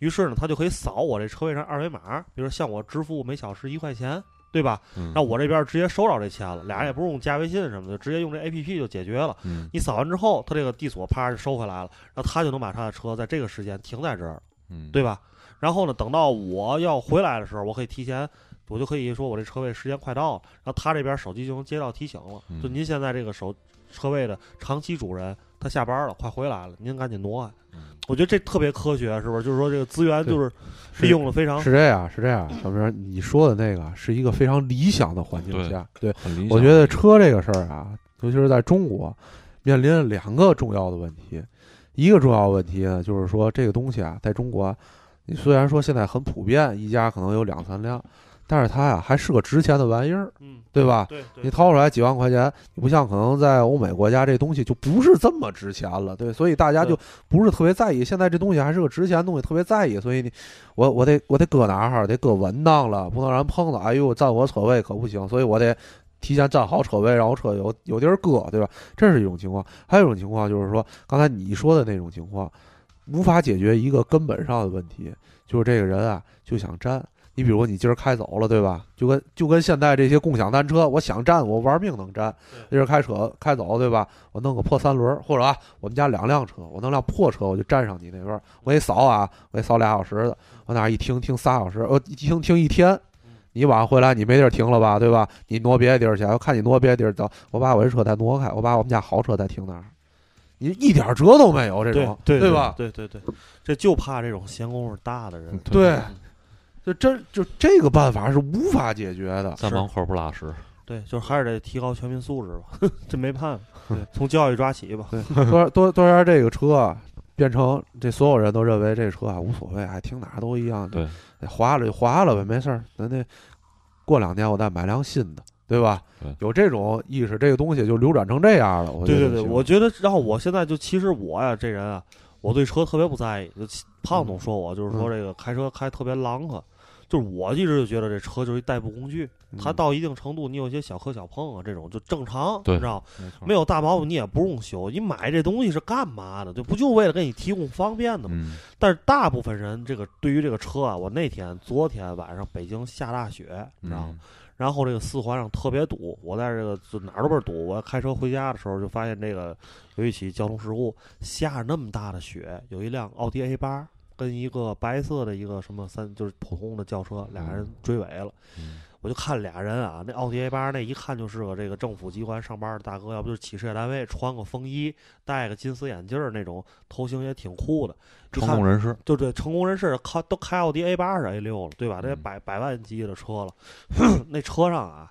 [SPEAKER 2] 于是呢，他就可以扫我这车位上二维码，比如说向我支付每小时一块钱，对吧？
[SPEAKER 3] 嗯
[SPEAKER 2] 那我这边直接收着这钱了，俩人也不用加微信什么的，直接用这 A P P 就解决了。
[SPEAKER 3] 嗯
[SPEAKER 2] 你扫完之后，他这个地锁啪就收回来了，然后他就能把他的车在这个时间停在这儿，
[SPEAKER 3] 嗯，
[SPEAKER 2] 对吧？然后呢，等到我要回来的时候，我可以提前，我就可以说我这车位时间快到了，然后他这边手机就能接到提醒了，
[SPEAKER 3] 嗯
[SPEAKER 2] 就您现在这个手车位的长期主人他下班了，快回来了，您赶紧挪开。
[SPEAKER 3] 嗯
[SPEAKER 2] 我觉得这特别科学，是不是？就是说这个资源
[SPEAKER 4] 对
[SPEAKER 2] 就是
[SPEAKER 4] 是
[SPEAKER 2] 利用了非常
[SPEAKER 4] 是这样，是这样。小明，你说的那个是一个非常理想的环境下，对
[SPEAKER 3] 很理想。
[SPEAKER 4] 我觉得车这个事儿啊，尤其是在中国，面临了两个重要的问题。一个重要问题呢，就是说这个东西啊，在中国，你虽然说现在很普遍，一家可能有两三辆，但是它呀、还是个值钱的玩意儿，
[SPEAKER 2] 嗯，
[SPEAKER 4] 对吧？
[SPEAKER 2] 对对
[SPEAKER 4] 你掏出来几万块钱，你不像可能在欧美国家这东西就不是这么值钱了，对，所以大家就不是特别在意。现在这东西还是个值钱的东西，特别在意，所以你我我得我得搁哪儿，得搁文档了，不能让人碰到。哎呦，占我车位可不行，所以我得提前占好车位，让我车有有地儿搁，对吧？这是一种情况，还有一种情况就是说，刚才你说的那种情况，无法解决一个根本上的问题，就是这个人啊就想占。你比如你今儿开走了，对吧？就跟就跟现在这些共享单车，我想占我玩命能占，今儿开车开走，对吧？我弄个破三轮儿，或者啊，我们家两辆车，我弄辆破车，我就占上你那边儿，我给你扫啊，我给你扫俩小时的，我哪儿一停停仨小时，呃，一停停一天。
[SPEAKER 2] 嗯
[SPEAKER 4] 你晚上回来，你没地儿停了吧，对吧？你挪别的地儿去，我看你挪别的地儿，走，我把我这车再挪开，我把我们家豪车再停那儿，你一点辙都没有，这
[SPEAKER 2] 对
[SPEAKER 4] 种，
[SPEAKER 2] 对
[SPEAKER 4] 吧？
[SPEAKER 2] 对对对，这就怕这种闲工夫大的
[SPEAKER 3] 嗯
[SPEAKER 2] 人。嗯
[SPEAKER 4] 对，就真就这个办法是无法解决的。
[SPEAKER 3] 在忙活不拉屎。
[SPEAKER 2] 对，就是还是得提高全民素质吧， [laughs] 这没办法，从教育抓起吧。
[SPEAKER 3] [laughs]
[SPEAKER 4] 多多多少这个车啊，变成这所有人都认为这车啊无所谓，哎，停哪儿都一样，
[SPEAKER 3] 对，
[SPEAKER 4] 哎划了就划了呗，没事儿，咱那过两年我再买辆新的，对吧？
[SPEAKER 3] 对
[SPEAKER 4] 有这种意识，这个东西就流转成这样了。我觉
[SPEAKER 2] 对对
[SPEAKER 4] 得就
[SPEAKER 2] 对，
[SPEAKER 4] 行
[SPEAKER 2] 我觉得，然后我现在就其实我呀这人啊，我对车特别不在意。就其
[SPEAKER 4] 嗯
[SPEAKER 2] 胖总说我就是说这个开车开特别狼呵，就是我一直就觉得这车就是一代步工具，它
[SPEAKER 4] 嗯
[SPEAKER 2] 到一定程度你有些小磕小碰啊这种就正常，
[SPEAKER 3] 对
[SPEAKER 2] 你知道吗
[SPEAKER 3] 没
[SPEAKER 4] 嗯
[SPEAKER 3] 错
[SPEAKER 2] 没有大毛病你也不用修，你买这东西是干嘛的？就不就为了给你提供方便的吗？
[SPEAKER 3] 嗯
[SPEAKER 2] 但是大部分人这个对于这个车啊，我那天昨天晚上北京下大雪，你知道吗？
[SPEAKER 3] 嗯
[SPEAKER 2] 然后这个四环上特别堵，我在这个就哪儿都倍儿堵。我开车回家的时候就发现这个有一起交通事故，下着那么大的雪，有一辆奥迪 A 八跟一个白色的一个什么三就是普通的轿车，俩人追尾了。
[SPEAKER 3] 嗯
[SPEAKER 2] 我就看俩人啊，那奥迪 A 八那一看就是个这个政府机关上班的大哥，要不就是企事业单位，穿个风衣，戴个金丝眼镜儿那种，头型也挺酷的。一
[SPEAKER 3] 成
[SPEAKER 2] 看
[SPEAKER 3] 功人士，
[SPEAKER 2] 就这成功人士开都开奥迪 A 八是 A 六了，对吧？这
[SPEAKER 3] 嗯
[SPEAKER 2] 百百万级的车了， [clears throat] 那车上啊，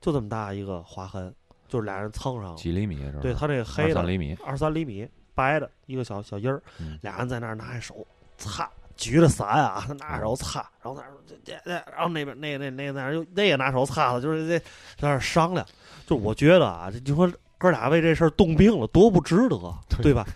[SPEAKER 2] 就这么大一个划痕，就是俩人蹭上了。
[SPEAKER 3] 几厘米这是？
[SPEAKER 2] 哦对他这个黑
[SPEAKER 3] 二
[SPEAKER 2] 的
[SPEAKER 3] 三厘米，
[SPEAKER 2] 二三厘米，白的一个小小印儿，
[SPEAKER 3] 嗯
[SPEAKER 2] 俩人在那儿拿手擦，举着伞啊，他拿手
[SPEAKER 3] 嗯
[SPEAKER 2] 擦，然后他说这这这，然后那边那那那那又那也拿手擦了，就是这在那儿商量，就我觉得啊，这你说哥俩为这事儿动病了，多不值得，对吧？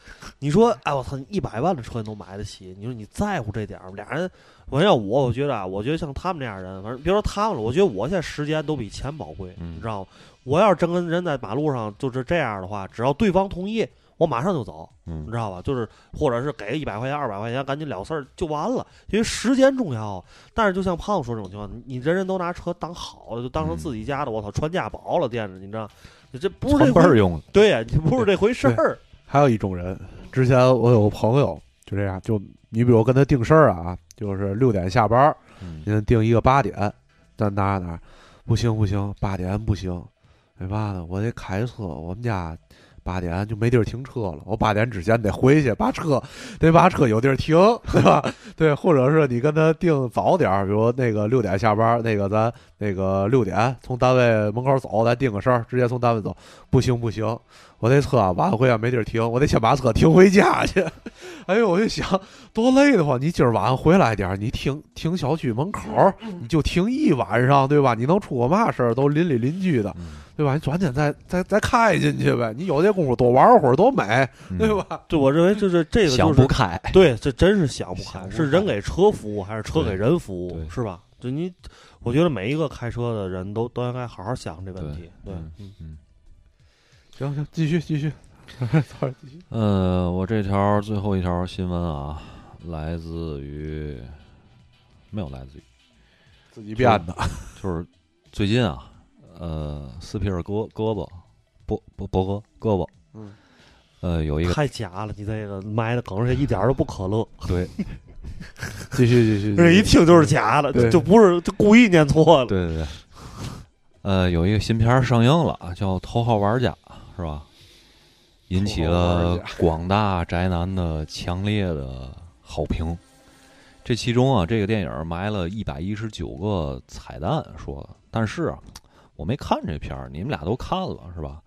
[SPEAKER 2] 你说，哎我操，你一百万的车你都买得起，你说你在乎这点儿吗？俩人，我要我，我觉得啊，我觉得像他们这样人，反正别说他们了，我觉得我现在时间都比钱宝贵，
[SPEAKER 3] 嗯
[SPEAKER 2] 你知道吗？我要是真跟人在马路上就是这样的话，只要对方同意，我马上就走。你
[SPEAKER 3] 嗯
[SPEAKER 2] 知道吧？就是或者是给一百块钱、二百块钱，赶紧了事儿就完了，因为时间重要。啊但是就像胖子说这种情况，你你人人都拿车当好的，就
[SPEAKER 3] 嗯
[SPEAKER 2] 当成自己家的，我操，传家宝了，惦着你知道，你这不是这
[SPEAKER 3] 倍儿
[SPEAKER 2] 回
[SPEAKER 3] 用的，
[SPEAKER 2] [laughs] 对呀，你不是这回事儿。
[SPEAKER 4] 还有一种人，之前我有个朋友就这样，就你比如跟他定事儿啊，就是六点下班，
[SPEAKER 3] 嗯
[SPEAKER 4] 您定一个八点，但哪儿哪儿不行不行，八点不行，没办法，我得开车，我们家八点就没地儿停车了，我八点之前得回去，把车得把车有地儿停，对吧？ [laughs] 对，或者是你跟他定早点儿，比如那个六点下班，那个咱那个六点从单位门口走，咱定个事儿，直接从单位走，不行不行，我这车啊晚回啊没地儿停，我得先把车停回家去。 [laughs] 哎呦，我就想多累的慌！你今儿晚上回来点儿，你停停小区门口儿，你就停一晚上，对吧？你能出个嘛事儿？都邻里邻居的，对吧？你转天再再再开进去呗，你有这功夫多玩会儿多美，
[SPEAKER 3] 嗯
[SPEAKER 4] 对吧？
[SPEAKER 2] 就我认为，就是这个
[SPEAKER 3] 想
[SPEAKER 2] 就
[SPEAKER 3] 不
[SPEAKER 2] 是
[SPEAKER 3] 开，
[SPEAKER 2] 对，这真是想不开，
[SPEAKER 3] 想不
[SPEAKER 2] 是人给车服务还是车
[SPEAKER 3] 对
[SPEAKER 2] 给人服务，
[SPEAKER 3] 对
[SPEAKER 2] 是吧？就你，我觉得每一个开车的人都都应该好好想这问题。对
[SPEAKER 3] 对，
[SPEAKER 2] 嗯，
[SPEAKER 4] 行行，继续继续，
[SPEAKER 3] 呃，我这条最后一条新闻啊，来自于没有来自于，
[SPEAKER 4] [laughs] 自己编的。
[SPEAKER 3] 就是最近啊，呃，斯皮尔胳胳膊，博博博哥胳膊，
[SPEAKER 4] 嗯，
[SPEAKER 3] 呃，有一
[SPEAKER 4] [laughs]
[SPEAKER 3] 个
[SPEAKER 2] 太假了，你这个埋的梗，而且一点儿都不可乐。
[SPEAKER 3] 对
[SPEAKER 4] 继续继续，
[SPEAKER 2] 这一
[SPEAKER 4] 继续
[SPEAKER 2] 听就是假的，
[SPEAKER 4] 对
[SPEAKER 2] 就就不是就故意念错了。
[SPEAKER 3] 对对对，呃，有一个新片儿上映了啊，叫《头号玩家》，是吧？引起了广大宅男的强烈的好评。这其中啊，这个电影埋了一百一十九个彩蛋，说的。但是啊，我没看这片儿，你们俩都看了是吧？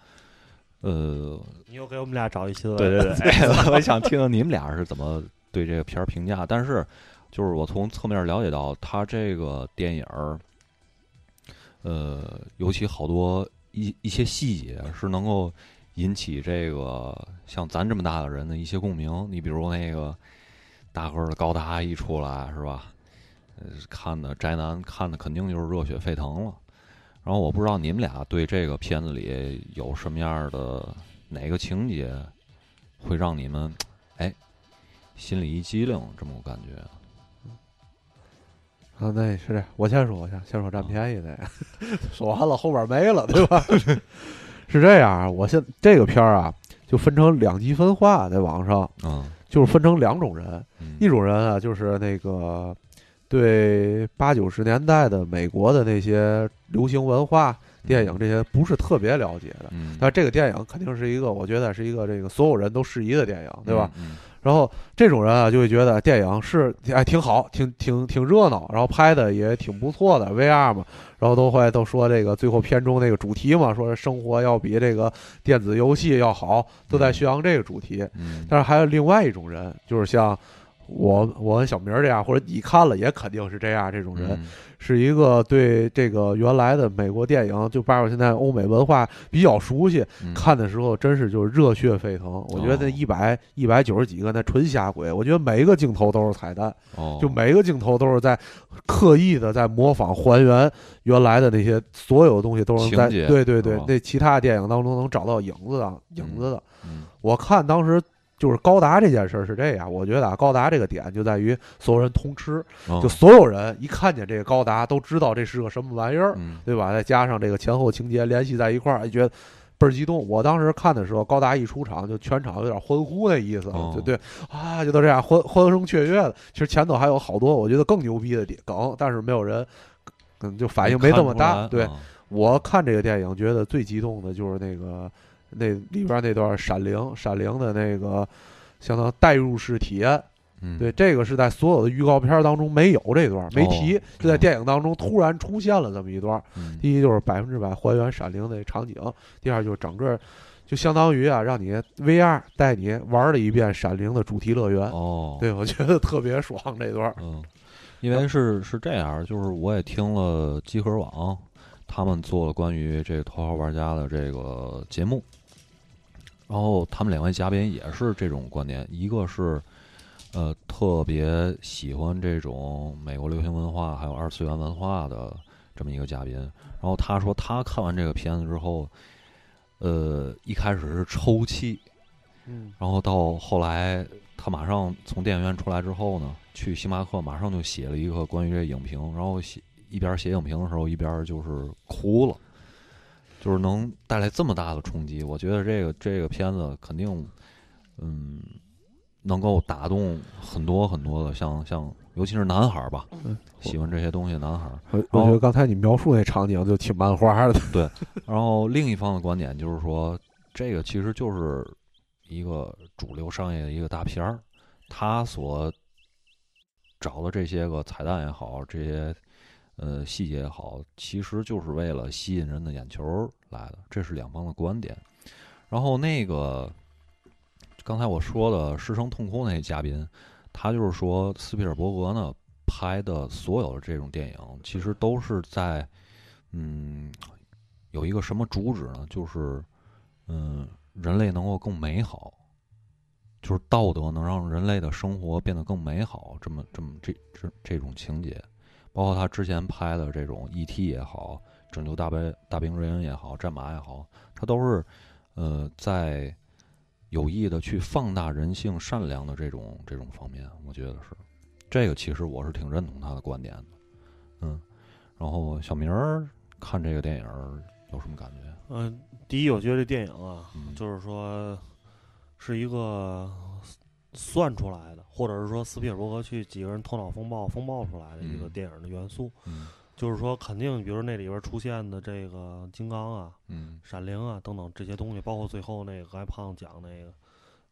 [SPEAKER 3] 呃，
[SPEAKER 2] 你又给我们俩找一新闻。[laughs]
[SPEAKER 3] 对对对，哎我想听听你们俩是怎么对这个片儿评价。但是，就是我从侧面了解到，他这个电影儿，呃，尤其好多一一些细节是能够引起这个像咱这么大的人的一些共鸣。你比如那个大个儿的高达一出来，是吧？呃，看的宅男看的肯定就是热血沸腾了。然后我不知道你们俩对这个片子里有什么样的哪个情节会让你们哎心里一激灵，这么个感觉。
[SPEAKER 4] 啊，那是这样，我先说，我先先说占便宜那个， [laughs] 说完了后边没了，对吧？ [laughs] 是这样，啊我现这个片儿啊，就分成两极分化，在网上
[SPEAKER 3] 嗯，
[SPEAKER 4] 就是分成两种人，
[SPEAKER 3] 嗯
[SPEAKER 4] 一种人啊，就是那个对八九十年代的美国的那些流行文化、电影这些不是特别了解的。
[SPEAKER 3] 嗯，
[SPEAKER 4] 但这个电影肯定是一个，我觉得是一个这个所有人都适宜的电影，对吧？
[SPEAKER 3] 嗯？
[SPEAKER 4] 然后这种人啊，就会觉得电影是哎挺好，挺挺挺热闹，然后拍的也挺不错的 VR 嘛，然后都会都说这个最后片中那个主题嘛，说生活要比这个电子游戏要好，都在宣扬这个主题。
[SPEAKER 3] 嗯，
[SPEAKER 4] 但是还有另外一种人，就是像我我跟小明儿这样，或者你看了也肯定是这样，这种人、
[SPEAKER 3] 嗯
[SPEAKER 4] 是一个对这个原来的美国电影，就包括现在欧美文化比较熟悉，
[SPEAKER 3] 嗯
[SPEAKER 4] 看的时候真是就是热血沸腾。我觉得那
[SPEAKER 3] 哦
[SPEAKER 4] 一百一百九十几个那纯瞎鬼，我觉得每一个镜头都是彩蛋，
[SPEAKER 3] 哦，
[SPEAKER 4] 就每一个镜头都是在刻意的在模仿还原原来的那些所有东西，都是在
[SPEAKER 3] 情节
[SPEAKER 4] 对对对
[SPEAKER 3] 哦，
[SPEAKER 4] 那其他电影当中能找到影子的影子的。
[SPEAKER 3] 嗯
[SPEAKER 4] 我看当时就是高达这件事儿是这样，我觉得啊，高达这个点就在于所有人通吃，
[SPEAKER 3] 嗯
[SPEAKER 4] 就所有人一看见这个高达都知道这是个什么玩意儿，
[SPEAKER 3] 嗯
[SPEAKER 4] 对吧？再加上这个前后情节联系在一块儿，哎觉得倍儿激动。我当时看的时候，高达一出场就全场有点欢呼那意思，
[SPEAKER 3] 哦
[SPEAKER 4] 就对啊，就都这样欢欢声雀跃的。其实前头还有好多我觉得更牛逼的点梗，但是没有人。嗯，就反应没那么大。
[SPEAKER 3] 看不出
[SPEAKER 4] 对
[SPEAKER 3] 来啊
[SPEAKER 4] 我看这个电影，觉得最激动的就是那个那里边那段《闪灵》，《闪灵》的那个相当代入式体验。
[SPEAKER 3] 嗯，
[SPEAKER 4] 对，这个是在所有的预告片当中没有这段，没提，
[SPEAKER 3] 哦
[SPEAKER 4] 就在电影当中突然出现了这么一段。
[SPEAKER 3] 嗯
[SPEAKER 4] 第一就是百分之百还原《闪灵》的场景，第二就是整个就相当于啊，让你 VR 带你玩了一遍《闪灵》的主题乐园。
[SPEAKER 3] 哦，
[SPEAKER 4] 对，我觉得特别爽这段儿。
[SPEAKER 3] 嗯，因为是是这样，就是我也听了集合网他们做了关于这个《头号玩家》的这个节目，然后他们两位嘉宾也是这种观点，一个是呃特别喜欢这种美国流行文化还有二次元文化的这么一个嘉宾，然后他说他看完这个片子之后，呃一开始是抽泣，
[SPEAKER 4] 嗯，
[SPEAKER 3] 然后到后来，他马上从电影院出来之后呢，去星巴克马上就写了一个关于这影评，然后写一边写影评的时候，一边就是哭了，就是能带来这么大的冲击。我觉得这个这个片子肯定，嗯，能够打动很多很多的，像像尤其是男孩儿吧
[SPEAKER 4] 嗯，
[SPEAKER 3] 喜欢这些东西的男孩儿。
[SPEAKER 4] 我我觉得刚才你描述那场景就挺漫画的。
[SPEAKER 3] 然后另一方的观点就是说，这个其实就是一个主流商业的一个大片儿，他所找的这些个彩蛋也好，这些呃细节也好，其实就是为了吸引人的眼球儿来的，这是两方的观点。然后那个刚才我说的失声痛哭那嘉宾，他就是说斯皮尔伯格呢拍的所有的这种电影，其实都是在嗯有一个什么主旨呢？就是，嗯，人类能够更美好，就是道德能让人类的生活变得更美好，这么这么这这这种情节，包括他之前拍的这种 E.T. 也好，拯救大兵大兵瑞恩也好，战马也好，他都是，呃，在有意的去放大人性善良的这种这种方面，我觉得是，这个其实我是挺认同他的观点的，嗯，然后小明儿看这个电影儿有什么感觉？
[SPEAKER 2] 嗯，第一，我觉得这电影啊，
[SPEAKER 3] 嗯
[SPEAKER 2] 就是说是一个算出来的，或者是说斯皮尔伯格去几个人头脑风暴风暴出来的一个
[SPEAKER 3] 嗯
[SPEAKER 2] 电影的元素。
[SPEAKER 3] 嗯
[SPEAKER 2] 就是说，肯定，比如说那里边出现的这个金刚啊、
[SPEAKER 3] 嗯
[SPEAKER 2] 闪灵啊等等这些东西，包括最后那个刚才胖子讲那个，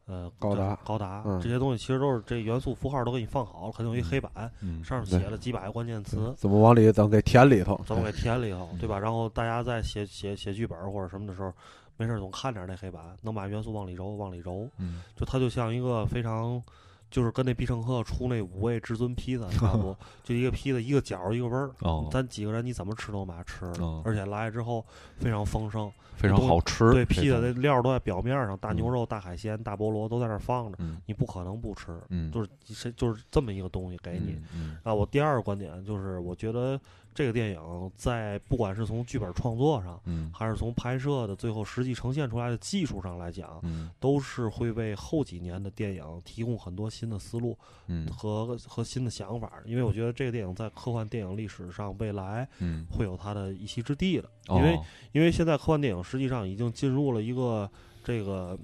[SPEAKER 2] 呃，
[SPEAKER 4] 高达
[SPEAKER 2] 高达、
[SPEAKER 4] 嗯
[SPEAKER 2] 这些东西，其实都是这元素符号都给你放好了，肯定有一黑板，
[SPEAKER 3] 嗯
[SPEAKER 2] 上面写了几百个关键词，
[SPEAKER 4] 怎么往里怎么给填里头？
[SPEAKER 2] 咱们给填里头，
[SPEAKER 4] 嗯
[SPEAKER 2] 对吧？然后大家在写写写剧本儿或者什么的时候，没事儿总看点儿那黑板，能把元素往里揉，往里揉，
[SPEAKER 3] 嗯
[SPEAKER 2] 就它就像一个非常，就是跟那必胜客出那五味至尊披萨差
[SPEAKER 3] [laughs]
[SPEAKER 2] 不多，就一个披萨一个角儿一个味儿。
[SPEAKER 3] 哦，
[SPEAKER 2] 咱几个人你怎么吃都把吃了
[SPEAKER 3] 哦
[SPEAKER 2] 嗯而且来之后非常丰盛。
[SPEAKER 3] 非常好吃，
[SPEAKER 2] 对，披
[SPEAKER 3] 这
[SPEAKER 2] 萨
[SPEAKER 3] 种
[SPEAKER 2] 那料儿都在表面上，大牛
[SPEAKER 3] 嗯
[SPEAKER 2] 肉、大海鲜、大菠萝都在那儿放着，
[SPEAKER 3] 嗯
[SPEAKER 2] 你不可能不吃。
[SPEAKER 3] 嗯，
[SPEAKER 2] 就是是就是这么一个东西给你，
[SPEAKER 3] 嗯，
[SPEAKER 2] 啊，我第二个观点就是，我觉得这个电影在不管是从剧本创作上，
[SPEAKER 3] 嗯
[SPEAKER 2] 还是从拍摄的最后实际呈现出来的技术上来讲，
[SPEAKER 3] 嗯
[SPEAKER 2] 都是会为后几年的电影提供很多新的思路
[SPEAKER 3] 嗯
[SPEAKER 2] 和和新的想法。因为我觉得这个电影在科幻电影历史上未来
[SPEAKER 3] 嗯，
[SPEAKER 2] 会有它的一席之地的，
[SPEAKER 3] 哦
[SPEAKER 2] 因为因为现在科幻电影实际上已经进入了一个这个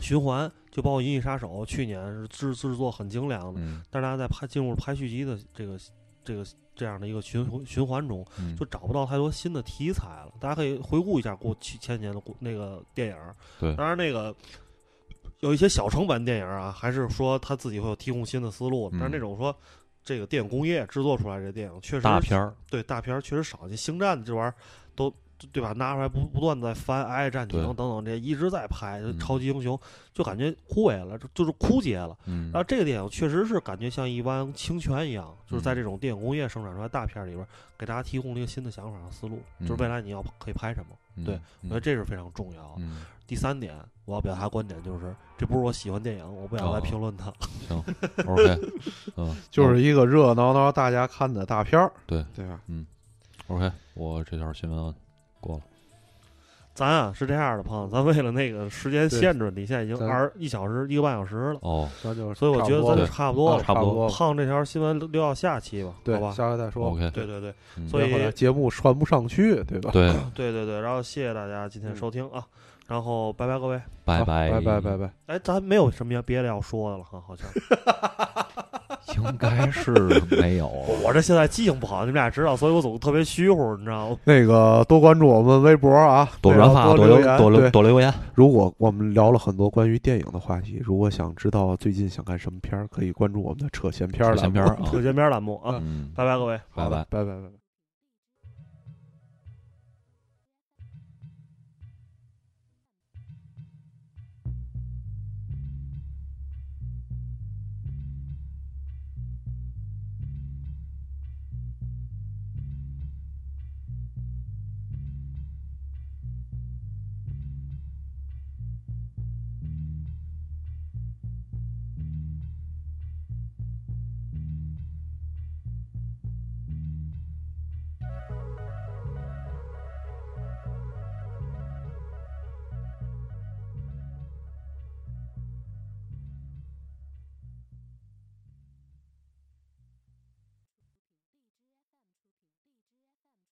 [SPEAKER 2] 循环，就包括《银翼杀手》去年是制制作很精良的。
[SPEAKER 3] 嗯
[SPEAKER 2] 但是大家在拍进入拍续集的这个这个这样的一个循环循环中，
[SPEAKER 3] 嗯
[SPEAKER 2] 就找不到太多新的题材了。大家可以回顾一下过去前年的故那个电影儿，
[SPEAKER 3] 对
[SPEAKER 2] 当然那个有一些小成本电影儿啊，还是说他自己会有提供新的思路。
[SPEAKER 3] 嗯
[SPEAKER 2] 但是那种说这个电影工业制作出来这电影，确实
[SPEAKER 3] 大片儿，
[SPEAKER 2] 对大片儿确实少。你星战这玩意儿都。对吧？拿出来不不断地在翻《爱战警
[SPEAKER 3] 对》
[SPEAKER 2] 等等，这一直在拍
[SPEAKER 3] 嗯
[SPEAKER 2] 超级英雄，就感觉枯萎了，就就是枯竭了。
[SPEAKER 3] 嗯
[SPEAKER 2] 然后这个电影确实是感觉像一湾清泉一样，就是
[SPEAKER 3] 嗯
[SPEAKER 2] 在这种电影工业生产出来大片儿里边儿，给大家提供了一个新的想法和思路，
[SPEAKER 3] 嗯
[SPEAKER 2] 就是未来你要可以拍什么，对，我觉得这是非常重要的。
[SPEAKER 3] 嗯
[SPEAKER 2] 第三点，我要表达观点就是，这不是我喜欢电影，我不想来
[SPEAKER 3] 哦
[SPEAKER 2] 评论它。
[SPEAKER 3] 行，OK，嗯，
[SPEAKER 2] [laughs]
[SPEAKER 4] 就是一个热热闹闹大家看的大片儿。
[SPEAKER 3] 对嗯
[SPEAKER 4] 对吧？
[SPEAKER 3] OK，我这条新闻过了，
[SPEAKER 2] 咱啊是这样的，朋友，咱为了那个时间限制，你现在已经
[SPEAKER 4] 咱
[SPEAKER 2] 二一小时一个半小时了，
[SPEAKER 3] 哦，
[SPEAKER 4] 那就是
[SPEAKER 2] 所以我觉得咱就
[SPEAKER 4] 差
[SPEAKER 2] 差不
[SPEAKER 4] 不
[SPEAKER 2] 多
[SPEAKER 4] 多
[SPEAKER 2] 了
[SPEAKER 4] 了，
[SPEAKER 3] 差不多
[SPEAKER 4] 多了，
[SPEAKER 2] 胖这条新闻留到下期吧，
[SPEAKER 4] 对
[SPEAKER 2] 好，吧？
[SPEAKER 4] 下回再说。
[SPEAKER 3] OK，
[SPEAKER 2] 对对对
[SPEAKER 3] 嗯
[SPEAKER 2] 所以
[SPEAKER 4] 别后来节目传不上去，对吧？
[SPEAKER 2] [laughs]
[SPEAKER 3] 对，
[SPEAKER 2] 对对对，然后谢谢大家今天收听啊，然后拜拜各位。
[SPEAKER 3] 拜
[SPEAKER 4] 好拜
[SPEAKER 3] 拜
[SPEAKER 4] 拜拜。拜。
[SPEAKER 2] 哎，咱没有什么别的要说的了哈，好像
[SPEAKER 3] 应该是
[SPEAKER 2] [laughs]
[SPEAKER 3] 没有
[SPEAKER 2] 我这现在记性不好，你们俩知道，所以我总特别虚乎，你知道吗？
[SPEAKER 4] 那个多关注我们微博啊，
[SPEAKER 3] 多
[SPEAKER 4] 然
[SPEAKER 3] 转
[SPEAKER 4] 后
[SPEAKER 3] 发，
[SPEAKER 4] 多
[SPEAKER 3] 多
[SPEAKER 4] 留
[SPEAKER 3] 留
[SPEAKER 4] 言
[SPEAKER 3] 多留
[SPEAKER 4] 对
[SPEAKER 3] 多
[SPEAKER 2] [laughs]
[SPEAKER 3] 留言，
[SPEAKER 4] 如果我们聊了很多关于电影的话题，如果想知道最近想看什么片儿，可以关注我们的扯闲篇儿
[SPEAKER 3] 扯闲
[SPEAKER 4] 栏目。 [laughs]
[SPEAKER 3] 篇儿啊，
[SPEAKER 2] 特前边栏目啊，
[SPEAKER 3] 嗯，
[SPEAKER 2] 拜拜各位。
[SPEAKER 3] 拜
[SPEAKER 4] 好的
[SPEAKER 3] 拜。
[SPEAKER 4] 拜拜拜拜。